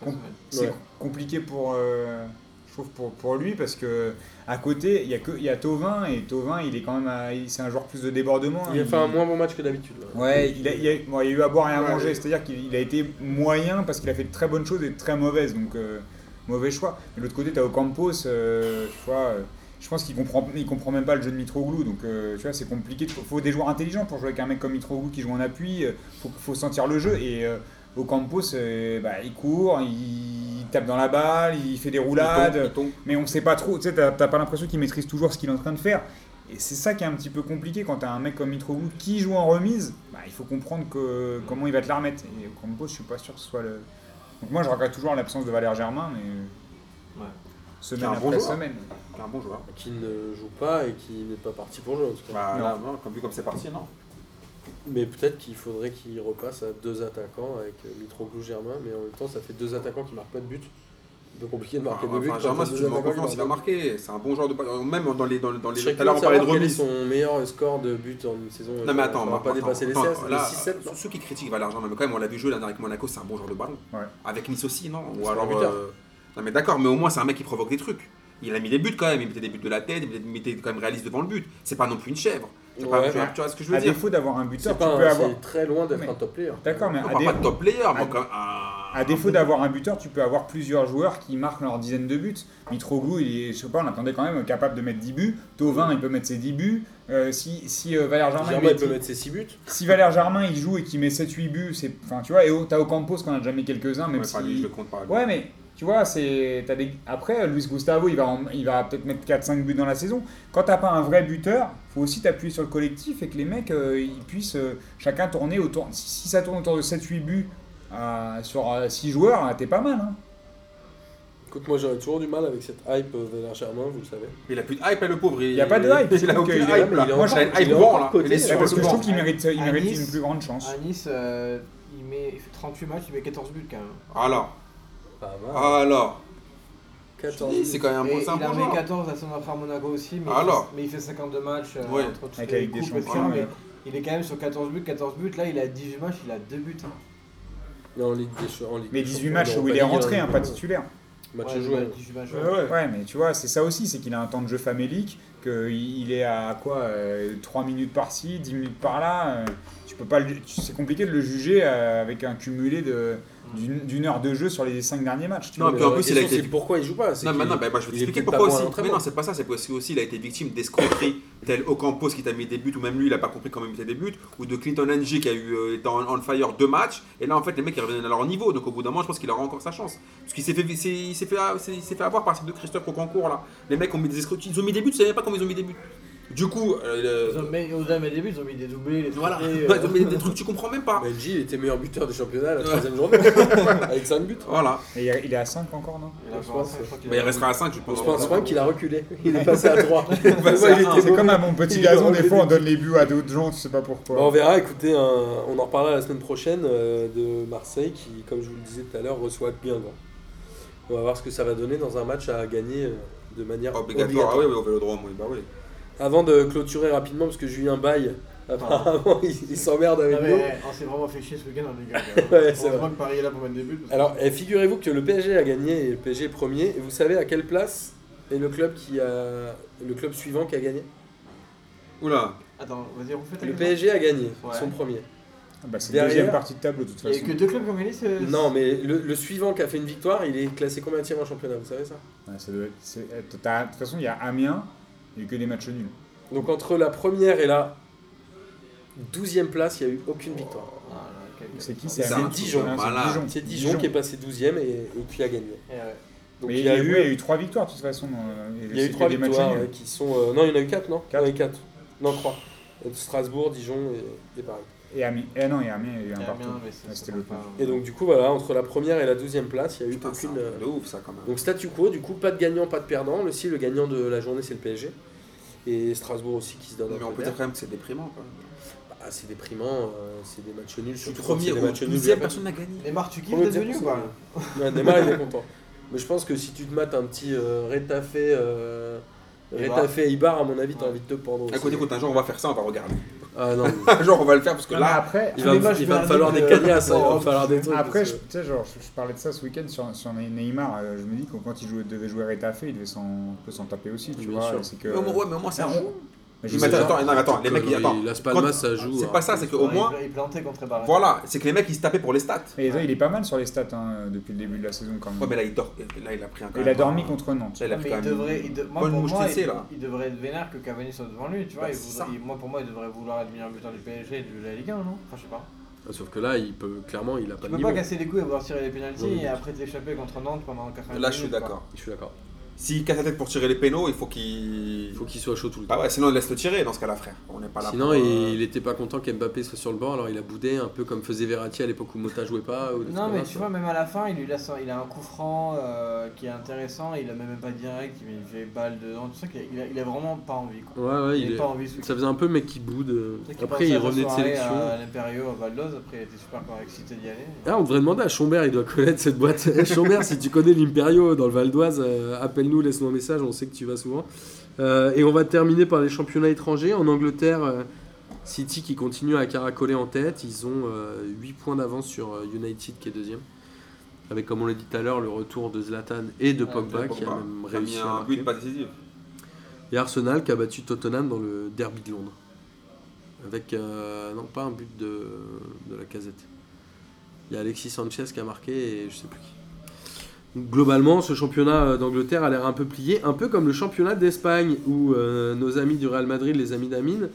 cette
com-
semaine.
c'est
Ouais.
compliqué pour, euh, je trouve pour, pour lui parce que à côté, il y a que il y a Tovin et Tovin, il est quand même, à- il- c'est un joueur plus de débordement. hein.
Il a fait un moins bon match que d'habitude. là.
Ouais, il a, il, a, bon, il y a eu à boire et à
Ouais.
manger, c'est-à-dire qu'il il a été moyen parce qu'il a fait de très bonnes choses et de très mauvaises, donc euh, mauvais choix. Mais de l'autre côté, t'as Ocampos, euh, tu vois, euh, je pense qu'il comprend, il comprend même pas le jeu de Mitroglou, donc euh, tu vois, c'est compliqué. de- faut des joueurs intelligents pour jouer avec un mec comme Mitroglou qui joue en appui, euh, faut, faut sentir le jeu. Et euh, Ocampos, euh, bah, il court, il, il tape dans la balle, il fait des
Il tombe,
roulades
il tombe.
mais on sait pas trop, tu sais, t'as t'as pas l'impression qu'il maîtrise toujours ce qu'il est en train de faire. Et c'est ça qui est un petit peu compliqué quand t'as un mec comme Mitroglou qui joue en remise, bah, il faut comprendre que, comment il va te la remettre. Et Campos, je suis pas sûr que ce soit le. Donc moi, je regrette toujours l'absence de Valère Germain, mais.
Ouais.
Semaine
C'est un
après
bon joueur.
semaine.
C'est un bon joueur.
Qui ne joue pas et qui n'est pas parti pour jouer en tout cas.
Bah,
Non.
là, non, comme vu comme c'est parti, non.
Mais peut-être qu'il faudrait qu'il repasse à deux attaquants avec euh, Mitroglou Germain, mais en même temps ça fait deux attaquants qui marquent pas de but. Un peu compliqué de marquer
Enfin,
deux buts.
Ah, enfin, Germain, si tu lui mets en confiance, il va marquer. C'est un bon joueur de. Même dans les. Dans, les- dans les... Tout à l'heure, on parlait de remise.
son meilleur score de but en une saison.
Non mais attends,
on va
Marc,
euh, pas
attends,
dépasser les
attends,
16, les
là,
6-7. non
Ceux qui critiquent Valère Germain, mais quand même, on l'a vu jouer l'année avec Monaco, c'est un bon joueur de ballon.
Ouais.
Avec Nice aussi, non
C'est
Ou
un
alors.
buteur.
euh, Non mais d'accord, mais au moins c'est un mec qui provoque des trucs. Il a mis des buts quand même, il mettait des buts de la tête, il mettait quand même réaliste devant le but. C'est pas non plus une chèvre. Tu vois
Ouais.
tu vois- tu vois ce que je veux
À
dire
défaut d'avoir un buteur,
C'est
tu
pas
peux
un-
avoir.
c'est très loin d'être
Mais-
un top player.
D'accord, mais
On
à,
parle
dé-
pas de top player, moi,
à-
quand à-
à défaut d'avoir un buteur, tu peux avoir plusieurs joueurs qui marquent leur dizaine de buts. Mitroglou, il est, je sais pas, on l'attendait quand même capable de mettre 10 buts. Tovin, il peut mettre ses 10 buts. Euh, si si euh, Valère Germain, il
Germain, il
met-
peut mettre ses 6 buts.
si Valère Germain il joue et qu'il met 7-8 buts, c'est enfin tu vois et au- t'as Ocampos qu'on a déjà mis quelques-uns même
Ouais,
si
enfin, lui, je le compte pas. lui.
Ouais, mais tu vois, c'est t'as des... après Luis Gustavo, il va en- il va peut-être mettre 4 5 buts dans la saison. Quand t'as pas un vrai buteur, faut aussi t'appuyer sur le collectif et que les mecs euh, ils puissent euh, chacun tourner autour si, si ça tourne autour de 7 8 buts euh, sur 6 joueurs, euh, t'es pas mal hein.
Écoute, moi j'aurais toujours du mal avec cette hype euh, Valère Germain, vous le savez.
Il a plus de hype, hein, le pauvre. Il
Y a pas de hype,
Il
c'est
a
tout
aucune
qu'il
hype,
est-
là.
il est
Moi,
encore-
j'ai un hype
il est
grand,
encore
là.
coté,
Il est
là.
sur-
parce que je
souvent.
trouve qu'il mérite, il
À
mérite
Nice,
une plus grande chance.
À Nice, euh, il, met, il fait 38 matchs, il met 14 buts quand même.
Alors,
Pas mal.
alors.
14
Oui, Ah, C'est quand même un bon, hein.
Et
c'est un
il
bon
en met
joueur.
14 à son après Monaco aussi, mais,
Alors.
il fait, mais il fait 52 matchs euh,
Ouais.
entre toutes
Avec la
les
Ligue des
coupes, etc.,
Champions,
mais
ouais.
Il est quand même sur 14 buts, 14 buts. Là, il a 18 matchs, il a 2 buts. hein.
Mais en Ligue des Champions- en Ligue
Mais
des
18
Champions,
matchs
on
où
va
il est
dire,
rentré,
euh,
hein, pas titulaire.
Match
Ouais, il a
joué.
18 matchs.
Ouais, mais tu vois, c'est ça aussi, c'est qu'il a un temps de jeu famélique, qu'il est à quoi 3 minutes par-ci, 10 minutes par-là. euh, tu peux pas le- tu- c'est compliqué de le juger euh, avec un cumulé de, d'une, d'une heure de jeu sur les 5 derniers matchs. tu
Non,
vois.
puis en
La
plus, il a
question,
été-
c'est pourquoi il joue pas. c'est
Non, mais
qu'il-
non, bah, bah, je vais
il est
t'expliquer
peut-être pas
pourquoi
pour
aussi.
un entraînement.
Mais non, c'est pas ça, c'est parce que aussi il a été victime d'escroqueries tel Ocampos qui t'a mis des buts, ou même lui il a pas compris quand même qu'il mettait des buts, ou de Clinton NG qui a eu, euh, était en, on fire deux matchs, et là en fait les mecs ils reviennent à leur niveau, donc au bout d'un moment je pense qu'il aura encore sa chance. Parce qu'il s'est fait, c'est- il s'est fait, c'est- il s'est fait avoir par ces deux Christophe au concours là. Les mecs ont mis des escroqueries, ils ont mis des buts, tu savais pas comment ils ont mis des buts. Du coup, euh,
Ils ont mis, au dernier début, ils ont mis des doublés, des
voilà,
triplés,
ils
euh,
ont mis des trucs, que tu comprends même pas.
Benji, il était meilleur buteur du championnat la troisième journée. Avec 5 buts.
Voilà,
Et il est- il est à 5 encore, non
il a
Je
genre
pense,
cinq, je crois qu'il
Bah,
a-
il restera à 5, je
On
pense.
se pense même qu'il a reculé. Il est passé à 3.
Bah, C'est comme à mon petit
Il est
gazon, des
revenu.
fois on donne les buts à d'autres gens, tu sais pas
Bah, on
pourquoi.
verra, écoutez, un- on en reparlera la semaine prochaine euh, de Marseille qui, comme je vous le disais tout à l'heure, reçoit bien grand. On va voir ce que ça va donner dans un match à gagner euh, de manière obligatoire.
Obligatoire, ah oui, oui, au vélodrome, oui, bah oui.
Avant de clôturer rapidement, parce que Julien baille, apparemment, il, il s'emmerde
Non,
avec nous.
mais on s'est vraiment fait chier ce week-end, les gars.
Ouais, c'est
Heureusement que Paris est là pour mettre des buts. parce que-
Alors, eh, figurez-vous que le PSG a gagné et le PSG est premier. Et vous savez à quelle place est le club, qui a, le club suivant qui a gagné
Oula,
Attends, vas-y, refaites
Le
l'exemple.
PSG a gagné,
Ouais.
son premier.
Ah bah, c'est
Derrière-
deuxième partie de tableau, de toute
Il n'y a
façon.
eu que deux clubs qui ont gagné ce.
Non, mais le, le suivant qui a fait une victoire, il est classé combien en championnat Vous savez ça
Ouais, ça doit être- c'est- euh, t'as- de toute façon, il y a Amiens, il y a eu que des matchs nuls.
Donc entre la première et la douzième place, il n'y a eu aucune victoire.
Ah, là, quel-
Donc, C'est qui
C'est
Amiens,
Dijon,
hein,
voilà.
C'est Dijon, qui est passé douzième et, et qui a gagné.
Eh ouais.
Donc
Mais
il y a eu,
eu 3 victoires, de toute façon. euh, et
il y a eu
c'est
trois
que des matchs
victoires
nuls.
euh, qui sont... euh, non, il y en a eu quatre, non
Quatre.
Il y en a eu quatre. Non, trois. Strasbourg, Dijon et, et Paris.
Et Amiens, eh non, et Amiens, il y a eu un
Il y a
partout.
bien, mais c'est-
Ouais,
ça
c'était
compte
l'autre
pas,
match.
hein.
Et donc du coup, voilà, entre la première et la douzième place, il n'y a eu
putain, c'est un
aucune...
truc
euh,
de ouf ça quand même.
Donc statu quo, du coup, pas de gagnant, pas de perdant. Le, si, le gagnant de la journée, c'est le PSG. Et Strasbourg aussi qui se donne un
Mais on
peu
peut
d'air.
dire quand même que c'est déprimant. Quoi.
Bah, c'est déprimant, euh, c'est des matchs nuls,
Je suis
surtout quand c'est
premier
des
ou
matchs nuls.
deuxième, personne n'a gagné.
Neymar, tu kiffes
Premier
d'être venu ou
deuxième,
pas
Ouais, Neymar, il est content. Mais je pense que si tu te mates un petit euh, rétafé, euh,
Ibar.
rétafé Ibar, à mon avis, t'as
Ouais.
envie de te pendre aussi.
À côté, Ah, écoute, un jour on va faire ça, on va regarder.
Ah non, mais-
Un jour on va le faire parce que
Non, mais
là,
après,
il
Ah,
va,
mais moi, je
il
fais
va
un
me falloir
truc,
des
euh,
cagnasses, hein, il va me
oh,
falloir des trucs.
après,
parce
je, tu sais, genre, je, je parlais de ça ce week-end sur, sur Ney- Neymar. euh, je me dis que quand il jouait, devait jouer Rétafé, il devait s'en, un peu s'en taper aussi, tu
Bien
vois.
sûr.
C'est que.
mais au moins- ouais, mais au moins c'est un
Ah,
jour.
Mais
Mais
sais
attends,
pas.
attends, non, mais attends, les
que,
mecs, ils
euh,
attends.
Las Palmas, ça joue.
C'est
hein.
pas ça, c'est qu'au
Ouais,
moins,
il- Il plantait contre Barret.
voilà, c'est que les mecs ils se tapaient pour les stats.
Et ça, il est pas mal sur les stats hein, depuis le début de la saison quand même.
Ouais, mais là il dort, là il a pris un. quand
il a
même.
dormi contre Nantes.
Là il a pris
Mais il
quand même.
devrait, il de- moi,
bonne
pour
mouche
moi,
tessée,
il,
là.
il devrait être vénère que Cavani soit devant lui, tu vois.
Bah,
il
c'est
voudrait-
ça.
il- moi, pour moi, il devrait vouloir être meilleur buteur du PSG et de la Ligue 1, non Enfin, je sais pas.
Ah, Sauf que là, il peut clairement, il a pas
Tu
de
peux
niveau.
pas casser les couilles et vouloir tirer les pénalties
Oui.
et après t'échapper contre Nantes pendant 80 minutes.
Là je suis
quoi.
d'accord.
Je suis d'accord.
S'il casse la tête pour tirer les pénaux, il faut qu'il.
Il faut qu'il soit chaud tout le temps.
Ah ouais, sinon laisse le tirer dans ce cas-là, frère. On n'est pas là.
Sinon,
pour, euh,
il n'était pas content qu'Mbappé soit sur le banc, alors il a boudé un peu comme faisait Verratti à l'époque où Mota jouait pas. ou des
Non,
trucs
mais
comme
tu
ça.
vois, même à la fin, il, lui laisse, un- il a un coup franc euh, qui est intéressant, il a même pas direct, il met- il fait balle dedans, tout ça, qu'il a- il a, il a vraiment pas envie quoi.
Ouais, ouais, il
il a
est-
pas envie ce
ça faisait un peu mec qui boude. euh.
C'est qu'il
Après,
pensait
il
à sa
revenait de
soirée
sélection.
À l'Império, à Valdoz, après il était super excité d'y aller.
Ah, on devrait demander à Schombert, il doit connaître cette boîte. Eh, Schombert, si tu connais l'Imperio dans le Val d'Oise, euh, appelle-nous, laisse-nous un message, on sait que tu vas souvent. Euh, et on va terminer par les championnats étrangers. En Angleterre, euh, City qui continue à caracoler en tête, ils ont 8 points d'avance sur euh, United qui est deuxième. Avec, comme on l'a dit tout à l'heure, le retour de Zlatan et de
Ah,
Pogba
Pogba.
qui a même
Il a
réussi
mis
à
un
marquer.
but pas décisif.
Et Arsenal qui a battu Tottenham dans le derby de Londres. Avec, euh, non, pas un but de, de la casette. Il y a Alexis Sanchez qui a marqué et je sais plus qui. Donc, globalement, ce championnat euh, d'Angleterre a l'air un peu plié, un peu comme le championnat d'Espagne où euh, nos amis du Real Madrid, les amis d'Amine,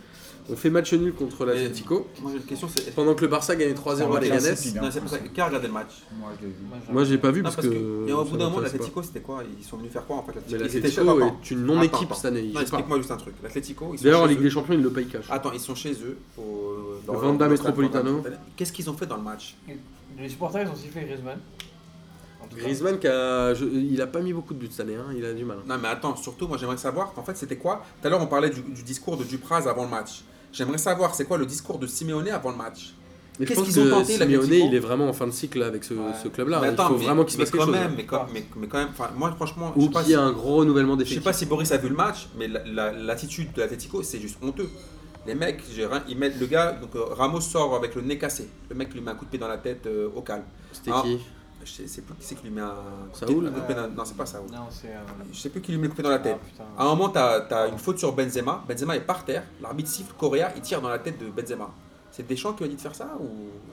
ont fait match nul contre l'Atlético.
Moi, j'ai une question, c'est.
Pendant que le Barça gagnait 3-0 à Leganés.
Non, c'est pas ça. Qui a regardé le match
hein. Moi, je l'ai vu.
Moi, j'ai pas vu
Non,
parce, que.
Et au bout d'un
ça
moment,
m'intéresse pas.
l'Atletico, c'était quoi Ils sont venus faire quoi en fait
Mais
l'Atlético Ils étaient chez
l'Atletico
eux.
est une non-équipe
Attends,
cette année. ils
Non,
jouent pas.
explique-moi juste un truc. L'Atlético, ils sont
D'ailleurs, en
chez
Ligue
eux.
des Champions, ils le payent cash.
Attends, ils sont chez eux. Au...
Le
dans-
Vanda
dans le stade
Metropolitano.
Vanda. Qu'est-ce qu'ils ont fait dans le match
Les supporters, ils ont sifflé Griezmann. En tout cas.
Griezmann, qui a- je- il a pas mis beaucoup de buts cette année, hein, il a du mal. hein.
Non, mais attends, surtout, moi, j'aimerais savoir qu'en fait, c'était quoi Tout à l'heure, on parlait du, du discours de Dupraz avant le match. J'aimerais savoir, c'est quoi le discours de Simeone avant le match
Mais je
Qu'est-ce
pense
qu'ils ont
que
tenté,
Simeone,
l'Atletico
il est vraiment en fin de cycle là, avec ce,
Ouais.
ce club-là.
Mais
hein. il faut
mais-
vraiment qu'il se
mais
passe quelque
quand
chose. hein.
même, mais, quand- mais- mais quand même, enfin, moi, franchement, je
Ou
sais pas
qu'il y
si-
a un gros renouvellement
Je sais
d'effectifs.
pas si Boris a vu le match, mais la- la- l'attitude de l'Atletico, c'est juste honteux. Les mecs, j'ai rien- ils mettent le gars, donc euh, Ramos sort avec le nez cassé. Le mec lui met un coup de pied dans la tête euh, au calme.
C'était
Ah.
qui
Je sais, c'est plus qui c'est qui lui met un coup de
Saoul
un coup de pied dans- Non, c'est pas Saoul.
Non, c'est. euh,
Je sais plus qui lui met le coup de pied dans la tête.
ah, putain.
À un moment, t'as as une faute sur Benzema. Benzema est par terre. L'arbitre siffle, Correa, il tire dans la tête de Benzema. C'est Deschamps qui lui a dit de faire ça ou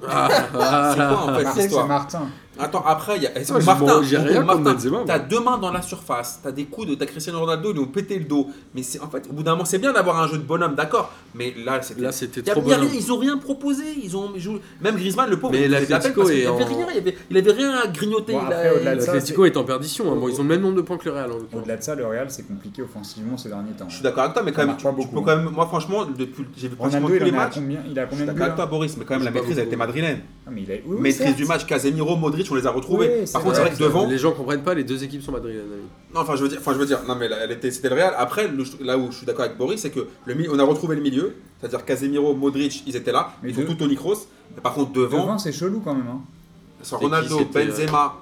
Ah.
C'est quoi en fait
Martin, c'est
l'histoire
Martin.
Attends, après, il y a est-ce que
Ouais, je m'en-
Martin.
j'ai rien
Martin,
contre Benzema,
T'as
moi.
deux mains dans la surface, t'as des coups de t'as Cristiano Ronaldo, ils lui ont pété le dos. Mais c'est en fait, au bout d'un moment, c'est bien d'avoir un jeu de bonhomme, d'accord. Mais là, c'était.
Là, c'était
Il y a-
trop
il y a
bon.
rien- ils ont rien proposé. Ils ont ils jouent- même Griezmann, le pauvre.
Mais
il faisait de la peine
l'Atlético
parce qu'il
est
avait
en-
rien, il avait, il avait rien à grignoter.
Bon,
il
après,
a-
au-delà de ça,
L'Atlético est en perdition. hein. Bon, ils ont le même nombre de points que le Real en l'occurrence.
Au-delà de ça, le Real, c'est compliqué offensivement ces derniers temps.
Je suis d'accord avec toi, mais quand
Ça
même,
marche
tu,
pas
tu
beaucoup, hein.
peux quand même. Moi, franchement, depuis, j'ai vu pratiquement
Ronaldo,
tous
il
les
en a
matchs.
combien Il a
Je
combien
suis
de buts
d'accord avec toi,
là
Boris, mais quand même,
J'ai
la
pas
maîtrise, elle
beaucoup.
était madrilène.
Ah, mais il a- oui, oui,
Maîtrise
certes.
du match, Casemiro, Modric, on les a retrouvés.
Oui, c'est
Par contre, c'est vrai
vrai,
que
c'est
devant,
Les gens comprennent pas, les deux équipes sont madrilènes.
Non, enfin, je veux dire, enfin, je veux dire, non, mais là, elle était, c'était le Real. Après, le- là où je suis d'accord avec Boris, c'est que le, mi- on a retrouvé le milieu, c'est-à-dire Casemiro, Modric, ils étaient là,
Mais
ils sont
deux-
tous Tony Kroos. Mais par contre, devant,
Devant, c'est chelou quand même. hein.
sur
C'était
Ronaldo,
qui, c'était,
Benzema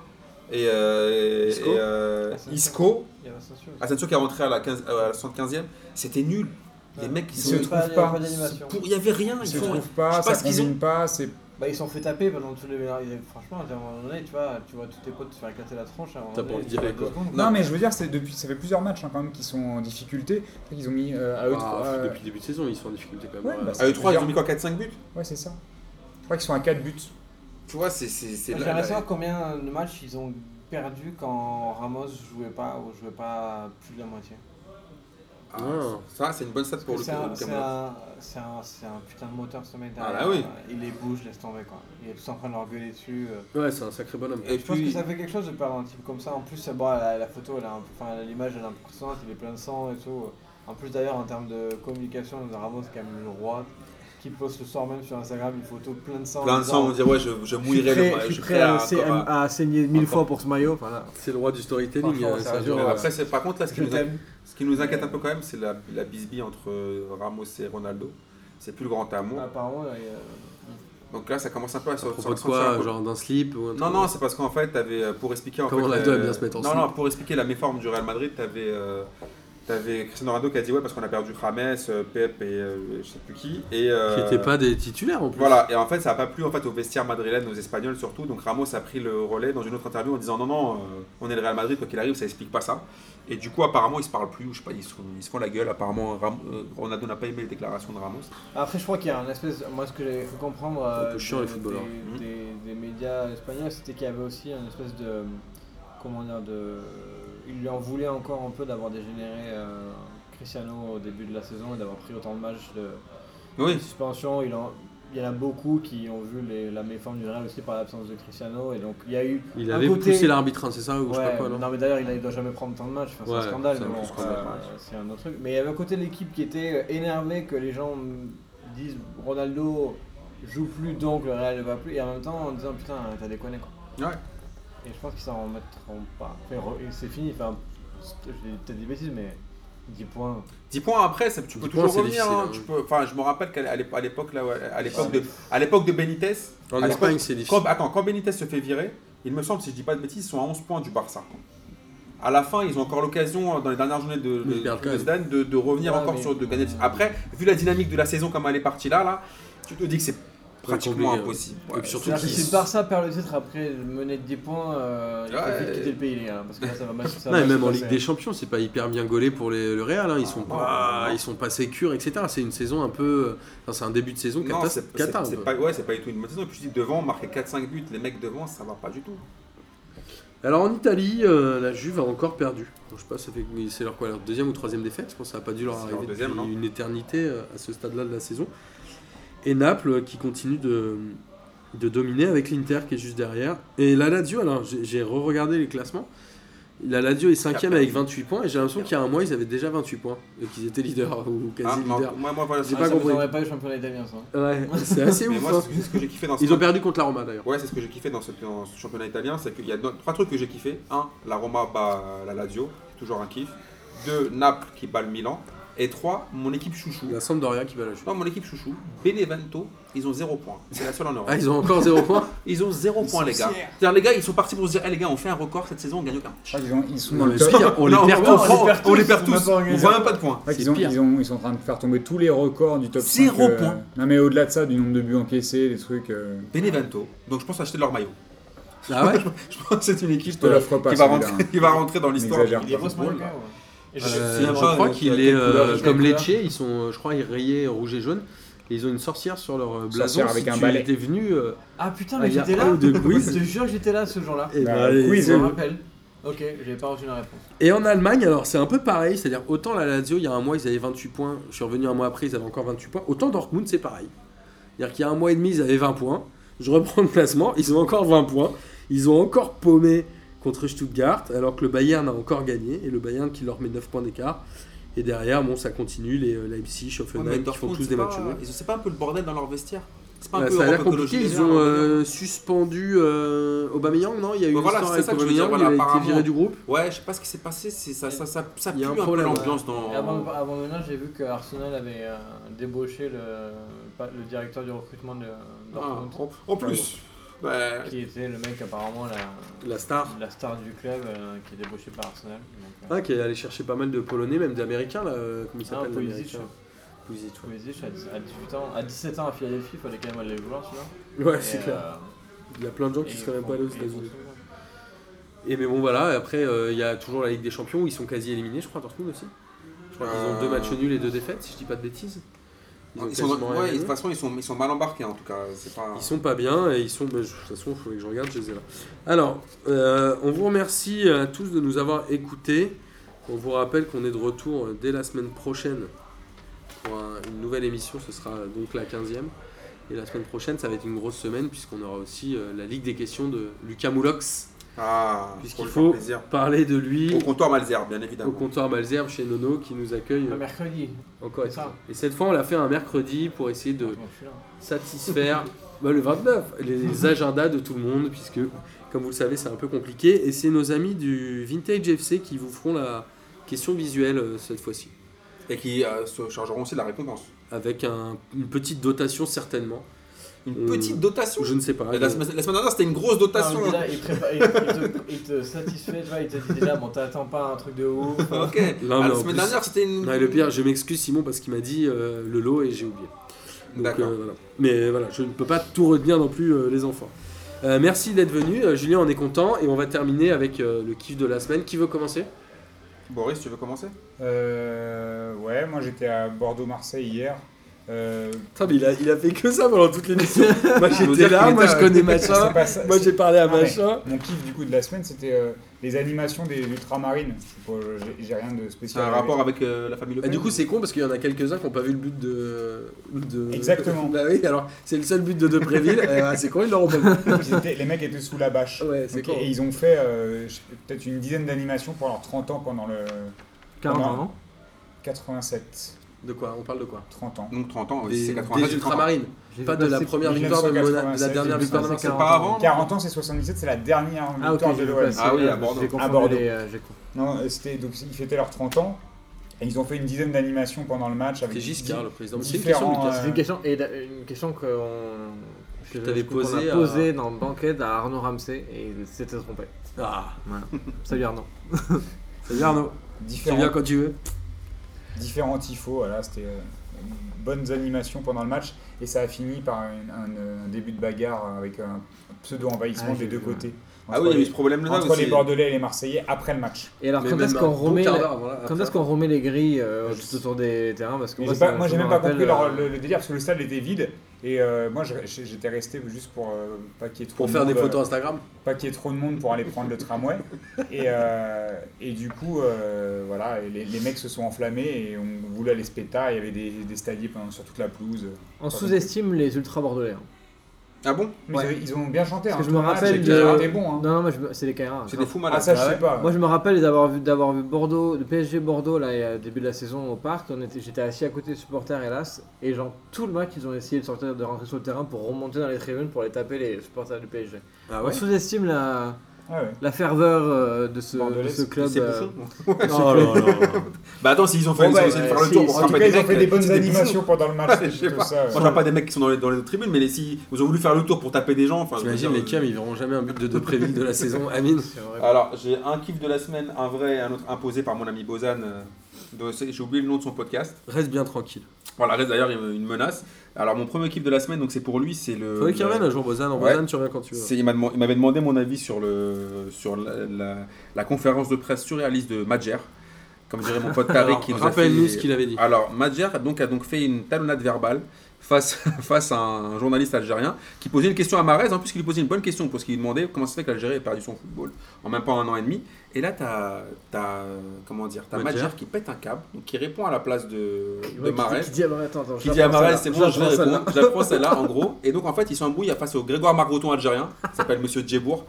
et, euh,
Isco
et, euh,
Asensio.
Isco,
Il y a Asensio.
Ah,
Asensio qui est rentré à la, 15 euh, à la 75e, c'était nul. Les
Ouais.
mecs, ils
Ils
sont
se
Il y avait
trouvent
pas
pas.
d'animation.
pour, il y avait rien.
Ils
Ils
se
font,
trouvent pas,
je sais pas
ça
ce qu'ils
combine pas. C'est
Bah, ils sont fait taper pendant tous les. ils- Franchement, à un moment donné, tu vois, tu vois tous tes potes se faire éclater la tronche. à un moment
T'as
donné,
pas envie
tu
d'y
fais
aller, quoi.
deux secondes,
Non, mais je veux dire, c'est depuis, ça fait plusieurs matchs hein, quand même qui sont en difficulté. Ils ont mis euh, à eux trois.
Ah,
euh,
Depuis le début de saison, ils sont en difficulté quand même.
Ouais,
le Real.
bah,
à eux Euh, trois, ils ont mis quoi 4-5 buts
Ouais, c'est ça. Je crois qu'ils sont à 4 buts.
Tu vois, c'est. c'est, c'est
Moi,
là-
J'aimerais
là-
savoir combien de matchs ils ont perdu quand Ramos jouait pas ou jouait pas plus de la moitié.
Ah,
Ah.
Ça, c'est une bonne stat pour le
Parce que C'est un,
pour le
c'est
Cameroun.
un- c'est un- c'est un putain de moteur ce mec
Ah,
derrière.
bah oui.
Il les bouge, laisse tomber quoi. Il est tous en train de leur gueuler dessus. euh.
Ouais, c'est un sacré bonhomme.
Et
Je pense que
puis,
ça fait quelque chose de perdre un type comme ça. En plus, bon, la, la photo, elle a un peu- enfin, l'image, elle est impressionnante. Il est plein de sang et tout. En plus, d'ailleurs, en termes de communication, Ramos, c'est quand même le roi, qui poste le soir même sur Instagram une photo plein de sang. en
plein de
disant,
sang, on dit ouais, je,
Je
je
suis
mouillerai
prêt,
le.
je suis prêt à, CM
à-
à saigner mille
encore.
fois pour ce maillot. Enfin, là,
C'est le roi du storytelling,
Franchement,
euh,
ça va
Sergio.
durer.
Ouais.
Après, c'est- par contre, là, ce qui,
je
nous, inquiète-
t'aime.
ce qui nous inquiète un peu quand même, c'est la, la bisbille entre euh, Ramos et Ronaldo. C'est plus le grand
Mmh.
amour.
Apparemment, il y a-
Donc là, ça commence un peu à se
À propos de
se ressentir un
quoi
peu.
Genre d'un slip ou un
Non,
truc
non, c'est parce qu'en fait, t'avais, euh, pour expliquer. En
Comment
fait,
Ronaldo aime bien se mettre en
Non,
slip.
non, pour expliquer la méforme du Real Madrid, t'avais. euh, T'avais Cristiano Ronaldo qui a dit ouais parce qu'on a perdu James, euh, Pep et euh, je sais plus qui et euh,
Qui n'étaient pas des titulaires en plus.
Voilà, et en fait, ça n'a pas plu en fait, aux vestiaires madrilènes, aux Espagnols surtout. Donc Ramos a pris le relais dans une autre interview en disant non, non, euh, on est le Real Madrid, quoi qu'il arrive, ça explique pas ça. Et du coup, apparemment, ils se parlent plus, ou je sais pas, ils se, font- ils se font la gueule. Apparemment, Ram- euh, Ronaldo n'a pas aimé les déclarations de Ramos.
Après, je crois qu'il y a un espèce. Moi, ce que j'avais faut comprendre.
Un
euh,
peu chiant,
des-
les footballeurs. Mmh.
Mhm.
des- Des, des médias espagnols, c'était qu'il y avait aussi un espèce de. Comment dire de. Il lui en voulait encore un peu d'avoir dégénéré euh, Cristiano au début de la saison et d'avoir pris autant de matchs de, de
Oui,
suspension. Il, en- il y en a beaucoup qui ont vu les- la méforme du Real aussi par l'absence de Cristiano. Et donc, il y a eu.
Il
un
avait
côté-
poussé l'arbitre, hein, c'est ça Ou je sais
Ouais,
pas quoi, non
non mais d'ailleurs il, a- il doit jamais prendre tant de matchs, enfin, c'est
Ouais,
un scandale,
c'est
mais
un
bon,
peu scandale.
euh, c'est un autre truc. Mais il y avait un côté de l'équipe qui était euh, énervé que les gens disent Ronaldo joue plus donc le Real ne va plus, et en même temps en disant putain t'as déconné quoi.
Ouais.
Et je pense qu'ils s'en remettront pas. Enfin, re- et c'est fini, enfin, c'est- je dis peut-être des bêtises mais 10 points.
10 points après, ça- tu peux
10
toujours
points, c'est
revenir.
difficile,
hein.
hein. Ah,
Tu peux- Enfin, je me rappelle qu'à l'ép- à l'époque là, ouais, à l'époque
Ouais.
de, à l'époque de Benitez,
En
à
Espagne,
l'époque-
c'est difficile.
quand, attends, quand Benitez se fait virer, il me semble, si je dis pas de bêtises, ils sont à 11 points du Barça. À la fin, ils ont encore l'occasion, euh, dans les dernières journées de,
Mais ils
de,
perdent quand
de
même.
Zidane, de- de revenir
Ouais,
encore
mais-
sur de gagner. Après, vu la dynamique de la saison, comme elle est partie là, là tu te dis que c'est pratiquement
compliqué,
impossible.
Et puis surtout
c'est-
C'est-à-dire que
qui-
si Barça perd le titre après mener de 10 points, euh, il faut
Ouais.
vite quitter le pays, les gars, hein, parce que là, ça va mal. ça
Non,
va
et
mal
même
se
en
passer.
Ligue des Champions, c'est pas hyper bien gaulé pour les- le Real. hein. Ils sont
Ah,
pas,
non.
ils sont pas sécures, etc. C'est une saison un peu, euh, enfin, c'est un début de saison
Non,
cata.
c'est- c'est-
cata, un
c'est
peu.
pas, ouais, c'est pas du tout une bonne saison. Et puis je dis devant, marquer 4-5 buts, les mecs devant, ça va pas du tout.
Alors en Italie, euh, la Juve a encore perdu. Donc, je sais pas, ça fait c'est leur quoi, leur deuxième ou troisième défaite. Je pense que ça a pas dû leur
C'est leur
arriver
deuxième,
depuis
non
une éternité euh, à ce stade-là de la saison. Et Naples euh, qui continue de, de dominer avec l'Inter qui est juste derrière. Et la Lazio, alors j'ai j'ai re-regardé les classements. La Lazio est cinquième avec 28 points et j'ai l'impression qu'il y a un mois ils avaient déjà 28 points et qu'ils étaient leaders ou quasi
Ah, non,
leaders.
moi, moi, voilà,
J'ai
c'est-
Ah,
pas
ça
compris.
vous enlève pas le championnat italien, ça. hein.
Ouais, c'est assez
mais
ouf.
moi,
hein.
c'est c'est ce que j'ai kiffé dans ce
Ils ont perdu contre la Roma d'ailleurs.
Ouais, c'est ce que j'ai kiffé dans ce, dans ce championnat italien, c'est qu'il y a deux- trois trucs que j'ai kiffé. Un, la Roma bat la Lazio, toujours un kiff. Deux, Naples qui bat le Milan. Et trois, mon équipe chouchou.
La Sampdoria qui va la Juve.
Non, mon équipe chouchou, Benevento, ils ont zéro point. C'est la seule en Europe.
Ah, ils ont encore 0 points
Ils ont zéro point, les gars. C'est-à-dire, les gars, ils sont partis pour se dire, Eh, les gars, on fait un record cette saison, on gagne aucun.
Je crois qu'ils ont- ils sont
Non,
dans
mais
le top.
pire, on les
Non,
perd
on,
tous.
on- on les perd tous. On,
On va pas gagner.
voit même pas de points.
Je crois qu'ils
c'est
ont-
pire.
ils, ont- ils sont en train de faire tomber tous les records du top 5.
Zéro point.
Non, mais au-delà de ça, du nombre de buts encaissés, des trucs. euh,
Benevento, donc je pense acheter leur maillot.
Ah ouais
Je pense que c'est une équipe euh,
Je te l'offre pas.
qui, va
celui-là,
rentrer,
hein.
qui va rentrer dans l'histoire.
N'exagère
du
pas.
football.
Grossman, quoi, ouais.
Et je-
Euh,
c'est
je
un
crois
pas, euh,
qu'il
quelle
est
couleur,
euh,
quelle
comme
couleur
Lecce, ils sont, euh, je crois, ils rayaient rouge et jaune. Et ils ont une sorcière sur leur euh, blason.
Sorcière avec
si
un
tu
balai.
étais venu, euh,
Ah putain,
Ah,
mais
il y a
j'étais là. Bah,
un ou deux quiz.
Je te jure que j'étais là ce jour-là.
eh
Bah,
ben, ils-
quiz,
Je me
euh,
rappelle. Ok, j'avais pas reçu la réponse.
Et en Allemagne, alors c'est un peu pareil, c'est-à-dire autant la Lazio, il y a un mois, ils avaient 28 points, je suis revenu un mois après, ils avaient encore 28 points, autant Dortmund, c'est pareil. C'est-à-dire qu'il y a un mois et demi, ils avaient 20 points, je reprends le classement, ils ont encore 20 points, ils ont encore paumé contre Stuttgart, alors que le Bayern a encore gagné, et le Bayern qui leur met 9 points d'écart. Et derrière, bon, ça continue, les euh, Leipzig,
Ouais,
Offenheim,
mais
qui font
Dortmund,
tous
c'est
des
pas-
matchs nuls.
ils- C'est pas un peu le bordel dans leur vestiaire C'est pas un
Voilà,
peu
ça a l'air
Europe hein,
compliqué,
Écologie
ils
Les
ont
Verts,
euh, suspendu euh, Aubameyang, non Il y a eu
Bah
une
voilà,
histoire
c'est
avec
ça que je veux dire,
Aubameyang,
voilà,
il a été viré
apparemment.
du groupe.
Ouais, je sais pas ce qui s'est passé, c'est- ça, ça, ça, ça
Il y
pue
a
un,
un
peu
problème,
l'ambiance
Oh.
Et avant,
dans.
avant maintenant, j'ai vu que Arsenal avait euh, débauché le, pas- le directeur du recrutement de
Ah,
Dortmund,
en, en plus. bah, Ouais.
qui était le mec apparemment la,
La star.
la star du club euh, qui est débauché par Arsenal. Donc, euh,
Ah, qui est allé chercher pas mal de Polonais, même d'Américains, là. euh, Comment il s'appelle
Ah, Pulisic,
l'Américain
ouais.
Pulisic,
Pulisic, à dix- à 18 ans, à 17 ans à Philadelphie, il fallait quand même aller le voir celui-là.
ouais. Ouais,
Et,
c'est
euh,
clair. Il y a plein de gens
et
qui
ils
seraient même
font-
pas allés aux
et ils
États-Unis.
font ça.
Et mais bon, voilà, après, euh, il y a toujours la Ligue des Champions où ils sont quasi éliminés, je crois, Dortmund aussi. Je crois qu'ils ont
Euh,
deux matchs nuls et deux défaites, si je dis pas de bêtises. Ils, ont
Ils sont-
quasiment rien
ouais, de
gagné.
toute façon, ils sont, ils sont mal embarqués en tout cas. C'est pas.
Ils sont pas bien et ils sont. bah, je- de toute façon, il faudrait que je regarde, je les ai là. Alors, euh, on vous remercie euh, à tous de nous avoir écoutés. On vous rappelle qu'on est de retour euh, dès la semaine prochaine pour un- une nouvelle émission. Ce sera euh, donc la 15e. Et la semaine prochaine, ça va être une grosse semaine puisqu'on aura aussi euh, la Ligue des questions de Lucas Moulox.
Ah,
Puisqu'il
pour lui
faut-
faire plaisir.
Parler de lui
Oh,
Au comptoir Malzer, bien
au
évidemment.
comptoir Malzerbe chez Nono qui nous accueille
Ah,
euh,
mercredi.
encore.
c'est ça.
Et cette fois, on l'a fait un mercredi pour essayer de
Bon, je suis là.
satisfaire bah, le 29, les agendas de tout le monde, puisque, comme vous le savez, c'est un peu compliqué. Et c'est nos amis du Vintage FC qui vous feront la question visuelle euh, cette fois-ci,
Et qui euh, se chargeront aussi de la récompense.
avec un- une petite dotation certainement.
Une
Euh,
petite dotation.
Je ne sais pas. euh,
Et La
je-
semaine la semaine dernière, c'était une grosse dotation. hein.
Non, Ah, mais déjà, il, prépa- il- il te, il te satisfait, tu vois, il te dit déjà, bon, t'attends pas un truc de ouf. hein.
Ok.
Non,
Ah,
mais
la
en
semaine
plus-
dernière, c'était une.
Non, et le pire, je m'excuse Simon parce qu'il m'a dit euh, le lot et j'ai oublié. Donc,
D'accord.
euh, voilà. Mais voilà, je ne peux pas tout retenir non plus euh, les enfants. Euh, merci d'être venu, Euh, Julien, on est content et on va terminer avec euh, le kiff de la semaine. Qui veut commencer
Boris, tu veux commencer
Euh, ouais, moi j'étais à Bordeaux-Marseille hier. Euh,
Putain, mais il a, il a fait que ça pendant toute l'émission. moi
Faut
j'étais
dire
là,
qu'il
moi
était-
je connais
c'est
machin, Ah
pas ça-
moi j'ai parlé à
Non, mais-
machin.
Mon kiff du coup de la semaine, c'était euh, les animations des ultramarines. Je sais pas, j'ai- J'ai rien de
C'est
spécial.
un rapport avec euh, la famille Le
Et
Pen
Ah, du coup c'est con parce qu'il y en a quelques-uns qui n'ont pas vu le but de... de-
Exactement.
bah oui, alors c'est le seul but de Depréville, Eh ben, c'est con, ils l'auront pas vu.
Donc, ils étaient- les mecs étaient sous la bâche.
Ouais, c'est hein
Donc,
con.
et ils ont fait euh, je sais pas, peut-être une dizaine d'animations pendant leurs 30 ans pendant le
40
pendant
ans.
87,
De quoi On parle de quoi
30 ans.
Donc 30 ans, oui,
Des,
c'est
des
93. c'est 30 ans.
ultramarines,
J'ai
pas
vu
de la
passer-
première victoire de Monaco, de la
1987,
dernière
j'ai
victoire de
passé
Marseille.
C'est pas avant non
40 ans, c'est 77, c'est la dernière victoire
Ah ok,
de
j'ai
l'OM.
passé,
Ah oui, à
euh,
Bordeaux.
j'ai confondu
À Bordeaux.
les, euh, j'ai confondu.
Non, euh, c'était donc ils fêtaient leurs 30 ans et ils ont fait une dizaine d'animations pendant le match avec
C'est Giscard le président. C'est une question
différents,
Lucas.
euh,
C'est une question, et d'a- une question qu'on que
t'avais
qu'on
posée
a
à-
posée dans le banquet à Arnaud Ramsey et il s'était trompé.
Ah,
Salut Arnaud.
c'est bien Arnaud, tu
euh, différents,
viens quand tu veux.
différents tifos. Voilà, c'était euh, bonnes animations pendant le match. Et ça a fini par une- un, euh, un début de bagarre avec un pseudo-envahissement
Ah,
des
j'ai
deux
vu,
côtés.
Ah
Entre
oui, il y a eu
les-
ce problème-là
entre
aussi.
les Bordelais et les Marseillais après le match.
Et alors,
Mais
quand
même
est-ce
un
qu'on
bon
remet,
quart
la-
d'heure avant la-
quand
après.
est-ce qu'on remet les grilles euh, tout autour des terrains parce que
Mais
moi,
j'ai pas-
ça-
moi,
ça
j'ai
me
même pas
rappelle,
compris leur-
euh,
le, le délire parce que le stade était vide et euh, moi je- j'étais resté juste pour euh, pas qu'il y ait trop
Pour
de
faire des
monde, euh,
photos Instagram
pas qu'il y ait trop de monde pour aller prendre le tramway. Et, euh, et du coup, euh, voilà, les, les mecs se sont enflammés et on voulait aller se pétard. Il y avait des, des stadiers pendant- sur toute la pelouse.
On sous-estime les ultra bordelais. hein.
Ah bon
Mais
Ouais.
ils, ils ont bien chanté.
Parce
hein,
que je me
tout le match,
rappelle
et
de-
qu'ils ont été bons, hein.
Non, non, moi, je me- c'est les hein. K1.
C'est des fous malades.
Ah, ça, je
Ah
sais
ouais.
pas.
Moi, je me rappelle d'avoir vu, d'avoir vu Bordeaux, le PSG Bordeaux, là, il y a- début de la saison au parc. On était, j'étais assis à côté des supporters, hélas. Et genre, tout le match, ils ont essayé de sortir, de rentrer sur le terrain pour remonter dans les tribunes pour aller taper les supporters du PSG.
Ah
On sous-estime la,
Ah ouais.
la ferveur euh, de, ce,
Bordelais,
de ce
c'est-
club.
C'est
euh,
bouffon.
de ce
Oh
club.
Bah attends, s'ils ont fait
Bon,
ils
bah,
ont essayé de faire
euh,
le
si,
tour pour
si,
En tout
frapper
cas,
des
ils ont
mecs,
fait des
c'est
bonnes
bouffons.
animations pendant le match.
Je sais
tout
pas.
ça, ouais.
Moi, je parle pas des mecs qui sont dans les, dans les tribunes, mais les, si ils ont voulu faire le tour pour taper des gens. Enfin, je veux
T'imagines,
dire, euh,
les cams, ils verront jamais un but de Depréville de la saison. Amine
C'est vrai.
Alors, j'ai un kiff de la semaine, un vrai, un autre imposé par mon ami Bozan. euh, de- c'est- J'ai oublié le nom de son podcast.
Reste bien tranquille.
Voilà, reste d'ailleurs une une menace. Alors, mon premier kiff de la semaine, donc c'est pour lui, c'est le.
Faudrait qu'il revienne un jour, Bozan. En
Euh, Ouais.
Bozan, tu reviens quand tu veux.
C'est- Il m'a deman- il m'avait demandé mon avis sur, le, sur la, la- la conférence de presse surréaliste de Madjer. Comme dirait mon pote Tariq
Alors,
qui nous a fait-
Rappelle-nous ce qu'il avait dit.
Alors, Madjer donc, a donc fait une talonnade verbale face, face à un journaliste algérien qui posait une question à Marez, en plus qu'il lui posait une bonne question, parce qu'il lui demandait comment ça se fait que l'Algérie ait perdu son football en même pas un an et demi. Et là, t'as, t'as, euh, comment dire, t'as
Madjer.
Madjer qui pète un câble, donc qui répond à la place de,
Et
de
ouais, qui-
Marez
Qui dit, ah, bah, attends, attends,
qui
je
dit à
la prends,
Marel,
celle-là.
c'est bon, je vais
la prends,
répondre.
celle-là.
J'apprends celle-là, en gros. Et donc, en fait, il s'embrouille face au Grégoire Margoton algérien, qui s'appelle Monsieur Djebour.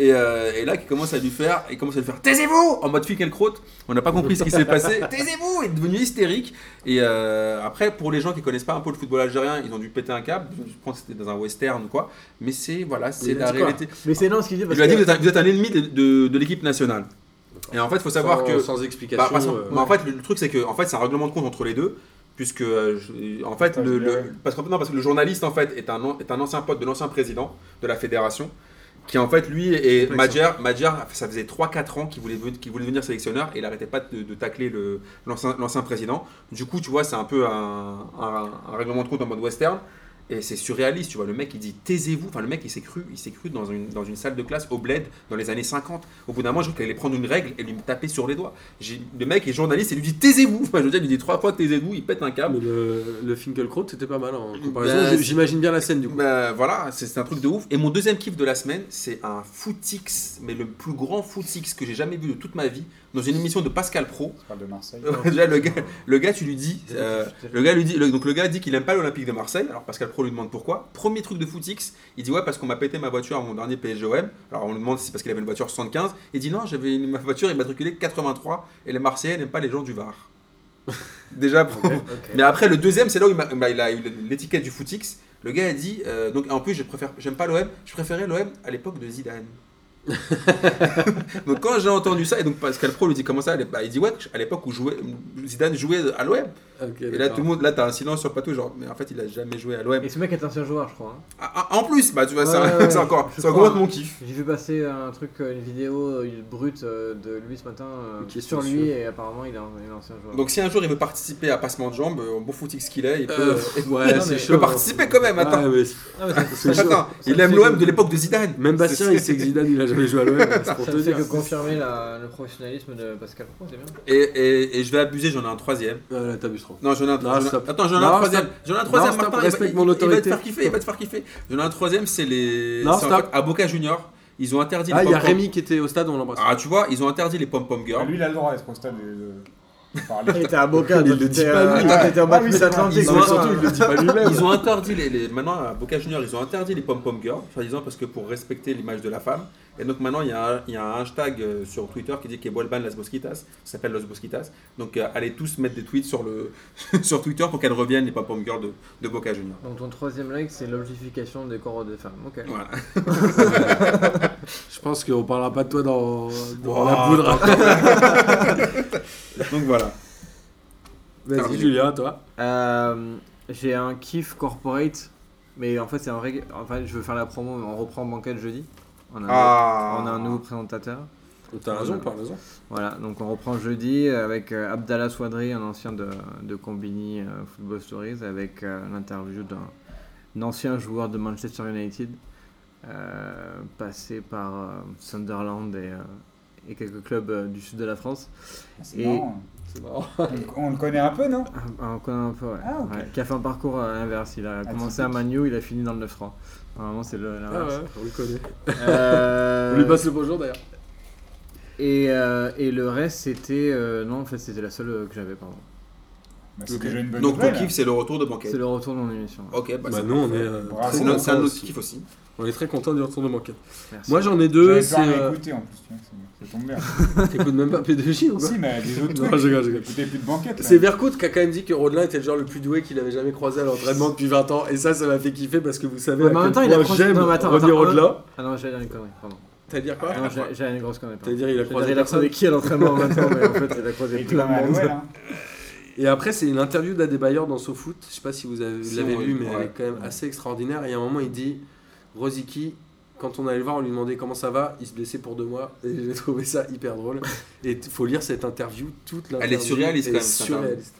Et, euh, et là, qui commence à lui faire, il commence à lui faire taisez-vous en mode fille qu'elle crotte. On n'a pas compris ce qui s'est passé. Taisez-vous, il est devenu hystérique. Et euh, après, pour les gens qui connaissent pas un peu le football algérien, ils ont dû péter un câble. Je pense que c'était dans un western ou quoi. Mais c'est voilà, c'est
Il a
la
dit quoi
réalité.
Mais c'est non ce qu'il dit
Il
parce
lui a dit vous
que.
êtes un, vous êtes un ennemi de, de- de l'équipe nationale. Et en fait, il faut savoir
sans,
que
sans
bah,
explication.
parce que-
euh,
mais en fait, le, le truc, c'est que en fait, c'est un règlement de compte entre les deux. Puisque, euh, je- en fait,
Putain,
le,
je
le-
dirais.
parce, que, non, parce que le journaliste, en fait, est un, an- est un ancien pote de l'ancien président de la fédération, qui, en fait, lui et
Complexe,
Madjer, Madjer, ça faisait 3-4 ans qu'il voulait, ven- qu'il voulait devenir sélectionneur et il n'arrêtait pas de, de tacler le- l'ancien l'ancien président. Du coup, tu vois, c'est un peu un, un- un règlement de compte en mode western. Et c'est surréaliste, tu vois. Le mec, il dit taisez-vous. Enfin, le mec, il s'est cru, il s'est cru dans une, dans une salle de classe au bled dans les années 50. Au bout d'un moment, je crois qu'il allait prendre une règle et lui me taper sur les doigts. J'ai- Le mec est journaliste et lui dit taisez-vous. Enfin, je veux dire, il lui dit trois fois taisez-vous, il pète un câble.
mais le, le Finkelkraut, c'était pas mal en comparaison.
Bah,
J- J'imagine bien la scène du coup.
Bah, voilà, c'est c'est un truc de ouf. Et mon deuxième kiff de la semaine, c'est un footix, mais le plus grand footix que j'ai jamais vu de toute ma vie, dans une émission de Pascal Pro.
Je parle de Marseille.
Déjà, le gars, le gars, tu lui dis, euh, le gars lui dit, le- donc le gars dit qu'il aime pas l'Olympique de Marseille. Alors Pascal Pro lui demande pourquoi. Premier truc de footix, il dit ouais parce qu'on m'a pété ma voiture à mon dernier PSGOM. Alors on lui demande si c'est parce qu'il avait une voiture 75. Il dit non, j'avais une- ma voiture immatriculée 83 et les Marseillais n'aiment pas les gens du Var. Déjà. pour- Mais après le deuxième, c'est là où il, m'a- bah, il a eu l'étiquette du footix. Le gars a dit euh, donc en plus je préfère, j'aime pas l'OM, je préférais l'OM à l'époque de Zidane. donc quand j'ai entendu ça et donc Pascal Pro lui dit comment ça Bah, il dit ouais à l'époque où jouait, Zidane jouait à l'OM
Ok,
Bah, et là,
d'accord.
tout le monde, là, t'as un silence sur le plateau, genre, mais en fait, il a jamais joué à l'OM.
Et ce mec est un ancien joueur, je crois. hein.
Ah, ah, en plus, bah, tu vois, ça-
Ouais, ouais, ouais,
c'est encore,
je- je
c'est encore
crois.
autre mon kiff.
J'ai vu passer un truc, euh, une vidéo euh, brute euh, de lui ce matin euh,
Qui est
sur
sur-
lui et apparemment il est un, il est un ancien joueur.
Donc, si un jour il veut participer à Passement de Jambes, euh, bon footix qu'il est, il peut,
Euh,
il peut
ouais,
Non,
c'est
mais-
chaud.
participer quand même. Attends,
Ouais, mais c'est-
Ah, mais ça- ça- ça-
attends
ça
il
ne
aime
fait
l'OM
que-
de l'époque de Zidane.
Même Bastien,
C'est-
il sait que Zidane, il a jamais joué à l'OM. c'est pour
Ça
te
ne fait
dire.
que confirmer la- le professionnalisme de Pascal Pro, c'est bien.
Et, et, et je vais abuser, j'en ai un troisième.
Ah, là, t'abuses trop.
Non, j'en ai un
Non,
troisième.
stop.
Attends, j'en ai un
Non,
troisième.
stop.
J'en ai un troisième,
Non, stop,
Martin. il va-
respecte
il-
mon
Il va te
autorité.
faire kiffer, il va te faire kiffer. J'en ai un troisième, c'est les.
Non,
c'est en
stop.
fait à Boca Junior, ils ont interdit
Ah,
les
il y a
pom-pom-
Rémi qui était au stade, on l'embrasse.
Ah, tu vois, ils ont interdit les pom-pom
Ah,
girls.
Lui, il a le droit d'être au stade. et de parler.
était à Boca,
Mais il le dit pas, lui.
T'étais en
Ah
bas
oui,
plus
c'est vrai.
Atlantique.
Ils ont-
quoi.
surtout,
le dit pas lui-même.
Ils ont interdit les, les- maintenant à Boca Junior, ils ont interdit les pom pom girls, soi-disant parce que pour respecter l'image de la femme. Et donc maintenant il y a un, il y a un hashtag euh, sur Twitter qui dit que vuelvan las mosquitas, ça s'appelle los mosquitas. Donc euh, allez tous mettre des tweets sur le sur Twitter pour qu'elles reviennent les pom pom girls de, de Boca Junior.
Donc ton troisième like c'est l'objectification des corps de femmes. Ok.
Voilà.
Je pense qu'on parlera pas de toi dans, dans
Oh,
la poudre.
Donc voilà.
Vas-y, Julien, toi.
Euh, J'ai un kiff corporate, mais en fait c'est un vrai. Enfin je veux faire la promo, mais on reprend Banquette jeudi. On a,
Ah.
on a un nouveau présentateur.
Oh, T'as raison, par raison.
Voilà, donc on reprend jeudi avec euh, Abdallah Swadri, un ancien de, de Combini euh, Football Stories, avec euh, l'interview d'un ancien joueur de Manchester United, euh, passé par euh, Sunderland et, euh, et quelques clubs euh, du sud de la France.
Ah, C'est
Et-
marrant. hein.
C'est marrant.
On, on le connaît un peu, non
Un- un- On connaît un peu, ouais.
Ah, ok.
Ouais, Qui a fait un parcours euh, inverse. Il a commencé à
Atypique.
Manu, il a fini dans le 9 francs. Normalement, c'est le-
Ah
l'inverse.
ouais, on le connaît.
Euh,
On lui passe le bonjour d'ailleurs.
et, euh, et le reste, c'était. euh, non, en fait, c'était la seule euh, que j'avais, pardon.
Bah, C'est
Ok.
déjà une bonne
Donc ton
nouvelle. hein.
kiff c'est le retour de Banquet.
C'est le retour de mon émission.
Ok, bah,
Bah
c'est
nous on est, euh,
Bravo.
très
c'est notre-
contents
c'est un autre
aussi.
kiff aussi.
On est très content du retour de Banquet.
Merci.
Moi j'en ai deux,
J'avais
c'est.
pas
euh,
réécouté en plus, tu vois, c'est- ça tombe bien.
T'écoutes même pas P2J ou quoi
si, mais avec des autres
Non,
trucs.
je rigole, je rigole.
J'écoutais plus de banquette. là.
C'est Vercoute qui a quand même dit que Rodelin était le genre le plus doué qu'il avait jamais croisé à l'entraînement depuis 20 ans. Et ça, ça m'a fait kiffer parce que vous savez
Ouais,
à
mais en même
quel
temps, il a
point
croisé-
j'aime
Non, mais attends,
revenir
attends,
au-delà.
Ah non, j'allais dire une connerie, pardon. Ah
T'as dire quoi
Non, j'allais j'allais dire une grosse connerie.
T'allais
pardon.
dire il a
J'allais
croisé
dire, Il a croisé
personne.
qui à l'entraînement en même temps, mais en fait, il a
Il
croisé
était
plein
quand même à
de monde.
l'OL, hein.
Et après, c'est une interview d'Adebayor dans SoFoot. Je sais pas si vous avez-
Si,
l'avez
on-
lu, mais elle
ouais.
est quand même assez extraordinaire. Et à un moment, il dit Rosicky, quand on allait le voir, on lui demandait comment ça va. Il se blessait pour deux mois. Et j'ai trouvé ça hyper drôle. Et t- faut lire cette interview toute l'interview.
surréaliste, quand
est
même, cette interview.
surréaliste.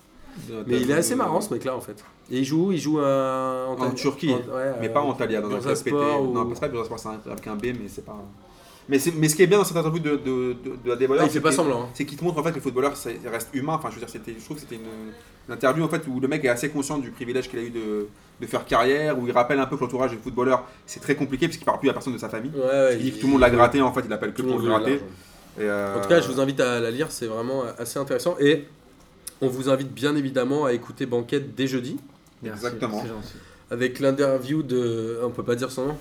Mais il est assez marrant ce mec-là en fait. Et il joue où Il joue euh, à-
En Turquie,
ouais,
Mais
euh,
pas en Thalia, dans un
Bursaspor
club pété.
ou-
Non, parce que Bursaspor, c'est un- avec un B, mais c'est pas. un- Mais, c'est- mais ce qui est bien dans cette interview de, de, de, de Adebayor,
Ah, il fait
c'est
pas
qu'il-
semblant. hein.
C'est qu'il te montre en fait que le footballeur ça reste humain. Enfin, je veux dire, c'était, je trouve que c'était une, une interview en fait où le mec est assez conscient du privilège qu'il a eu de, de faire carrière, où il rappelle un peu que l'entourage du footballeur c'est très compliqué parce qu'il parle plus à personne de sa famille.
Ouais, ouais,
il dit que tout le monde l'a gratté en fait, il appelle que
tout le
pour
monde
le
l'a
gratter.
large.
Et, euh,
En tout cas, je vous invite à la lire, c'est vraiment assez intéressant. Et on vous invite bien évidemment à écouter Banquette dès jeudi,
Merci,
Exactement.
C'est gentil.
avec l'interview de. On peut pas dire son nom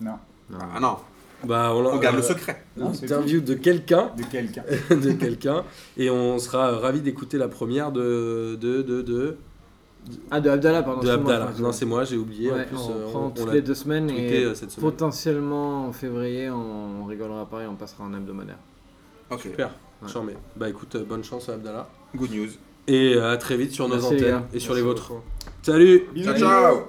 Non,
Non.
Ah non,
Bah, on, l'a-
on garde
euh,
le secret. Ah,
Non, c'est
L'interview de quelqu'un,
de quelqu'un.
de quelqu'un, et on sera ravi d'écouter la première de. de. de. de,
Ah, de Abdallah, pardon.
de
c'est moi,
Abdallah.
pardon.
Non, c'est moi, j'ai oublié. en
Ouais,
plus,
on
euh,
prend
on, on
toutes
l'a
les deux semaines
tweeté
et
euh, cette semaine.
potentiellement en février, on rigolera pas et on passera en hebdomadaire.
Ok,
Super,
Ouais.
j'en mets. Bah écoute, euh, bonne chance à Abdallah.
good news.
Et euh, à très vite sur nos
Merci, les
antennes
gars.
et sur les
Merci
vôtres.
beaucoup.
Salut
Ciao, ciao